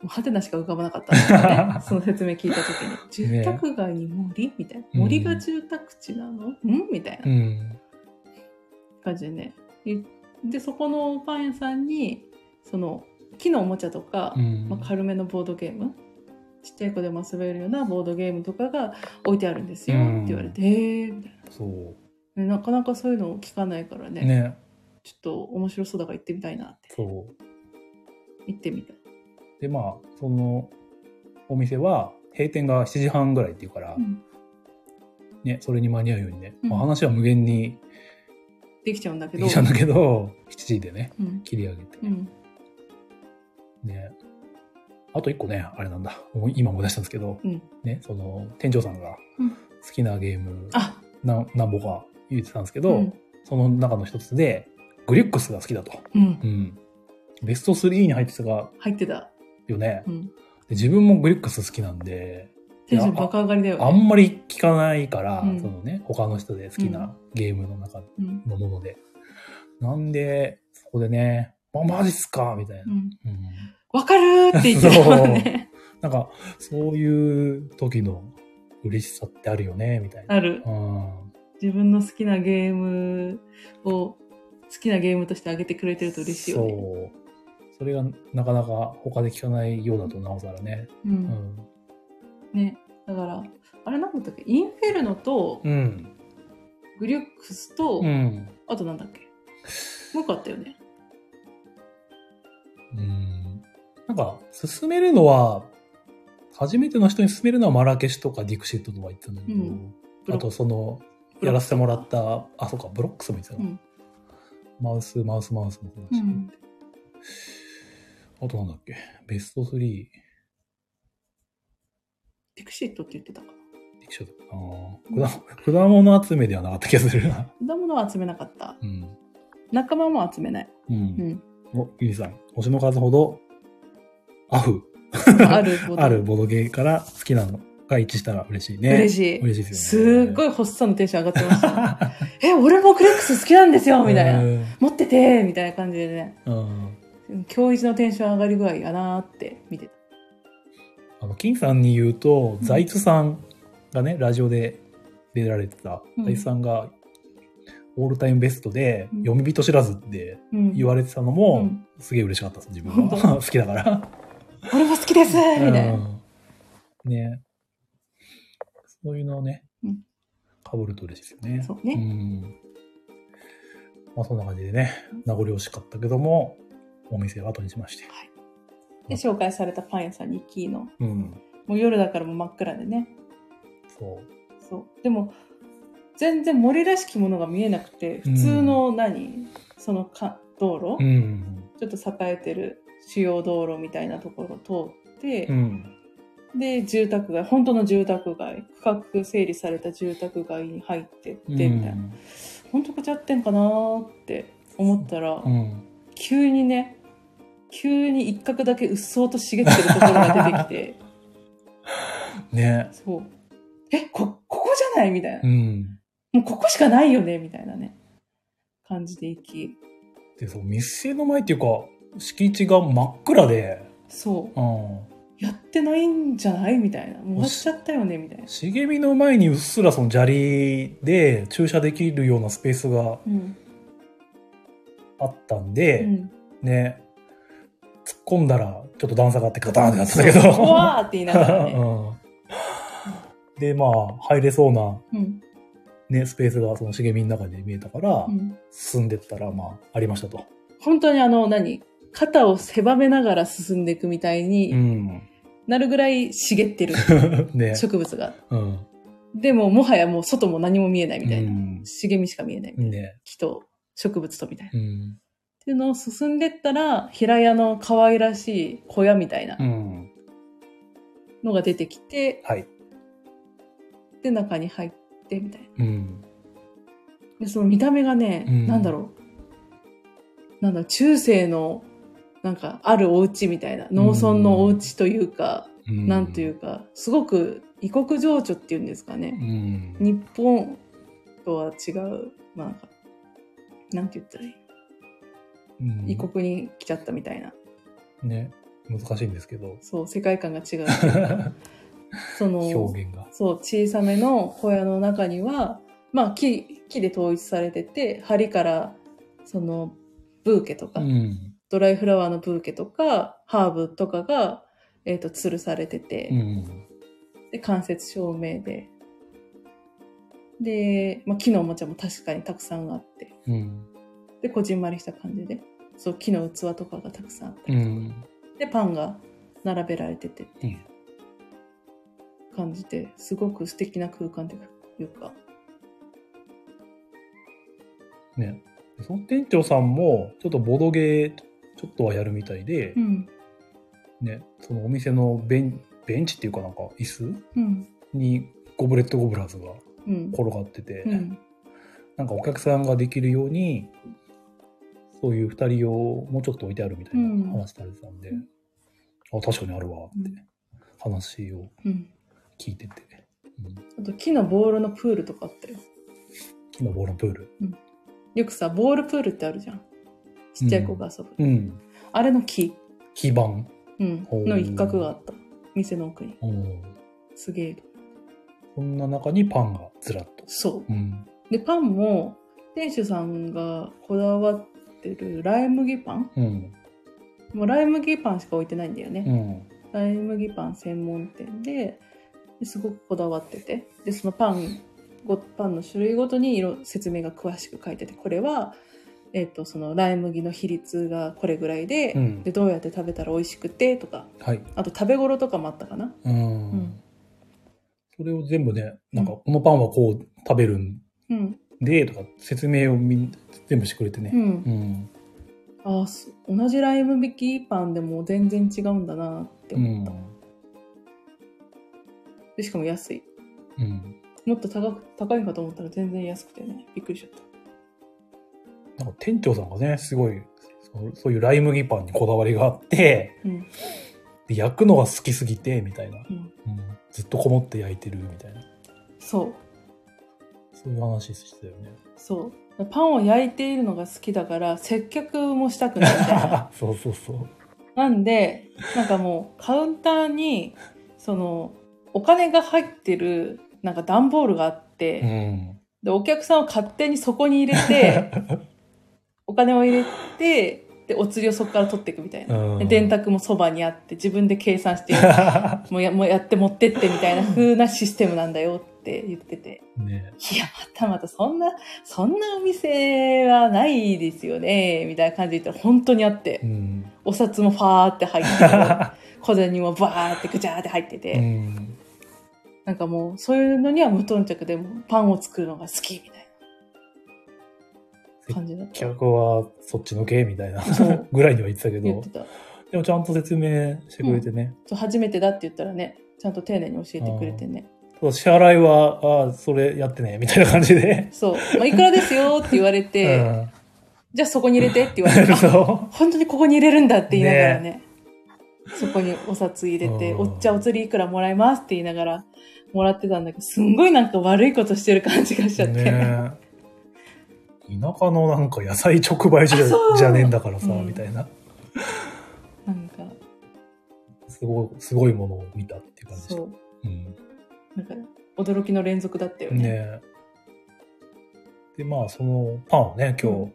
S2: もうハテナしか浮かばなかった、
S1: [LAUGHS]
S2: ね、その説明聞いた時に。住宅街に森みたいな。森が住宅地なの、ん、みたいな
S1: うん
S2: 感じでね。で、そこのパン屋さんに、その木のおもちゃとか、
S1: うん
S2: まあ、軽めのボードゲームちっちゃい子でも遊べるようなボードゲームとかが置いてあるんですよ
S1: うん
S2: って言われて、えーみたい
S1: そ
S2: なねなかなかそういうのを聞かないからね
S1: う。ね。
S2: ちょっと面白そうだから行ってみたいなって
S1: そう。
S2: 行ってみた
S1: でまあそのお店は閉店が7時半ぐらいっていうから、
S2: うん
S1: ね、それに間に合うようにね、
S2: うん
S1: まあ、話は無限に
S2: できちゃうんだけ
S1: で
S2: ど
S1: きちゃうんだけど7時でね
S2: うん
S1: 切り上げて、
S2: うん
S1: ねあと一個ねあれなんだ思い今思い出したんですけど、
S2: うん
S1: ね、その店長さんが
S2: うん
S1: 好きなゲーム
S2: あ
S1: な何本か言ってたんですけど、
S2: うん
S1: その中の一つでグリュックスが好きだと、
S2: うん
S1: うん、ベスト3に入ってたよ
S2: 入ってた、
S1: ね、
S2: う
S1: で
S2: ん、
S1: 自分もグリュックス好きなんで
S2: テンション爆上がりだよね
S1: あんまり聞かないから、
S2: うん
S1: そのね、他の人で好き
S2: う
S1: なゲームの中
S2: うん
S1: のもので。なんで、そこでね、まマジっすかみたいな
S2: う。ん
S1: うん
S2: わ、かるーって言ってたもんね
S1: なんか、そういう時の嬉しさってあるよね、みたいな。
S2: [LAUGHS] ある
S1: うん
S2: 自分の好きなゲームを好きなゲームとしてあげてくれてると嬉しいよね
S1: そう。それがなかなか他で聞かないようだとなおさらね。
S2: う
S1: うんん。
S2: ねだからあれなんだったっけインフェルノと
S1: うん。
S2: グリュックスと、
S1: うん。
S2: あとなんだっけもう一個あったよね
S1: うんなんか、進めるのは、初めての人に勧めるのはマラケシュとかディクシットとか言ってたんだけど、
S2: うんブロ
S1: あとその、
S2: ブロッ
S1: やら
S2: クス
S1: せてもらった、あ、そうか、ブロックスも言ってた
S2: う
S1: な、
S2: ん
S1: マウス、マウス、マウスの
S2: う
S1: 話。
S2: ん
S1: あとなんだっけ、ベスト3、デ
S2: ピクシットって言ってたか
S1: ィクシットかな果果物 [LAUGHS] 集めではなかった気がするな。
S2: 果物は集めなかった
S1: うん。
S2: 仲間も集めない、
S1: う。
S2: うん
S1: [LAUGHS]
S2: ん、
S1: お、ゆりさん、推しの数ほど、アフ、
S2: あること
S1: あるボドゲーから好きなのが一致したら嬉しいね。[LAUGHS]
S2: 嬉しい
S1: 嬉しいです
S2: す
S1: よね
S2: っごいホッサンのテンション上がってました [LAUGHS] え俺もクレックス好きなんですよみたいな
S1: な。
S2: 持っててみたいな感じでね
S1: うん。
S2: 今日一のテンション上がり具合やなーって見てた
S1: あの、金さんに言うと、
S2: うん
S1: 財津さんがね、ラジオで出られてた、
S2: うん
S1: 財津さんが、オールタイムベストで、
S2: うん
S1: 読み人知らずって
S2: うん
S1: 言われてたのも、
S2: うん
S1: すげえ嬉しかったです、自分
S2: 本
S1: [LAUGHS] は。好きだから。
S2: 俺も好きですみたいな、
S1: うんね。そういうのをね
S2: うん、
S1: かぶると嬉しいですよね。
S2: そうね
S1: ん。まあそんな感じでね、名残惜しかったけども、お店を後にしまして。
S2: で、紹介されたパン屋さんに行きの。
S1: うん。
S2: もう夜だからもう真っ暗でね。
S1: そう。
S2: そう。でも、全然森らしきものが見えなくて、普通の何、そのか道路、
S1: うん。
S2: ちょっと栄えてる主要道路みたいなところを通って
S1: う、ん。
S2: で、住宅街、本当の住宅街、区画整理された住宅街に入ってって、みたいな。本当こっち合ってんかなーって思ったら、
S1: うん。
S2: 急にね、急に一角だけうっそうと茂ってるところが出てきて、 [LAUGHS]
S1: ね。
S2: そう。え、こ、ここじゃないみたいな
S1: う。ん。
S2: もうここしかないよねみたいなね、感じで行き。
S1: で、そう、店の前っていうか、敷地が真っ暗で、
S2: そ
S1: うん。
S2: う。やってないんじゃないみたいな。もう終わっちゃったよねみたいな。
S1: 茂みの前にうっすらその砂利で駐車できるようなスペースが
S2: うん。
S1: あったん
S2: う
S1: で、
S2: ん。
S1: ね突っ込んだらちょっと段差があってガタンってなってたけど
S2: [LAUGHS] そううわーって言
S1: [LAUGHS]
S2: いながらね。
S1: うん、でまあ入れそうな、
S2: うん。
S1: ね、スペースがその茂みの中で見えたから、
S2: うん。
S1: 進んでったらまあありましたと、
S2: 本当にあの、何肩を狭めながら進んでいくみたいうに
S1: ん、 [LAUGHS]
S2: なるぐらい茂ってる
S1: ね、
S2: 植物が。
S1: うん
S2: でも、もはやもう外も何も見えないみたいな。
S1: うん
S2: 茂みしか見えないみたいな。
S1: ね
S2: 木と植物とみたいな。っ
S1: うん
S2: ていうのを進んでったら、平屋の可愛らしい小屋みたいな
S1: うん
S2: のが出てきて、
S1: はい
S2: で中に入ってみたいな
S1: うん
S2: でその見た目がね、
S1: うん
S2: なんだろうなんだろう中世のなんかあるお家みたいな農村のお家というか、
S1: うん
S2: なんというかすごく異国情緒っていうんですか
S1: う
S2: ね、
S1: ん
S2: 日本とは違うまあなんかなんて言ったらいい
S1: うん
S2: 異国に来ちゃったみたいな
S1: ね難しいんですけど
S2: そう世界観が違う
S1: [LAUGHS]
S2: その
S1: 表現が
S2: そう、小さめの小屋の中には、まあ木、木で統一されてて、針から、その、ブーケとか、
S1: うん
S2: ドライフラワーのブーケとか、ハーブとかが、えっ、と、吊るされてて、
S1: うん
S2: で、間接照明で、で、まあ、木のおもちゃも確かにたくさんあって、
S1: うん
S2: で、こじんまりした感じで、そう、木の器とかがたくさんあった
S1: う
S2: りとか、
S1: ん
S2: で、パンが並べられててっていう感じで、すごく素敵な空間というか、
S1: ねその店長さんもちょっとボドゲーちょっとはやるみたいで、
S2: うん、
S1: ねそのお店のベンベンチっていうかなんか椅子
S2: うん。
S1: にゴブレットゴブラーズが
S2: うん
S1: 転がってて、
S2: うん
S1: なんかお客さんができるようにそういう2人用もうちょっと置いてあるみたいな話されてたんで、
S2: うん
S1: あ確かにあるわって話を
S2: うん、
S1: 聞いてて、うん、
S2: あと木のボールのプールとかあったよ
S1: 木のボールのプール
S2: よくさボールプールってあるじゃんちっちゃい子が遊ぶ、
S1: うん
S2: あれの木、
S1: 基盤
S2: うん、
S1: ほう
S2: の一角があった店の奥に
S1: うん
S2: すげえ
S1: そんな中にパンがずらっと。
S2: そ
S1: うん。
S2: うでパンも店主さんがこだわってるライ麦パン
S1: うん。
S2: もうライ麦パンしか置いてないんだよ
S1: う
S2: ね、
S1: ん。
S2: ライ麦パン専門店でですごくこだわっててでそのパンごパンの種類ごとに色説明が詳しく書いててこれは、えっとそのライ麦の比率がこれぐらいで,、
S1: うん
S2: でどうやって食べたら美味しくてとか
S1: はい。
S2: あと食べ頃とかもあったかな
S1: うん。
S2: うん
S1: それを全部ね、なんか、このパンはこう食べるん
S2: うん
S1: で、とか、説明をみん全部してくれて
S2: う
S1: ね。
S2: ん
S1: うん。
S2: ああす同じライ麦パンでも全然違うんだなって
S1: う
S2: 思っ
S1: ん
S2: た、。でしかも安い
S1: うん。
S2: もっと高く高いかと思ったら全然安くてねびっくりしちゃった
S1: なんか、店長さんがね、すごい、そうそういうライ麦パンにこだわりがあって、
S2: うん
S1: で焼くのが好きすぎて、みたいな、
S2: う
S1: う
S2: ん
S1: んずっとこもって焼いてる、みたいな。
S2: そう
S1: そういう話してたよね。
S2: そう。パンを焼いているのが好きだから、接客もしたくないみたい
S1: [LAUGHS]
S2: な。
S1: そうそうそう。
S2: なんで、なんかもう、カウンターに、その、お金が入ってる、なんか段ボールがあって、
S1: うん。
S2: で、お客さんを勝手にそこに入れて、
S1: [LAUGHS]
S2: お金を入れて、で、お釣りをそこから取っていくみたいな。
S1: う
S2: で
S1: ん
S2: 電卓もそばにあって、自分で計算して、もうやもうやって持ってってみたいな風なシステムなんだよっって言ってて、
S1: [LAUGHS] ね
S2: いや、またまたそんな、そんなお店はないですよね、みたいな感じで言ったら本当にあって、
S1: うん。
S2: お札もファーって入 [LAUGHS] ってて、小銭もバーってぐちゃーって入ってて、
S1: うん。
S2: なんかもう、そういうのには無頓着で、もうパンを作るのが好き、みたいな感じだった。
S1: 企画はそっちのけみたいな
S2: そう
S1: ぐらいには言ってたけ
S2: 言っ
S1: ど
S2: て、た。
S1: でもちゃんと説明してくれてね。
S2: そう初めてだって言ったらね、ちゃんと丁寧に教えてくれてね。
S1: そう支払いは、ああ、それやってね、みたいな感じで。
S2: そう。まあ、いくらですよって言われて、じゃあそこに入れてって言われ
S1: う
S2: [LAUGHS] て、
S1: ん。
S2: あ
S1: そ
S2: 本当にここに入れるんだって言いながらね、そこにお札入れて、
S1: うん
S2: おっちゃんお釣りいくらもらいますって言いながら、もらってたんだけど、すんごいなんか悪いことしてる感じがしちゃ
S1: う。
S2: って。
S1: ね田舎のなんか野菜直売所じゃ
S2: あそう
S1: じゃねえんだからさ、
S2: うん
S1: みたいな。
S2: なんか、
S1: すごい、すごいものを見たっていう感じでし
S2: そ
S1: た。
S2: う。
S1: うん。
S2: なんか、驚きの連続だったよね。
S1: ねで、まあ、そのパンをね、今日、
S2: うん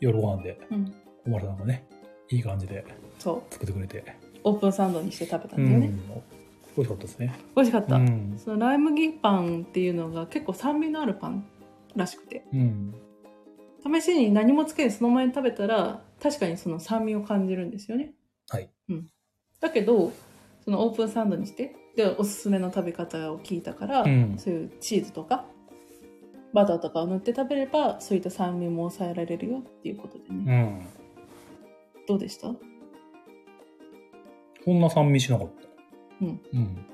S1: 夜ご飯で、
S2: うん。
S1: 小丸さんがね、いい感じで
S2: そう。
S1: 作ってくれて。
S2: オープンサンドにして食べた
S1: うん
S2: だよね、
S1: ん。美味しかったですね。
S2: 美味しかった、
S1: うん。
S2: そのライ麦パンっていうのが結構酸味のあるパンらしくて
S1: うん。
S2: 試しに何もつけずその前に食べたら確かにその酸味を感じるんですよね
S1: はい、
S2: うん、だけどそのオープンサンドにしてでおすすめの食べ方を聞いたから、
S1: うん
S2: そういうチーズとかバターとかを塗って食べればそういった酸味も抑えられるよっていうことでね、
S1: うん。
S2: どうでした
S1: こんな酸味しなかった。
S2: うん。
S1: うん。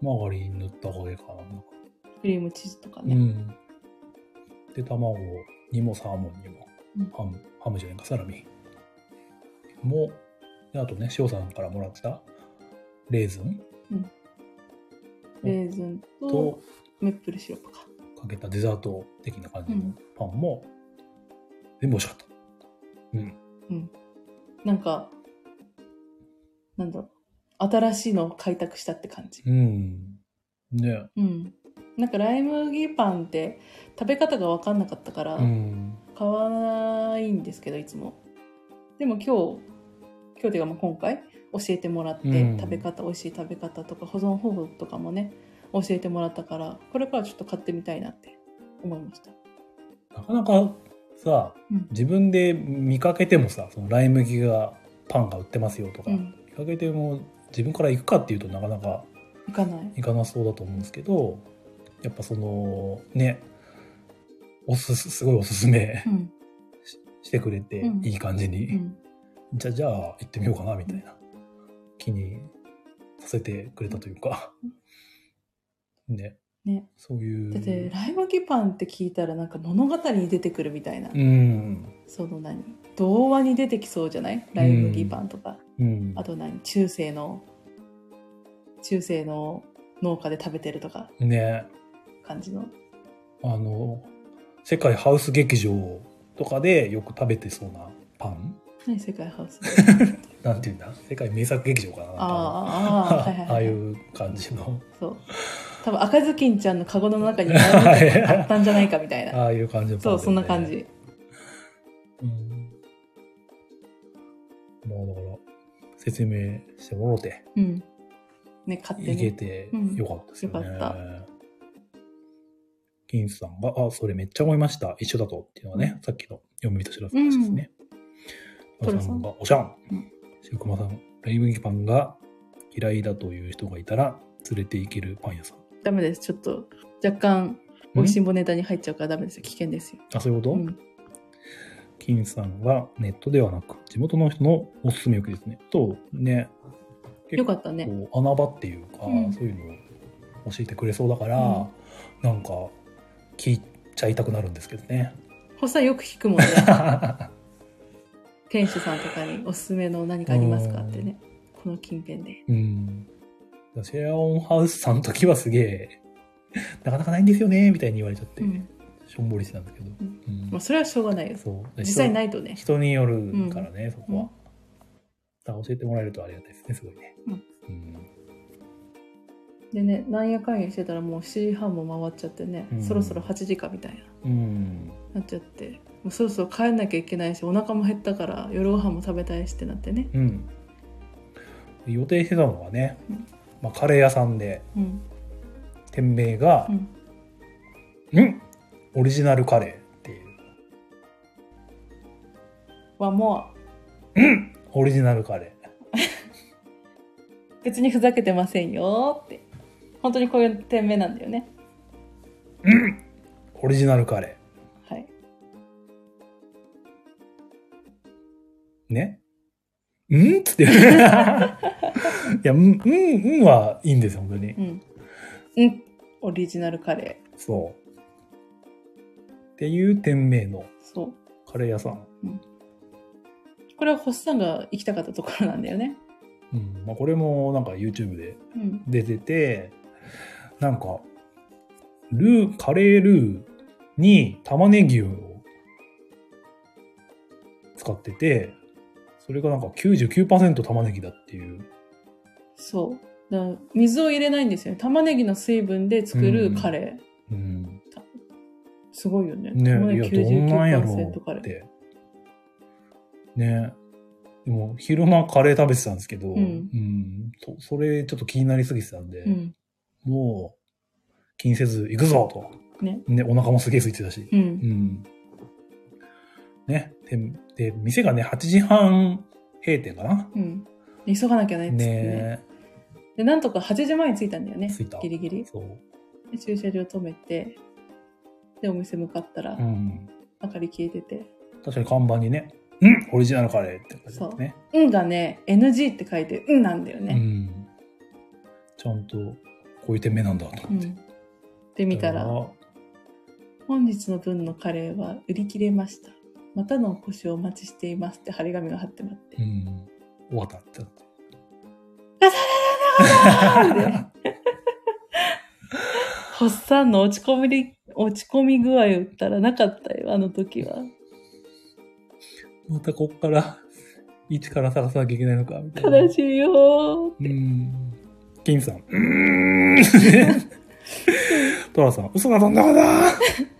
S1: マーガリン塗ったおかげかな。なんか
S2: クリームチーズとか
S1: う
S2: ね、
S1: ん。で、卵にもサーモンにも
S2: うん、
S1: ハム、ハムじゃないか、サラミ。も、であとね、塩さんからもらった、レーズン
S2: レーズンと
S1: と
S2: メップルシロップか
S1: かけたデザート的な感じ
S2: う
S1: の
S2: ん
S1: パンも、全部美味しかった。
S2: なんか、なんだろう、新しいのを開拓したって感じ。
S1: うん。ね。
S2: うん。なんかライ麦パンって食べ方が分かんなかったから
S1: うん。
S2: 買わないんですけど、いつも。でも今日、今日というかもう今回教えてもらって、
S1: うん
S2: 食べ方、美味しい食べ方とか保存方法とかもね、教えてもらったから、これからちょっと買ってみたいなって思いました。
S1: なかなかさ、
S2: うん。
S1: 自分で見かけてもさ、そのライ麦が、パンが売ってますよとか、
S2: うん。
S1: 見かけても自分から行くかっていうとなかなか
S2: いかない。
S1: いかなそうだと思うんですけどやっぱそのねおすすすごいおすすめ
S2: うん。
S1: してくれて、
S2: うん
S1: いい感じに、
S2: うん。
S1: じゃあじゃあ行ってみようかなみたいな気にさせてくれたというかね
S2: ね
S1: そういう
S2: だって、ライ麦パンって聞いたらなんか物語に出てくるみたいな。
S1: うん
S2: その何童話に出てきそうじゃないライ麦パンとか、
S1: うん
S2: あと何中世の中世の農家で食べてるとか
S1: ね
S2: 感じの
S1: あの世界ハウス劇場とかでよく食べてそうなパン
S2: 何世界ハウス
S1: なんていうんだ世界名作劇場かななんか
S2: あーあーはいはいはい
S1: ああいう感じの、
S2: そう多分赤ずきんちゃんのカゴの中にライ麦パンがあったんじゃないかみたいな
S1: ああいう感じのパンだ
S2: そ
S1: よ
S2: う
S1: ね
S2: そんな感。じ
S1: うん。まあだから、説明してもろて、
S2: うんね勝手
S1: いけ
S2: に
S1: て
S2: うん
S1: よかったですよね。
S2: よかった
S1: 金さんが、あ、それめっちゃ思いました。一緒だと。っていうのはね、さっきの読み人知らずの話ですね。
S2: うん
S1: マ、う、さんが、おしゃん
S2: うん。
S1: シュクマさん、ライブ劇パンが嫌いだという人がいたら、連れて行けるパン屋さん。
S2: ダメですちょっと若干おいしんぼネタに入っちゃうからダメですよ危険ですよ、
S1: あ、そういうこと、
S2: うん、
S1: 金さんはネットではなく地元の人のおすすめ欲ですね。そうね。
S2: よかったね
S1: こう穴場っていうか、
S2: うん
S1: そういうのを教えてくれそうだから、
S2: うん
S1: なんか聞いちゃいたくなるんですけどね。 [LAUGHS]
S2: 星さんよく聞くもんね [LAUGHS]
S1: あ
S2: 店主さんとかにおすすめの何かありますかってねこの近辺で
S1: うん。シェアオンハウスさんの時はすげえ、なかなかないんですよね、みたいに言われちゃって、
S2: うん
S1: しょんぼりしてたんだけど。
S2: う
S1: う
S2: ん
S1: ん
S2: まあ、それはしょうがないです
S1: そう。
S2: 実際
S1: い。
S2: ないとね
S1: 人によるからね、そこは。
S2: うん
S1: だから教えてもらえるとありがたいですね、すごいね。
S2: うん
S1: うん
S2: でねなんやかんやしてたらもう7時半も回っちゃってね、
S1: うん
S2: そろそろ8時かみたいな
S1: うん。
S2: なっちゃってもうそろそろ帰んなきゃいけないしお腹も減ったから夜ご飯も食べたいしってなってね
S1: うん。予定してたのはね、
S2: うん
S1: まあ、カレー屋さんで
S2: うん
S1: 定店名が
S2: う、ん、
S1: うん、オリジナルカレーっていう。
S2: はも
S1: うん、オリジナルカレー。
S2: う別にふざけてませんよって本当にこういう店名なんだよね
S1: うん、オリジナルカレ
S2: はい
S1: ー。ね。うんっつって。い [LAUGHS] や、うん、うん、うんはいいんですよ、本当に
S2: う。ん、うん、オリジナルカレー
S1: そう。っていう店名の
S2: そう
S1: カレー屋さん。
S2: これは星さんが行きたかったところなんだよね
S1: うん。まあ、これもなんか YouTube で
S2: うん
S1: 出てて、なんか、ルー、カレールーに玉ねぎを使ってて、それがなんか99%玉ねぎだっていう。
S2: そうだから水を入れないんですよね玉ねぎの水分で作るカレー、
S1: うん。
S2: すごいよね玉
S1: ね、い
S2: ね
S1: や、
S2: ぎ
S1: どんなんやろ
S2: 99%カ
S1: うっ
S2: レー
S1: て。ね。でも、昼間カレー食べてたんですけど、
S2: ん
S1: うんとそれちょっと気になりすぎてたんで、
S2: うん
S1: もう、気にせず行くぞと。
S2: ね。
S1: ね、お腹もすげえ空いてたし。
S2: う
S1: うんん。ね。で、で店がね、8時半閉店かな。
S2: うん急がなきゃねっつってね
S1: ね
S2: でなんとか8時前に着いたんだよね
S1: 着いた
S2: ギリギリ
S1: そう。
S2: で駐車場止めてでお店向かったら、
S1: うん。
S2: 明かり消えてて
S1: 確かに看板にね、うんオリジナルカレーって書いてあったね。
S2: 「うん」がね「NG」って書いて「うん」なんだよ
S1: う
S2: ね、
S1: ん。ちゃんと、こういう店名なんだと
S2: う
S1: 思
S2: ん
S1: って。
S2: で見たら
S1: あ
S2: 「本日の分のカレーは売り切れましたまたのお越しをお待ちしています」って張り紙が貼ってもらって
S1: うん。終わったってなって。
S2: ホッサンの落ち込みり落ち込み具合を言ったらなかったよあの時は
S1: [LAUGHS] またこっから、一から探さなきゃいけないのか、みたいな。
S2: 悲しいよー
S1: うん。金さん。うーん。トラさん、嘘がそんなことだい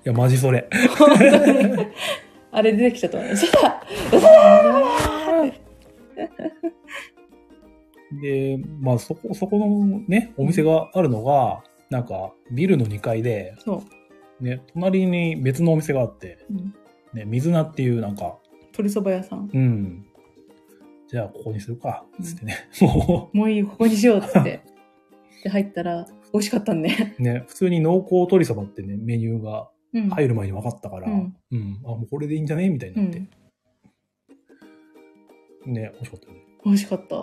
S1: や、マジそれ。
S2: 本当にあれ出てきちゃったねそうだ
S1: で、まあ、そこ、そこのね、お店があるのが、なんか、ビルの2階で、
S2: そう、
S1: ね、隣に別のお店があって、
S2: うん、
S1: ね、水菜っていうなんか、
S2: 鶏そば屋さん
S1: うん。じゃあ、ここにするか、つってね。も
S2: もういいよここにしようっつってで入ったら美味しかったんね、
S1: う、ね、普通に濃厚鶏そばってね、メニューが
S2: うん、
S1: 入る前に分かったから、う
S2: うんん、
S1: あ、もうこれでいいんじゃねみたいになって。ね、美味しかったよね。
S2: 美味しかった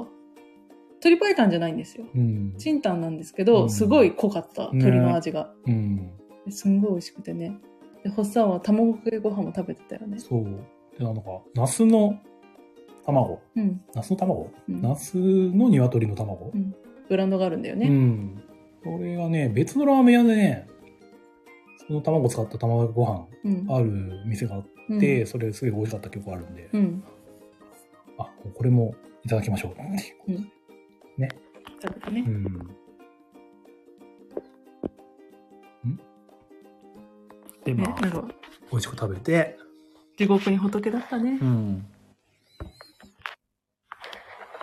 S2: 鶏白湯じゃないんですよ
S1: うん。
S2: チンタンなんですけ
S1: う
S2: ど
S1: ん
S2: すごい濃かった、鶏の味が
S1: うん。
S2: すんごい美味しくてねでホッサンは卵かけご飯も食べてたよね
S1: そう。で、なんか、ナスの卵。
S2: うん、
S1: ナスの卵
S2: うん
S1: ナスの鶏の卵
S2: う、んブランドがあるんだよ
S1: う
S2: ね、
S1: ん。これがね、別のラーメン屋でね、その卵使った卵ご飯
S2: うん
S1: ある店があ
S2: うん
S1: って、それすごい美味しかった記憶があるんで、
S2: うん、
S1: あ、これもいただきましょうっていう。
S2: 食べてね、
S1: うん。んで、
S2: ね
S1: ま
S2: な
S1: あ
S2: ん、か
S1: 美味しく食べて、
S2: 地獄に仏だったね、
S1: うん。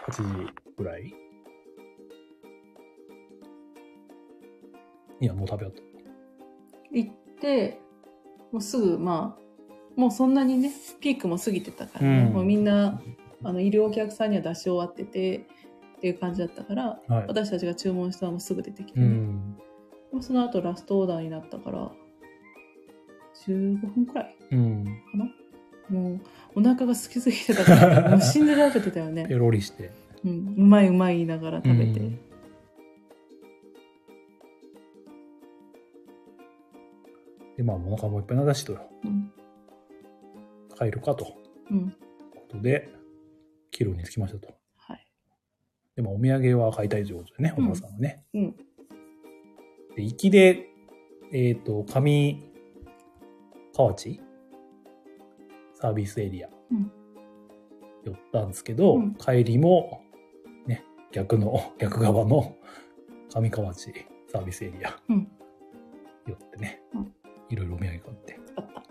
S1: 8時ぐらいいや、もう食べようと。
S2: 行ってもうすぐまあもうそんなにねピークも過ぎてたからね、
S1: うん
S2: もうみんなあのいるお客さんには出し終わっててっていう感じだったから
S1: はい。
S2: 私たちが注文したのもすぐ出てきて
S1: う
S2: ね、
S1: ん。
S2: もうその後ラストオーダーになったから15分くらい
S1: うん。
S2: もうお腹が空きすぎて
S1: [LAUGHS]
S2: たからもう死んで食べてたよ
S1: ペ
S2: ね、
S1: ロリして。
S2: うん、うまいうまい言いながら食べて、
S1: うんで、まあ、お腹もいっぱいなだしと、
S2: うん
S1: 帰るかと。いう
S2: うん
S1: ことで、帰路に着きましたと。
S2: はい
S1: で、まあ、お土産は買いたいということでね、お
S2: うん
S1: 母さんはね。
S2: うん
S1: で、行きで、えっ、と、上河内サービスエリア、
S2: うん
S1: 寄ったんですけど、
S2: うん
S1: 帰りも、ね、逆の、 [LAUGHS] 逆側の上河内サービスエリア、
S2: うん
S1: 寄ってね、
S2: うん
S1: いろいろお土産買って、
S2: あった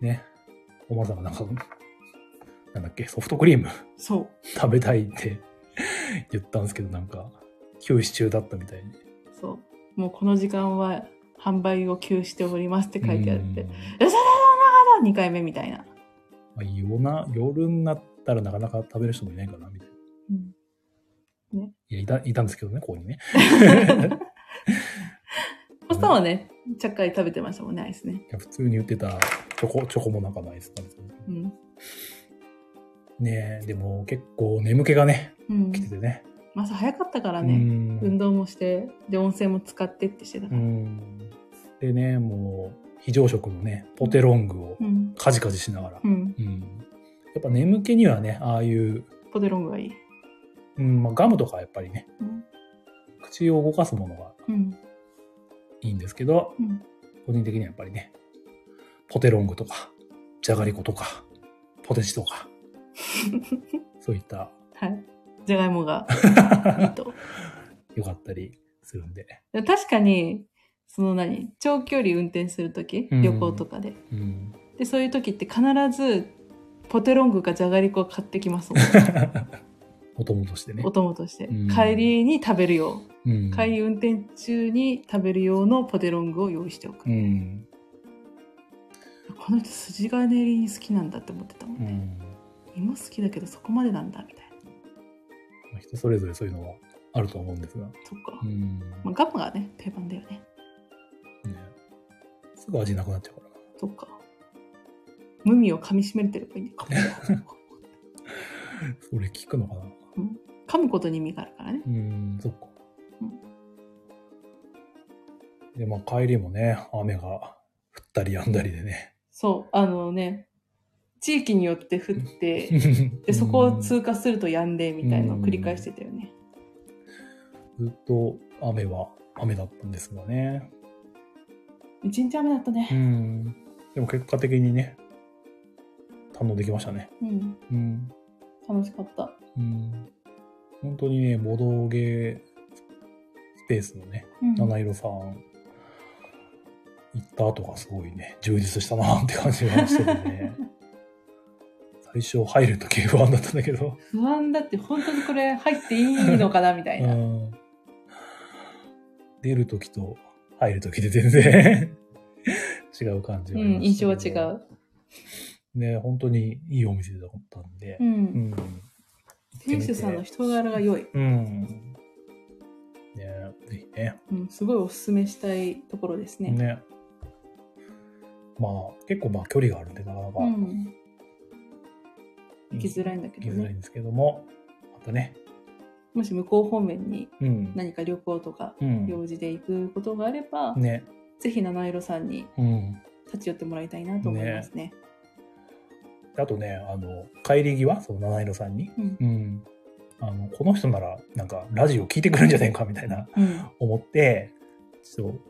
S1: ね、おまさんがなんか、なんだっけ、ソフトクリーム [LAUGHS]
S2: そう
S1: 食べたいって言ったんですけど、なんか、休止中だったみたいに。
S2: もうこの時間は販売を休止しておりますって書いてあっ
S1: う
S2: て
S1: ん。
S2: え、それはなかな2回目みたいな。
S1: まあ、夜な、夜になったらなかなか食べる人もいないかな、みたいな。
S2: うん
S1: いや、いた、いたんですけどね、ここ
S2: [LAUGHS]
S1: にね。
S2: おっさんはね、ちゃっかり食べてましたもんね、アイスね
S1: い。や普通に売ってたチョコ、チョコもなんかないですか
S2: うん。
S1: ねえ、でも結構眠気がね、
S2: うん
S1: 来。ててね。
S2: まあ朝早かったから
S1: う
S2: ね、
S1: ん
S2: 運動もして、で、温泉も使ってってしてた
S1: う
S2: から。
S1: ん。でね、もう、非常食のね、ポテロングを
S2: うん。
S1: カジカジしながら。
S2: うん。
S1: うん。やっぱ眠気にはね、ああいう、
S2: ポテロングがいい。
S1: うん、まあ、ガムとかはやっぱりね、
S2: うん
S1: 口を動かすものが
S2: うん。
S1: いいんですけど、
S2: うん
S1: 個人的にはやっぱりね、ポテロングとか、じゃがりことか、ポテチと
S2: [LAUGHS]
S1: か、そういった、
S2: はい。じゃがいもがいいと。
S1: 良かったりするんで。
S2: でも確かに、その何長距離運転するとき、
S1: うん
S2: 旅行とかで。
S1: うん。
S2: で、そういうときって必ず、ポテロングかじゃがりこを買ってきますもん。
S1: お供としてね
S2: お。供として
S1: うん。
S2: 帰りに食べるよう。
S1: うん。
S2: 帰り運転中に食べる用のポテロングを用意しておく。
S1: うん。
S2: この人筋金入りに好きなんだって思ってたもん
S1: う
S2: ね。
S1: ん。
S2: 今好きだけどそこまでなんだみたいな。
S1: まあ人それぞれそういうのはあると思うんですが。
S2: そっか
S1: う。ん。
S2: まあ、ガムがね、定番だよね。
S1: ねすぐ味なくなっちゃうからな。
S2: そっか。無味を噛み締めてればいいね。
S1: [LAUGHS] それ聞くのかな
S2: 噛むことに意味があるからね。
S1: うん、そっか
S2: うん。
S1: で、まあ帰りもね、雨が降ったりやんだりでね。
S2: そう、あのね、地域によって降って、で、そこ
S1: う
S2: を
S1: ん
S2: 通過するとやんで、みたいなのを繰り返してたよね。
S1: ずっと雨は雨だったんですがね。
S2: 一日雨だった
S1: う
S2: ね。
S1: ん。でも結果的にね、堪能できましたね。
S2: うん、
S1: うん。
S2: 楽しかった。
S1: うん。本当にね、ボドゲスペースのね、
S2: うん、
S1: 七色さん、行った後がすごいね、充実したなって感じがしててね。 [LAUGHS] 最初入るとき不安だったんだけど。
S2: 不安だって、本当にこれ入っていいのかな、みたいうな。
S1: ん。出るときと入るときで全然 [LAUGHS] 違う感じ
S2: う
S1: がありましたけど
S2: ん、印象は違う。
S1: ね、本当にいいお店だったんで
S2: う。。
S1: うんん。
S2: 店主さんの人柄が良い。
S1: うん。ね、ぜひね。
S2: うん、すごいおすすめしたいところですね。
S1: ね。まあ、結構まあ距離があるんで、なかなか。
S2: うん。行きづらいんだけ
S1: 行き
S2: ど
S1: づらい
S2: ね。
S1: んですけども、またね、
S2: もし向こう方面に
S1: うん。
S2: 何か旅行とか、
S1: うん。
S2: 用事で行くことがあれば、
S1: ね、
S2: ぜひ七色さんに
S1: うん。
S2: 立ち寄ってもらいたいなと思いますね。
S1: あとね、あの、帰り際、その七色さんに、
S2: うん
S1: うん。あの、この人なら、なんか、ラジオ聞いてくるんじゃないか、みたいな、 [LAUGHS] 思って、ちょっと、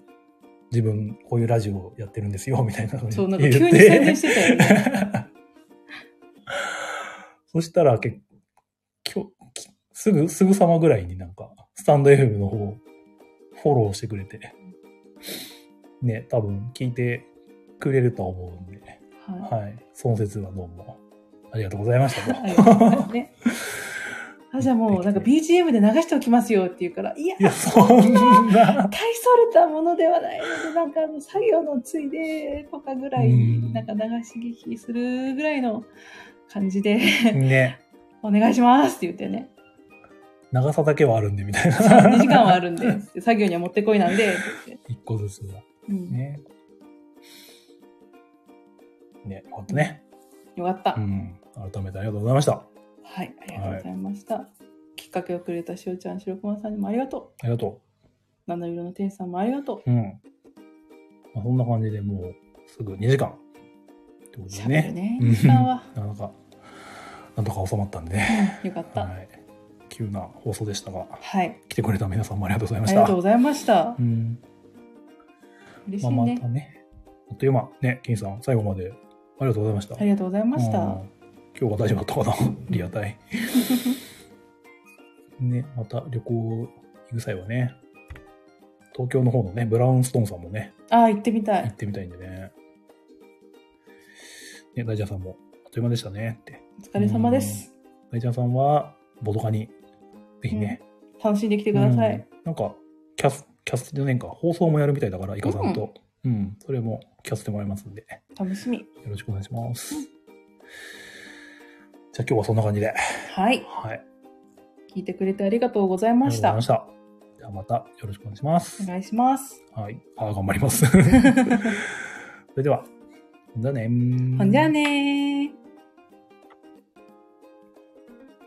S1: 自分、こういうラジオやってるんですよ、 [LAUGHS] みたいな
S2: う
S1: の
S2: ん、
S1: に
S2: そう、なんか
S1: 言って
S2: 急に宣伝してたよね。
S1: [LAUGHS] そしたら、結構、きすぐ、すぐさまぐらいになんか、スタンド FM の方、フォローしてくれて、ね、多分聞いてくれると思うんで、
S2: は
S1: はい。その説はどうも、ありがとうございまし
S2: い。
S1: た
S2: [LAUGHS] あり
S1: と。
S2: がとうございますね。あじゃあもうなんか BGM で流しておきますよって言うから、いや、
S1: いや、そんな、
S2: 大それたものではないので、なんかあの作業のついでとかぐらい、
S1: うん
S2: なんか流し聞きするぐらいの感じで、
S1: ね、
S2: お願いしますって言っ
S1: [LAUGHS]
S2: てね。
S1: 長さだけはあるんで、みたいな。
S2: 2時間はあるんで、作業にはもってこいなんで、って言って
S1: 一個ずつは。
S2: うん
S1: ね。ね、ほんとね。
S2: よかった
S1: う。ん。改めてありがとうございました。あ
S2: はい、ありがとうございました。きっかけをくれたしおちゃん、しろくまさんにもありがとう。
S1: りがと
S2: 七色の天使さんもありがと
S1: う。
S2: う。
S1: うん。まあ、そんな感じでもう、すぐ2時間。ってこと
S2: し
S1: で
S2: ゃべる
S1: ね。 [LAUGHS]
S2: ね、
S1: うん
S2: 時間は。
S1: なかなか、なんとか収まったんでね。
S2: よかった。
S1: はい。急な放送でしたが、
S2: はい、
S1: 来てくれた皆さんもありがとうございま
S2: あ
S1: し
S2: り
S1: た。
S2: がとうございました
S1: う。ん。
S2: 嬉し
S1: まあ、
S2: い
S1: ま
S2: ね
S1: た。ね。あっという間、ね、金さん、最後までありがとうございました。
S2: ありがとうございまし
S1: う
S2: た。
S1: ん今日は大丈夫だったかなリア
S2: [LAUGHS]
S1: タイ。ね、また旅行行く際はね、東京の方のね、ブラウンストーンさんもね、
S2: ああ、行ってみた
S1: 行っ
S2: い。
S1: てみたいんでね。ね、大ちゃんさんも、あっという間でしたねって。
S2: お疲れ様です。
S1: 大ちゃんさんは、ボドカに、ぜひね、
S2: 楽しんできてくださ
S1: うん
S2: い。
S1: なんか、キャス、キャストで年間放送もやるみたいだから、イカさんと。うん、それも聞かせてもらいますんで、よ
S2: 楽しみ。
S1: ろしくお願いします。じゃあ今日はそんな感じで。
S2: はい。
S1: はい。
S2: 聞いてくれてありがとうございまし
S1: ありがとうござい
S2: た
S1: ま。した。じゃあまたよろしくお願いします
S2: お。願いします。
S1: はい。 [LAUGHS] あー頑張ります。それでは、ほんじゃねー
S2: ほんじゃあねー。